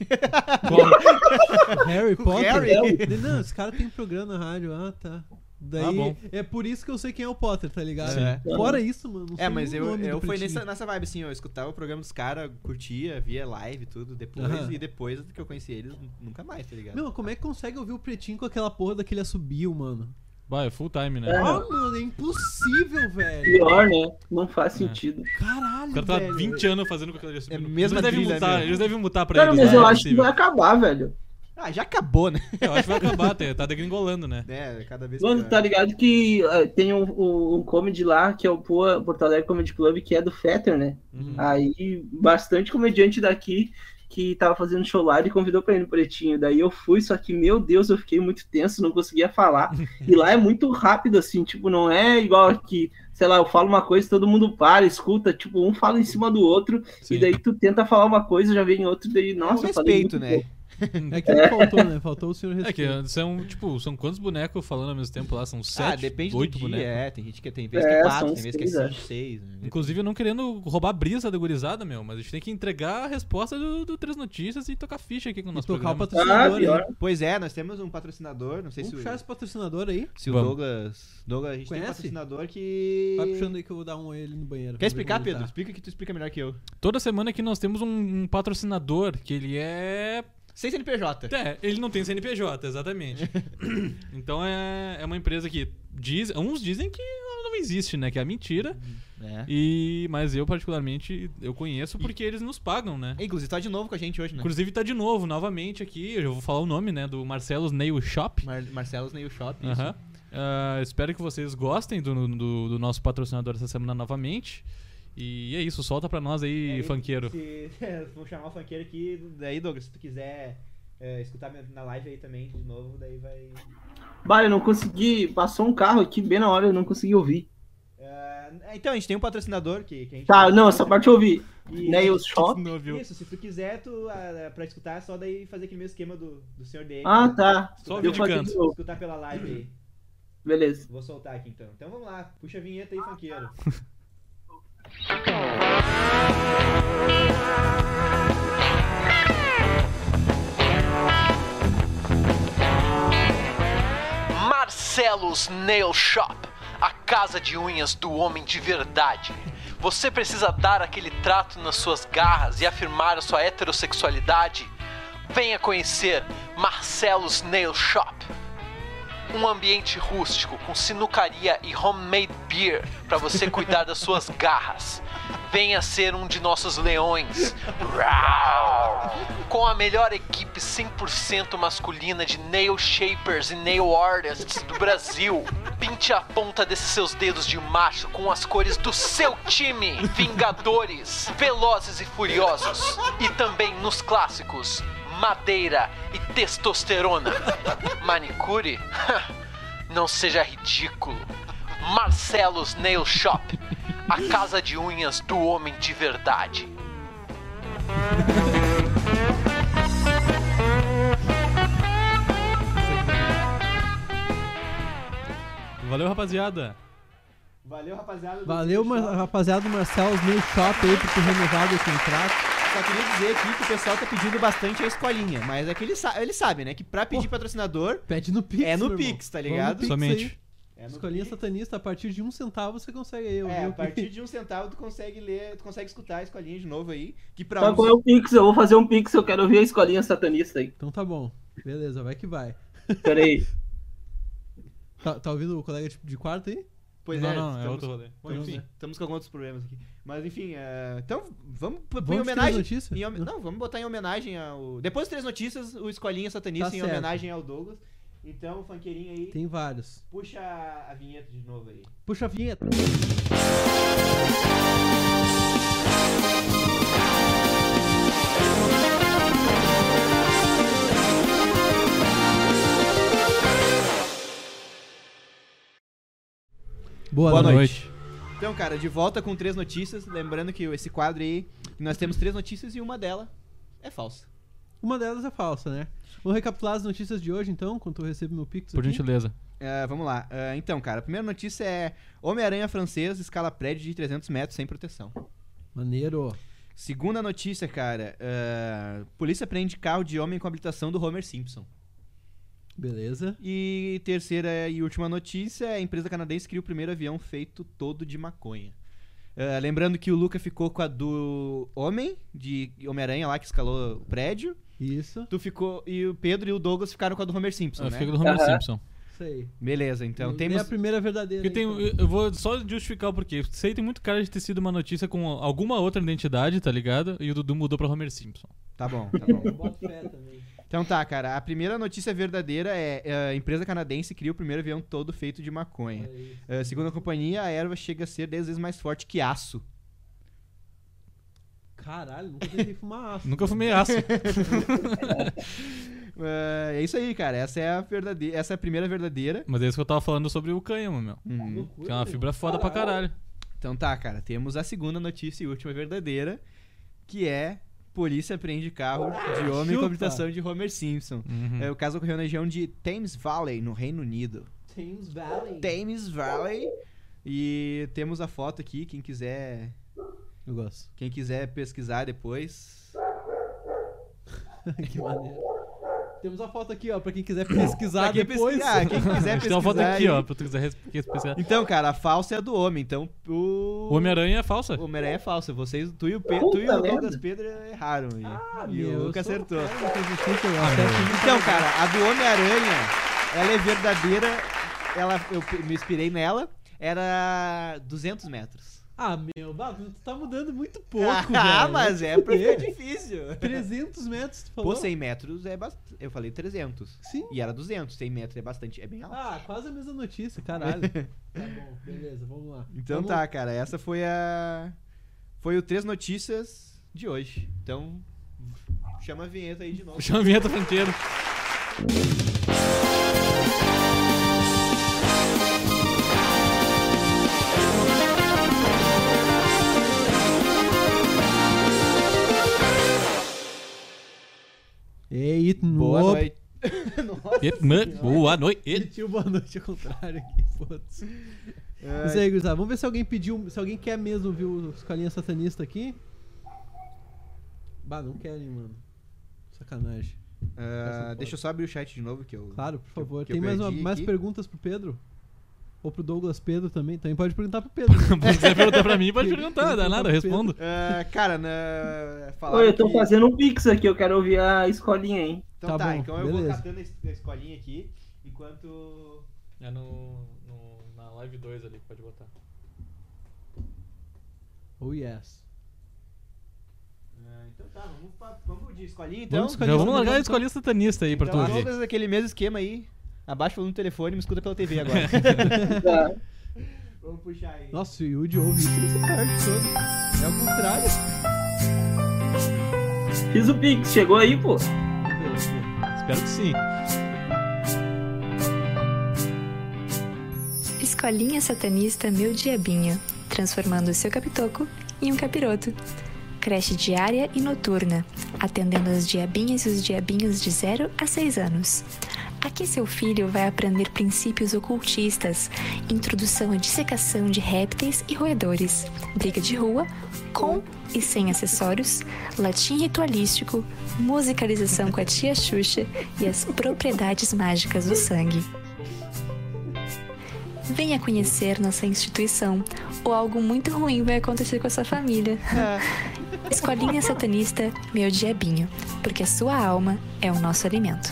Speaker 1: "O Harry
Speaker 2: O
Speaker 1: Potter?
Speaker 2: Harry?
Speaker 1: Ele, não, esse cara tem um programa na rádio. Ah, tá. Daí
Speaker 3: Ah, bom.
Speaker 1: é por isso que eu sei quem é o Potter, tá ligado?
Speaker 2: Sim.
Speaker 1: Fora isso, mano. não
Speaker 2: É,
Speaker 1: sei
Speaker 2: mas
Speaker 1: o
Speaker 2: eu,
Speaker 1: nome do
Speaker 2: eu fui
Speaker 1: Pretinho.
Speaker 2: nessa, nessa vibe, assim, eu escutava o programa dos caras, curtia, via live e tudo, depois,
Speaker 1: Aham.
Speaker 2: e depois que eu conheci eles, nunca mais, tá ligado?
Speaker 1: Meu, como é que consegue ouvir o Pretinho com aquela porra daquele assobio, mano?
Speaker 3: Bah, é full time, né?
Speaker 4: É.
Speaker 1: Ah, mano, é impossível, velho.
Speaker 4: Pior, né? Não faz sentido.
Speaker 1: Caralho,
Speaker 3: O cara tá há
Speaker 1: velho.
Speaker 3: 20 anos fazendo com aquela
Speaker 2: É mesma
Speaker 3: eles devem
Speaker 2: trilha,
Speaker 3: mutar,
Speaker 2: né?
Speaker 3: eles devem mutar pra
Speaker 4: Cara,
Speaker 3: eles.
Speaker 4: mas
Speaker 3: né?
Speaker 4: eu
Speaker 3: É
Speaker 4: acho que
Speaker 3: possível.
Speaker 4: vai acabar, velho.
Speaker 2: Ah, já acabou, né?
Speaker 3: Eu acho que vai acabar, até, tá degringolando, né?
Speaker 2: É, cada vez
Speaker 4: Mano,
Speaker 2: pior.
Speaker 4: tá ligado que ah, tem um, um, um comedy lá, que é o Pô- Porto Alegre Comedy Club, que é do Fetter, né?
Speaker 2: Uhum.
Speaker 4: Aí, bastante comediante daqui que tava fazendo show lá, ele convidou pra ir no Pretinho. Daí eu fui, só que, meu Deus, eu fiquei muito tenso, não conseguia falar. E lá é muito rápido, assim, tipo, não é igual aqui, sei lá, eu falo uma coisa, todo mundo para, escuta, tipo, um fala em cima do outro,
Speaker 3: Sim.
Speaker 4: e daí tu tenta falar uma coisa, já vem outro, daí,
Speaker 2: Nossa,
Speaker 4: nossa, eu falei
Speaker 2: É um respeito,
Speaker 4: muito
Speaker 2: né?
Speaker 1: É que não faltou, né? Faltou o senhor
Speaker 3: É
Speaker 1: respeito.
Speaker 3: que são, tipo, são quantos bonecos falando ao mesmo tempo lá? São sete,
Speaker 2: ah, depende
Speaker 3: oito
Speaker 2: do dia,
Speaker 3: bonecos.
Speaker 2: é. Tem gente que tem vez que
Speaker 4: É,
Speaker 2: é quatro,
Speaker 4: são
Speaker 2: tem vez que é
Speaker 4: seis,
Speaker 2: cinco,
Speaker 4: acho.
Speaker 2: seis. né?
Speaker 3: Inclusive, eu não querendo roubar a brisa da gurizada, meu, mas a gente tem que entregar a resposta do, do Três Notícias e tocar ficha aqui com o
Speaker 1: E
Speaker 3: nosso
Speaker 1: tocar o
Speaker 3: programa.
Speaker 4: Ah,
Speaker 1: patrocinador
Speaker 4: pior.
Speaker 1: aí.
Speaker 2: Pois é, nós temos um patrocinador,
Speaker 3: é.
Speaker 2: não sei
Speaker 1: Vamos
Speaker 2: se o,
Speaker 1: puxar esse patrocinador aí.
Speaker 2: se o
Speaker 3: Vamos.
Speaker 2: Douglas... Douglas, a gente tem um
Speaker 1: Conhece?
Speaker 2: patrocinador que...
Speaker 1: Vai Tá puxando aí que eu vou dar um a ele no banheiro.
Speaker 2: Quer
Speaker 1: Vamos ver
Speaker 2: explicar,
Speaker 1: como ele
Speaker 2: Pedro?
Speaker 1: tá.
Speaker 2: Explica que tu explica melhor que eu.
Speaker 3: Toda semana aqui nós temos um, um patrocinador que ele é.
Speaker 2: Sem CNPJ.
Speaker 3: É, ele não tem CNPJ, exatamente. então é, é uma empresa que diz. Uns dizem que ela não não existe, né? Que é a mentira.
Speaker 1: Uhum.
Speaker 2: É.
Speaker 3: E, mas eu, particularmente, eu conheço porque eles nos pagam, né?
Speaker 2: Inclusive, tá de novo com a gente hoje, né?
Speaker 3: Inclusive, tá de novo, novamente aqui. Eu já vou falar o nome, né? Do Marcelo's Nail Shop.
Speaker 2: Mar Marcelos Nail Shop. isso.
Speaker 3: Aham. Ah, espero que vocês gostem do, do, do nosso patrocinador essa semana novamente. E é isso, solta pra nós aí,
Speaker 2: É,
Speaker 3: funkeiro.
Speaker 2: Se, vamos chamar o funkeiro aqui. Daí, Douglas, se tu quiser é, escutar na live aí também de novo, daí vai.
Speaker 4: Bah, eu não consegui. Passou um carro aqui bem na hora, eu não consegui ouvir.
Speaker 2: Ah, então, a gente tem um patrocinador que, que a gente.
Speaker 4: Tá, não, né, essa parte eu ouvi.
Speaker 2: E-
Speaker 4: Nails Shop.
Speaker 3: Não ouviu?
Speaker 2: Isso, se tu quiser, tu, ah, pra escutar, é só daí fazer aquele mesmo esquema do, do Sr. DM.
Speaker 4: Ah,
Speaker 2: né?
Speaker 4: tá.
Speaker 3: Só
Speaker 4: Deu
Speaker 3: de
Speaker 4: pra
Speaker 3: canto.
Speaker 4: de novo.
Speaker 2: Escutar pela live aí.
Speaker 4: Beleza.
Speaker 2: Vou soltar aqui então. Então vamos lá, puxa a vinheta aí, funkeiro.
Speaker 1: Marcelo's Nail Shop, a casa de unhas do homem de verdade. Você precisa dar aquele trato nas suas garras e afirmar a sua heterossexualidade? Venha conhecer Marcelo's Nail Shop. Um ambiente rústico com sinucaria e homemade beer para você cuidar das suas garras. Venha ser um de nossos leões. Rau! Com a melhor equipe 100% masculina de nail shapers e nail artists do Brasil. Pinte a ponta desses seus dedos de macho com as cores do seu time. Vingadores, velozes e furiosos. E também nos clássicos. Madeira e testosterona. Manicure? Não seja ridículo. Marcelo's Nail Shop, a casa de unhas do homem de verdade.
Speaker 3: Valeu, rapaziada.
Speaker 2: Valeu, rapaziada. do
Speaker 9: Valeu,
Speaker 2: Nail
Speaker 9: ma-
Speaker 2: Shop.
Speaker 9: rapaziada do Marcelo's Nail Shop aí por ter renovado o contrato.
Speaker 2: Só queria dizer aqui que o pessoal tá pedindo bastante a escolinha, mas é que eles, sa- eles sabem, né? Que pra pedir patrocinador
Speaker 9: Pede no Pix,
Speaker 2: é
Speaker 9: meu
Speaker 2: no
Speaker 9: irmão.
Speaker 2: Pix, tá
Speaker 9: Vamos no
Speaker 2: ligado?
Speaker 9: Pix
Speaker 3: Somente.
Speaker 9: aí.
Speaker 2: É no
Speaker 9: Escolinha
Speaker 2: Pix.
Speaker 9: Satanista, a partir de um centavo você consegue aí.
Speaker 2: É,
Speaker 9: ouvir
Speaker 2: a
Speaker 9: o
Speaker 2: partir
Speaker 9: Pix.
Speaker 2: de um centavo tu consegue ler, tu consegue escutar a escolinha de novo aí. Que pra
Speaker 9: Tá
Speaker 4: Sabe
Speaker 2: uns-
Speaker 4: qual é o Pix? Eu vou fazer um Pix, eu quero ouvir a escolinha satanista aí.
Speaker 9: Então tá bom. Beleza, vai que vai.
Speaker 4: Pera aí.
Speaker 9: Tá, tá ouvindo o colega de, de quarto aí?
Speaker 2: Pois
Speaker 3: não,
Speaker 2: é,
Speaker 3: não, é
Speaker 2: estamos,
Speaker 3: outro rolê. Bom,
Speaker 2: estamos, né,
Speaker 3: enfim.
Speaker 2: estamos com alguns outros problemas aqui. Mas enfim, é, então vamos pôr
Speaker 9: Vamos
Speaker 2: em
Speaker 9: de
Speaker 2: homenagem.
Speaker 9: três notícias?
Speaker 2: em home- Não, vamos botar em homenagem ao. Depois de três notícias, o Escolinha Satanista
Speaker 9: Tá
Speaker 2: em
Speaker 9: certo.
Speaker 2: homenagem ao Douglas. Então, funkeirinho aí,
Speaker 9: Tem vários.
Speaker 2: puxa a vinheta de novo aí.
Speaker 9: Puxa a vinheta. Boa,
Speaker 2: Boa
Speaker 9: noite.
Speaker 2: noite. Então, cara, de volta com três notícias. Lembrando que esse quadro aí, nós temos três notícias e uma dela é falsa.
Speaker 9: Uma delas é falsa, né? Vou recapitular as notícias de hoje, então, quando eu recebo meu pix
Speaker 3: Por
Speaker 9: aqui.
Speaker 3: gentileza.
Speaker 2: É, vamos lá. É, então, cara, a primeira notícia é Homem-Aranha francês escala prédio de 300 metros sem proteção.
Speaker 9: Maneiro.
Speaker 2: Segunda notícia, cara. é, polícia prende carro de homem com habilitação do Homer Simpson.
Speaker 9: Beleza.
Speaker 2: E terceira e última notícia, a empresa canadense cria o primeiro avião feito todo de maconha. É, lembrando que o Luca ficou com a do homem, de Homem-Aranha lá que escalou o prédio.
Speaker 9: Isso.
Speaker 2: Tu ficou. E o Pedro e o Douglas ficaram com a do Homer Simpson,
Speaker 3: Eu
Speaker 2: né?
Speaker 3: fico do Homer
Speaker 4: Aham.
Speaker 3: Simpson.
Speaker 9: Isso aí.
Speaker 2: Beleza, então
Speaker 9: Nem
Speaker 2: temos.
Speaker 9: a primeira verdadeira.
Speaker 3: Porque tem,
Speaker 9: então.
Speaker 3: eu- eu vou só justificar o porquê. Sei tem muito cara de ter sido uma notícia com alguma outra identidade, tá ligado? E o Dudu mudou pra Homer Simpson.
Speaker 2: Tá bom, tá bom.
Speaker 9: Bota fé também.
Speaker 2: Então tá, cara. A primeira notícia verdadeira é é, a empresa canadense cria o primeiro avião todo feito de maconha.
Speaker 9: Aí.
Speaker 2: É, segundo a companhia, a erva chega a ser 10 vezes mais forte que aço.
Speaker 9: Caralho, nunca tentei fumar aço.
Speaker 3: Nunca fumei aço.
Speaker 2: É, é isso aí, cara. Essa é a verdadeira. Essa é a primeira verdadeira.
Speaker 3: Mas é isso que eu tava falando sobre o cânhamo, meu.
Speaker 2: Uhum.
Speaker 9: Loucura,
Speaker 3: Que é uma
Speaker 9: né?
Speaker 3: fibra foda pra caralho.
Speaker 2: Então tá, cara. Temos a segunda notícia e última verdadeira, que é polícia prende carro de homem
Speaker 9: chupa.
Speaker 2: com habitação de Homer Simpson.
Speaker 3: Uhum.
Speaker 2: É, o caso ocorreu na região de Thames Valley, no Reino Unido.
Speaker 9: Thames Valley.
Speaker 2: Thames Valley. E temos a foto aqui, quem quiser,
Speaker 9: Eu gosto.
Speaker 2: quem quiser pesquisar depois.
Speaker 9: que maneiro. Temos a foto aqui, ó, pra quem quiser pesquisar
Speaker 2: Pra quem
Speaker 9: Tá, depois.
Speaker 2: pesquisar, quem
Speaker 3: A
Speaker 2: quiser
Speaker 3: gente tem uma foto
Speaker 2: pesquisar
Speaker 3: aqui,
Speaker 2: aí.
Speaker 3: ó, pra tu quiser res- pesquisar.
Speaker 2: Então, cara, a falsa é a do homem, então o
Speaker 3: O Homem-Aranha é falsa.
Speaker 2: o Homem-Aranha é falso. Vocês, tu e o, Pe... tu e
Speaker 4: Puta
Speaker 2: o Douglas
Speaker 4: merda.
Speaker 2: Pedro erraram aí.
Speaker 9: Ah,
Speaker 2: e
Speaker 9: meu, eu
Speaker 2: o Luca
Speaker 9: sou
Speaker 2: acertou.
Speaker 9: um cara que fez difícil,
Speaker 3: Ah,
Speaker 9: eu acerto muito.
Speaker 2: Então, cara, a do Homem-Aranha, ela é verdadeira. Ela, eu pe- me inspirei nela. era 200 metros.
Speaker 9: Ah, meu, Babu, tu tá mudando muito pouco, velho.
Speaker 2: ah, mas é pra ficar
Speaker 9: Fudeu.
Speaker 2: difícil.
Speaker 9: 300 metros, tu falou?
Speaker 2: Pô, 100 metros é bastante. Eu falei 300.
Speaker 9: Sim.
Speaker 2: E era 200. 100 metros é bastante. É bem alto.
Speaker 9: Ah, quase a mesma notícia, caralho. tá bom, beleza, vamos lá.
Speaker 2: Então
Speaker 9: Vamos-
Speaker 2: tá, cara. Essa foi a. Foi o Três Notícias de hoje. Então. Chama a vinheta aí de novo.
Speaker 3: Chama a vinheta fronteiro.
Speaker 9: Ei,
Speaker 2: Boa
Speaker 9: nope.
Speaker 2: noite.
Speaker 3: Boa noite.
Speaker 9: Pediu boa noite ao contrário aqui, foda-se.
Speaker 2: É.
Speaker 9: Isso aí, gurizada. Vamos ver se alguém pediu. Se alguém quer mesmo ouvir o Escolinha Satanista aqui. Bah, não querem, mano. Sacanagem.
Speaker 2: Ah, deixa eu só abrir o chat de novo que eu.
Speaker 9: Claro, por favor.
Speaker 2: que eu
Speaker 9: Tem mais, uma-
Speaker 2: perdi
Speaker 9: mais
Speaker 2: aqui.
Speaker 9: perguntas pro Pedro? Ou pro Douglas Pedro também? Também pode perguntar pro Pedro. né?
Speaker 3: Se quiser perguntar pra mim, pode perguntar, dá nada, eu respondo.
Speaker 2: Ah, cara, na.
Speaker 4: Ô, eu tô
Speaker 2: que-
Speaker 4: fazendo um pix aqui, eu quero ouvir a escolinha, hein?
Speaker 2: Então
Speaker 9: Tá
Speaker 2: tá,
Speaker 9: bom,
Speaker 2: então eu vou
Speaker 9: beleza.
Speaker 2: catando a es- a escolinha aqui. Enquanto.
Speaker 10: É no, no- na live 2 ali, pode botar.
Speaker 9: oh, yes.
Speaker 2: Ah, então tá, vamos, pra- vamos de escolinha então.
Speaker 9: Vamos
Speaker 3: Já vamos
Speaker 9: Escolinha-
Speaker 3: largar a escolinha satanista aí pra tu
Speaker 2: Então,
Speaker 3: ouvir.
Speaker 2: Douglas, aquele mesmo esquema aí. Abaixa o volume do telefone e me escuta pela TV agora.
Speaker 4: Tá.
Speaker 2: Vamos puxar aí.
Speaker 9: Nossa, o Yudi ouve isso nesse card todo. É o contrário.
Speaker 4: Fiz o pix, chegou aí, pô.
Speaker 9: né,
Speaker 2: tá
Speaker 3: Espero que sim.
Speaker 11: Escolinha Satanista Meu Diabinho, transformando o seu capitoco em um capiroto. Creche diária e noturna, atendendo as diabinhas e os diabinhos de 0 a 6 anos. Aqui seu filho vai aprender princípios ocultistas, introdução à dissecação de répteis e roedores, briga de rua, com e sem acessórios, latim ritualístico, musicalização com a tia Xuxa e as propriedades mágicas do sangue. Venha conhecer nossa instituição, ou algo muito ruim vai acontecer com a sua família. Escolinha Satanista, meu diabinho, porque a sua alma é o nosso alimento.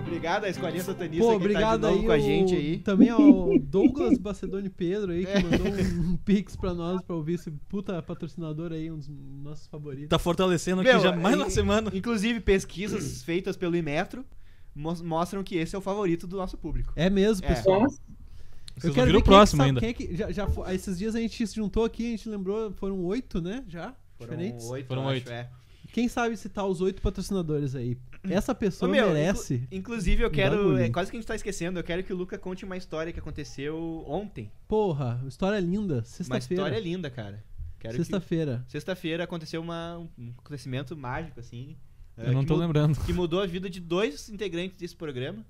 Speaker 2: Obrigado à escolinha satanista
Speaker 9: Pô,
Speaker 2: que tá de
Speaker 9: obrigado
Speaker 2: novo
Speaker 9: aí
Speaker 2: com a
Speaker 9: ao-
Speaker 2: gente aí. É.
Speaker 9: Também ao Douglas Bacedoni Pedro aí, que mandou um, um pix pra nós pra ouvir esse puta patrocinador aí, um dos nossos favoritos.
Speaker 3: Tá fortalecendo aqui
Speaker 2: Meu,
Speaker 3: já mais
Speaker 2: e-
Speaker 3: uma semana.
Speaker 2: Inclusive, pesquisas feitas pelo Imetro mos- mostram que esse é o favorito do nosso público.
Speaker 9: É mesmo,
Speaker 2: É.
Speaker 9: pessoal.
Speaker 3: Vocês
Speaker 9: quero
Speaker 3: viram o
Speaker 9: ver quem é que
Speaker 3: próximo
Speaker 9: sabe-
Speaker 3: ainda.
Speaker 9: quem é que- já, já fo- esses dias a gente se juntou aqui, a gente lembrou, foram oito, né? Já? diferentes.
Speaker 2: oito,
Speaker 3: Foram
Speaker 2: eu acho,
Speaker 3: oito.
Speaker 2: é.
Speaker 9: Quem sabe citar os oito patrocinadores aí? Essa pessoa
Speaker 2: Ô, meu,
Speaker 9: merece.
Speaker 2: Inclusive, eu
Speaker 9: Um
Speaker 2: quero.
Speaker 9: bagulho.
Speaker 2: É quase que a gente tá esquecendo. Eu quero que o Luca conte uma história que aconteceu ontem.
Speaker 9: Porra, história linda.
Speaker 2: Uma história
Speaker 9: Sexta-feira.
Speaker 2: linda, cara. Quero que-
Speaker 9: Sexta-feira.
Speaker 2: Sexta-feira aconteceu uma- um acontecimento mágico, assim. eh,
Speaker 3: Eu não
Speaker 2: que
Speaker 3: tô
Speaker 2: mu-
Speaker 3: lembrando.
Speaker 2: que mudou a vida de dois integrantes desse programa.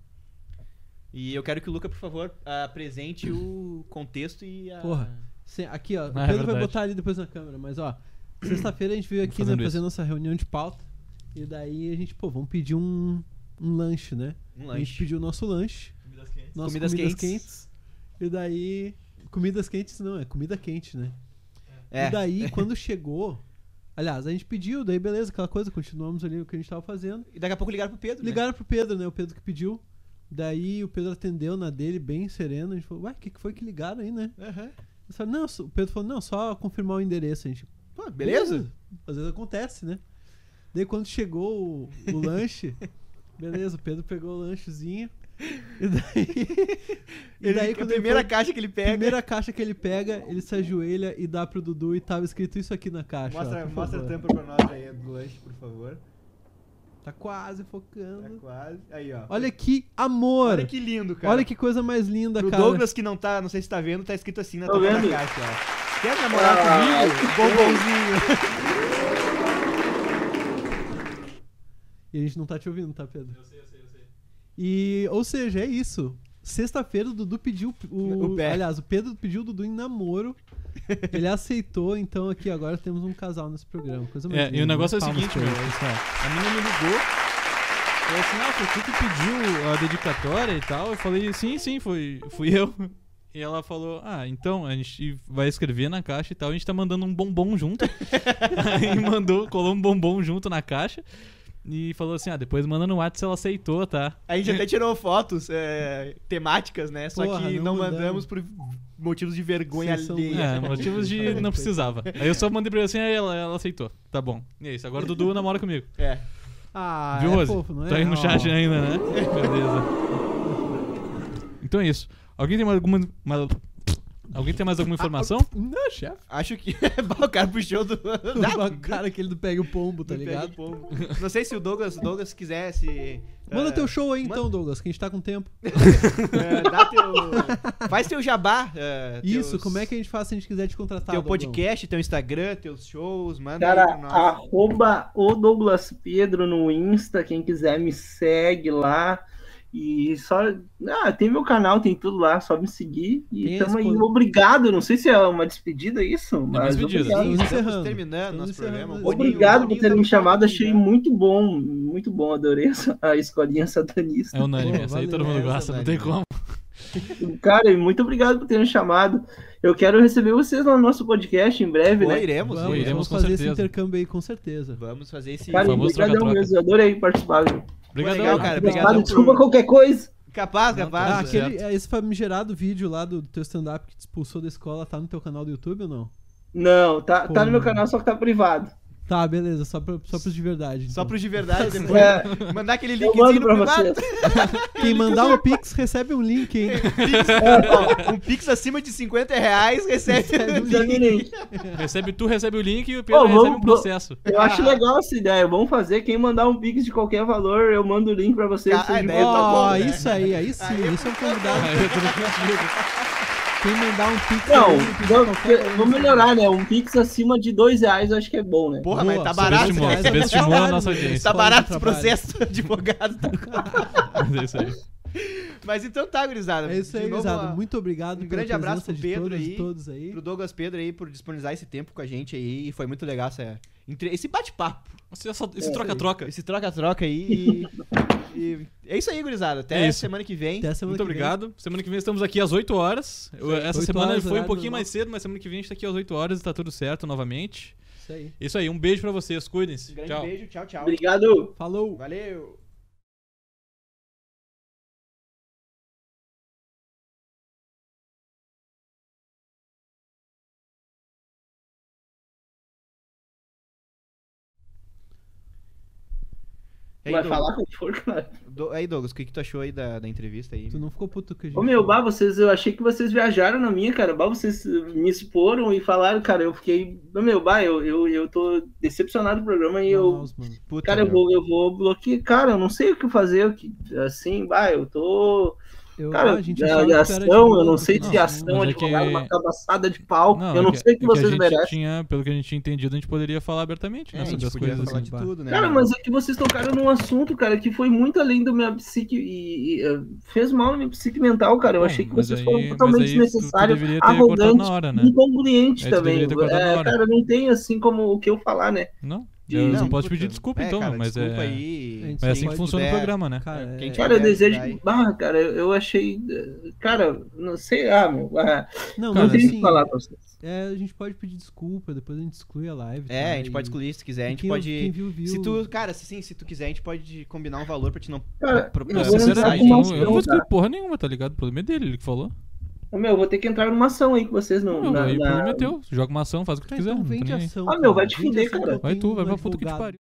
Speaker 2: E eu quero que o Luca, por favor, ah, apresente o contexto e a.
Speaker 9: Porra. Se- Aqui, ó. O
Speaker 3: Ah, é
Speaker 9: Pedro vai
Speaker 3: verdade. Tá
Speaker 9: botar ali depois na câmera, mas ó. Sexta-feira a gente veio aqui,
Speaker 3: Fazendo
Speaker 9: né,
Speaker 3: isso.
Speaker 9: fazer nossa reunião de pauta. E daí a gente, pô, vamos pedir um, um lanche, né?
Speaker 2: Um
Speaker 9: A gente
Speaker 2: lanche.
Speaker 9: pediu o nosso lanche. Nossas
Speaker 2: Comidas quentes.
Speaker 9: comidas, quentes. E daí. Comidas quentes não, é comida quente, né?
Speaker 2: É.
Speaker 9: E daí, quando chegou. Aliás, a gente pediu, daí beleza, aquela coisa, continuamos ali o que a gente tava fazendo.
Speaker 2: E daqui a pouco ligaram pro Pedro. né?
Speaker 9: Ligaram pro Pedro, né? O Pedro que pediu. Daí o Pedro atendeu na dele, bem sereno. A gente falou, ué, o que, que foi que ligaram aí, né?
Speaker 2: Aham.
Speaker 9: Eles falaram, não, só- o Pedro falou, não, só confirmar o endereço. A gente,
Speaker 2: Pô, beleza?
Speaker 9: às vezes acontece, né? Daí quando chegou o, o lanche, beleza, o Pedro pegou o lanchezinho. E daí. e daí
Speaker 2: a
Speaker 9: quando ele
Speaker 2: primeira
Speaker 9: foi-
Speaker 2: caixa que ele pega.
Speaker 9: primeira caixa que ele pega, ele se ajoelha e dá pro Dudu e tava escrito isso aqui na caixa. ó,
Speaker 2: Mostra,
Speaker 9: por
Speaker 2: mostra a
Speaker 9: favor.
Speaker 2: tampa pra nós aí do lanche, por favor.
Speaker 9: Tá quase
Speaker 2: Tá
Speaker 9: focando.
Speaker 2: quase. Aí, ó.
Speaker 9: Uhum. Olha que amor!
Speaker 2: Olha que lindo, cara.
Speaker 9: Olha que coisa mais linda,
Speaker 2: Pro
Speaker 9: cara.
Speaker 2: Douglas que não tá, não sei se tá vendo, tá escrito assim na
Speaker 4: Tô
Speaker 2: tampa da
Speaker 4: vendo. Ah.
Speaker 2: caixa, ó. Quer namorar comigo? Bombonzinho.
Speaker 9: E a gente não tá te ouvindo, tá, Pedro? Eu sei, eu sei, eu sei. E, ou seja, é isso. Sexta-feira o Dudu pediu o,
Speaker 2: O pé.
Speaker 9: aliás, o Pedro pediu o Dudu em namoro. Ele aceitou, então aqui agora temos um casal nesse programa. Coisa mais
Speaker 3: É,
Speaker 9: linda,
Speaker 3: e o negócio é o
Speaker 9: Palmas
Speaker 3: seguinte,
Speaker 9: pra
Speaker 3: meu.
Speaker 9: ele.
Speaker 3: A menina me ligou. Falou assim, ah, foi tu que pediu a dedicatória e tal. Eu falei, sim, sim, foi, fui eu. E ela falou, ah, então, a gente vai escrever na caixa e tal, a gente tá mandando um bombom junto. Aí mandou, colou um bombom junto na caixa. E falou assim: ah, depois manda no WhatsApp se ela aceitou, tá?
Speaker 2: A gente até tirou fotos é, temáticas, né? Só
Speaker 9: Porra,
Speaker 2: que
Speaker 9: não
Speaker 2: não, mandamos por motivos de vergonha
Speaker 9: Vocês são
Speaker 2: alheia.
Speaker 3: É, motivos de não precisava. Aí eu só mandei pra ele assim, aí ela, ela aceitou. Tá bom. E é isso, agora o Dudu namora comigo.
Speaker 2: É.
Speaker 9: Ah,
Speaker 3: Viu,
Speaker 9: é
Speaker 3: Rose?
Speaker 9: fofo, não é?
Speaker 3: Tá aí no
Speaker 9: Ó.
Speaker 3: chat ainda, né? Beleza. Então é isso. Alguém tem mais alguma. mais- Alguém tem mais alguma informação?
Speaker 9: Não, chefe.
Speaker 2: Acho que é o cara puxou do.
Speaker 9: O cara aquele do Pega o Pombo, tá
Speaker 2: Do pé
Speaker 9: ligado?
Speaker 2: do povo. Não sei se o Douglas, Douglas quisesse.
Speaker 9: Manda
Speaker 2: eh,
Speaker 9: teu show aí então, Douglas, que a gente tá com tempo.
Speaker 2: eh, dá teu- faz teu jabá. eh,
Speaker 9: Isso,
Speaker 2: teus-
Speaker 9: como é que tá, a gente faz se a gente quiser te contratar?
Speaker 2: Teu
Speaker 9: Douglas?
Speaker 2: podcast, teu Instagram, teus shows, manda
Speaker 4: Cara,
Speaker 2: aí pra nós.
Speaker 4: arroba o Douglas Pedro no Insta, quem quiser me segue lá. E só. Ah, tem meu canal, tem tudo lá, só me seguir.
Speaker 9: Tem
Speaker 4: E tamo
Speaker 9: as
Speaker 4: aí.
Speaker 9: coisas-
Speaker 4: Obrigado. Não sei se é uma despedida isso, mas.
Speaker 3: despedida.
Speaker 4: Obrigado,
Speaker 9: Estamos
Speaker 2: Estamos
Speaker 9: encerrando.
Speaker 2: terminando
Speaker 9: Estamos
Speaker 2: nosso
Speaker 9: encerrando.
Speaker 2: programa. O Boninho-
Speaker 4: Obrigado
Speaker 2: o
Speaker 4: por
Speaker 2: Boninho
Speaker 4: ter
Speaker 2: tá
Speaker 4: me
Speaker 2: muito
Speaker 4: chamado,
Speaker 2: bem,
Speaker 4: achei
Speaker 2: né?
Speaker 4: muito bom, muito bom, adorei essa- a escolinha satanista.
Speaker 3: É unânime,
Speaker 9: Pô,
Speaker 3: essa aí
Speaker 9: valeu,
Speaker 3: todo mundo
Speaker 9: essa, é
Speaker 3: gosta, não tem
Speaker 2: valeu.
Speaker 3: como.
Speaker 2: um-
Speaker 4: Cara, e muito obrigado por ter me chamado. Eu quero receber vocês lá no nosso podcast em breve,
Speaker 2: Pô,
Speaker 4: né?
Speaker 2: iremos,
Speaker 9: Vamos,
Speaker 3: iremos
Speaker 9: vamos
Speaker 3: com
Speaker 9: fazer esse
Speaker 3: certeza.
Speaker 9: intercâmbio aí com certeza.
Speaker 2: Vamos fazer esse.
Speaker 4: Cara,
Speaker 3: famoso
Speaker 4: obrigadão
Speaker 3: troca-troca.
Speaker 4: mesmo, adorei participar.
Speaker 3: Obrigadão,
Speaker 2: legal, cara,
Speaker 3: obrigado.
Speaker 2: obrigadão.
Speaker 4: Desculpa
Speaker 2: por-
Speaker 4: qualquer coisa.
Speaker 2: Capaz,
Speaker 9: Ah,
Speaker 2: capaz.
Speaker 9: aquele, é, esse famigerado vídeo lá do teu stand-up que te expulsou da escola tá no teu canal do YouTube ou não?
Speaker 4: Não, tá, tá
Speaker 9: Pô.
Speaker 4: no meu canal, só que tá privado.
Speaker 9: Tá, beleza, só, pra, só pros de verdade.
Speaker 2: Só
Speaker 9: então.
Speaker 2: pros de verdade, depois
Speaker 4: É,
Speaker 2: mandar aquele
Speaker 4: eu
Speaker 2: linkzinho
Speaker 4: mando
Speaker 2: no
Speaker 4: pra
Speaker 2: privado.
Speaker 4: vocês.
Speaker 9: Quem mandar o Pix recebe um link, hein?
Speaker 4: É.
Speaker 2: Ó, um pix acima de 50 reais recebe.
Speaker 4: Examinei.
Speaker 3: Recebe tu, recebe o link e o Pedro
Speaker 4: Ô,
Speaker 3: recebe
Speaker 4: vamos-
Speaker 3: um processo.
Speaker 4: Eu acho legal essa ideia, vamos fazer. Quem mandar um pix de qualquer valor, eu mando o link pra vocês.
Speaker 2: Ah,
Speaker 4: vocês
Speaker 2: é,
Speaker 4: divulgam.
Speaker 2: tá
Speaker 9: Ó,
Speaker 2: bom, né?
Speaker 9: isso aí, aí sim, isso é um convidado.
Speaker 3: Aí eu tô no
Speaker 2: é
Speaker 3: contigo.
Speaker 9: Quem mandar um Pix.
Speaker 4: Não,
Speaker 9: aí,
Speaker 4: não,
Speaker 9: qualquer
Speaker 4: porque-
Speaker 9: um,
Speaker 4: vamos melhorar, né? Um Pix acima de dois reais eu acho que é bom, né?
Speaker 2: Porra,
Speaker 9: Boa,
Speaker 2: mas tá barato.
Speaker 3: subestimou,
Speaker 2: né?
Speaker 3: subestimou a nossa audiência.
Speaker 2: Tá barato esse
Speaker 9: Trabalho.
Speaker 2: processo advogado. tá?
Speaker 3: Mas é isso aí.
Speaker 2: Mas então tá, gurizada.
Speaker 9: É isso
Speaker 2: De
Speaker 9: aí,
Speaker 2: novo,
Speaker 9: gurizada.
Speaker 2: ó,
Speaker 9: Muito obrigado.
Speaker 2: um
Speaker 9: pela
Speaker 2: grande abraço
Speaker 9: presença
Speaker 2: pro Pedro
Speaker 9: de todas e
Speaker 2: aí,
Speaker 9: todos aí.
Speaker 2: Pro Douglas Pedro aí por disponibilizar esse tempo com a gente aí. E foi muito legal essa, entre- esse bate-papo.
Speaker 3: Você só- Esse troca-troca.
Speaker 2: Esse troca-troca aí. E, e é isso aí, gurizada. Até
Speaker 3: É isso.
Speaker 2: semana que vem.
Speaker 9: Até semana
Speaker 3: Muito
Speaker 9: que
Speaker 3: obrigado. Semana que vem estamos aqui às 8 horas. Eu- Essa
Speaker 9: 8
Speaker 3: semana
Speaker 9: horas,
Speaker 3: foi um
Speaker 9: horário
Speaker 3: pouquinho
Speaker 9: normal.
Speaker 3: mais cedo, mas semana que vem a gente tá aqui às 8 horas e tá tudo certo novamente.
Speaker 9: Vem. Isso aí.
Speaker 3: Isso aí, um beijo pra vocês, cuidem-se.
Speaker 2: Grande
Speaker 3: Tchau.
Speaker 2: beijo, tchau, tchau.
Speaker 4: Obrigado.
Speaker 9: Falou.
Speaker 2: Valeu. E aí,
Speaker 4: Vai
Speaker 2: Douglas?
Speaker 4: falar como for, cara.
Speaker 2: Do- Aí, Douglas, o que, que tu achou aí da, da entrevista aí?
Speaker 9: Tu não ficou puto com a gente.
Speaker 4: Ô meu,
Speaker 9: falou?
Speaker 4: bah, vocês, eu achei que vocês viajaram na minha, cara. Bah, vocês me exporam e falaram, cara, eu fiquei. Ô, Meu, bah, eu, eu, eu tô decepcionado do programa e eu.
Speaker 9: Manaus, mano.
Speaker 2: Puta,
Speaker 4: Cara, eu
Speaker 2: meu.
Speaker 4: vou, eu vou bloquear. Cara, eu não sei o que fazer. eu que- Assim, bah, eu tô.
Speaker 9: Eu, ah,
Speaker 4: Cara,
Speaker 9: a gente achava
Speaker 4: a,
Speaker 9: que é tu era
Speaker 4: ação,
Speaker 9: advogado,
Speaker 4: eu não sei
Speaker 9: cara.
Speaker 4: se ação,
Speaker 3: mas é
Speaker 4: advogado,
Speaker 3: que-
Speaker 4: uma cabaçada de pau. eu
Speaker 3: é
Speaker 4: não sei o que,
Speaker 3: é
Speaker 4: vocês
Speaker 3: a gente
Speaker 4: merecem.
Speaker 3: Tinha, pelo que a gente tinha entendido, a gente poderia falar abertamente
Speaker 2: É,
Speaker 3: né,
Speaker 2: a
Speaker 3: sobre
Speaker 2: gente
Speaker 3: as
Speaker 2: podia
Speaker 3: coisas.
Speaker 2: falar
Speaker 3: Assim.
Speaker 2: de tudo, né?
Speaker 4: Cara, mas é que vocês tocaram num assunto, cara, que foi muito além do minha psique e, e, eh, fez mal na minha psique mental, cara. Eu
Speaker 3: Bom,
Speaker 4: achei que
Speaker 3: mas
Speaker 4: vocês
Speaker 3: aí-
Speaker 4: foram
Speaker 3: mas
Speaker 4: totalmente
Speaker 3: aí tu- tu
Speaker 4: desnecessários,
Speaker 3: deveria ter cortado
Speaker 4: arrogantes,
Speaker 3: na hora, né?
Speaker 4: incongruentes
Speaker 3: Aí tu
Speaker 4: também.
Speaker 3: deveria ter cortado na
Speaker 4: É,
Speaker 3: hora.
Speaker 4: cara, não tem assim como o que eu falar, né?
Speaker 3: Não?
Speaker 9: E-
Speaker 3: Eu não,
Speaker 9: Não,
Speaker 3: posso te
Speaker 2: puta.
Speaker 3: pedir desculpa
Speaker 2: É,
Speaker 3: então,
Speaker 2: cara,
Speaker 3: mas
Speaker 2: desculpa
Speaker 3: é...
Speaker 2: aí.
Speaker 9: A gente
Speaker 3: é assim
Speaker 9: só
Speaker 3: que
Speaker 9: pode-
Speaker 3: funciona o
Speaker 2: puder.
Speaker 3: programa, né?
Speaker 9: Cara,
Speaker 2: É, quem
Speaker 9: é-
Speaker 2: tiver-
Speaker 4: Cara, eu
Speaker 2: deve
Speaker 4: desejo.
Speaker 2: dar aí.
Speaker 4: Bah, cara, eu eu achei. Cara, não sei, ah, meu. ah,
Speaker 2: é?
Speaker 9: Não,
Speaker 3: Cara,
Speaker 4: não
Speaker 9: mas
Speaker 4: tenho o
Speaker 9: assim,
Speaker 4: que falar pra vocês.
Speaker 9: é, a gente pode pedir desculpa, depois a gente exclui a live.
Speaker 2: É,
Speaker 9: tá?
Speaker 2: a gente
Speaker 9: E-
Speaker 2: pode excluir se quiser,
Speaker 9: e
Speaker 2: a gente
Speaker 9: quem- Quem
Speaker 2: pode.
Speaker 9: viu, viu.
Speaker 2: Se tu, cara, se sim, se tu quiser, a gente pode combinar um valor pra te não.
Speaker 4: Cara,
Speaker 2: pro-
Speaker 4: eu
Speaker 2: pra-
Speaker 3: É,
Speaker 4: vou entrar
Speaker 3: sinceramente,
Speaker 4: tá com
Speaker 3: eu
Speaker 4: uma
Speaker 3: não, eu não vou
Speaker 4: ação, cara.
Speaker 3: descobrir porra nenhuma, tá ligado? O problema é dele, ele que falou.
Speaker 4: Ô, meu, eu vou ter que entrar numa ação aí que vocês não.
Speaker 3: Não,
Speaker 4: na-
Speaker 3: aí o
Speaker 4: na-
Speaker 3: problema é teu. Joga uma ação, faz o que tu
Speaker 9: Cara,
Speaker 3: quiser.
Speaker 9: então
Speaker 3: não tô
Speaker 9: vende
Speaker 3: nem aí.
Speaker 9: ação.
Speaker 4: Ah, meu,
Speaker 9: cara,
Speaker 4: vai te
Speaker 9: vende
Speaker 4: fuder,
Speaker 9: ação que
Speaker 4: cara.
Speaker 9: eu
Speaker 3: Vai
Speaker 9: tenho
Speaker 3: tu, vai
Speaker 9: um
Speaker 3: pra puta que te
Speaker 9: advogado.
Speaker 3: pariu.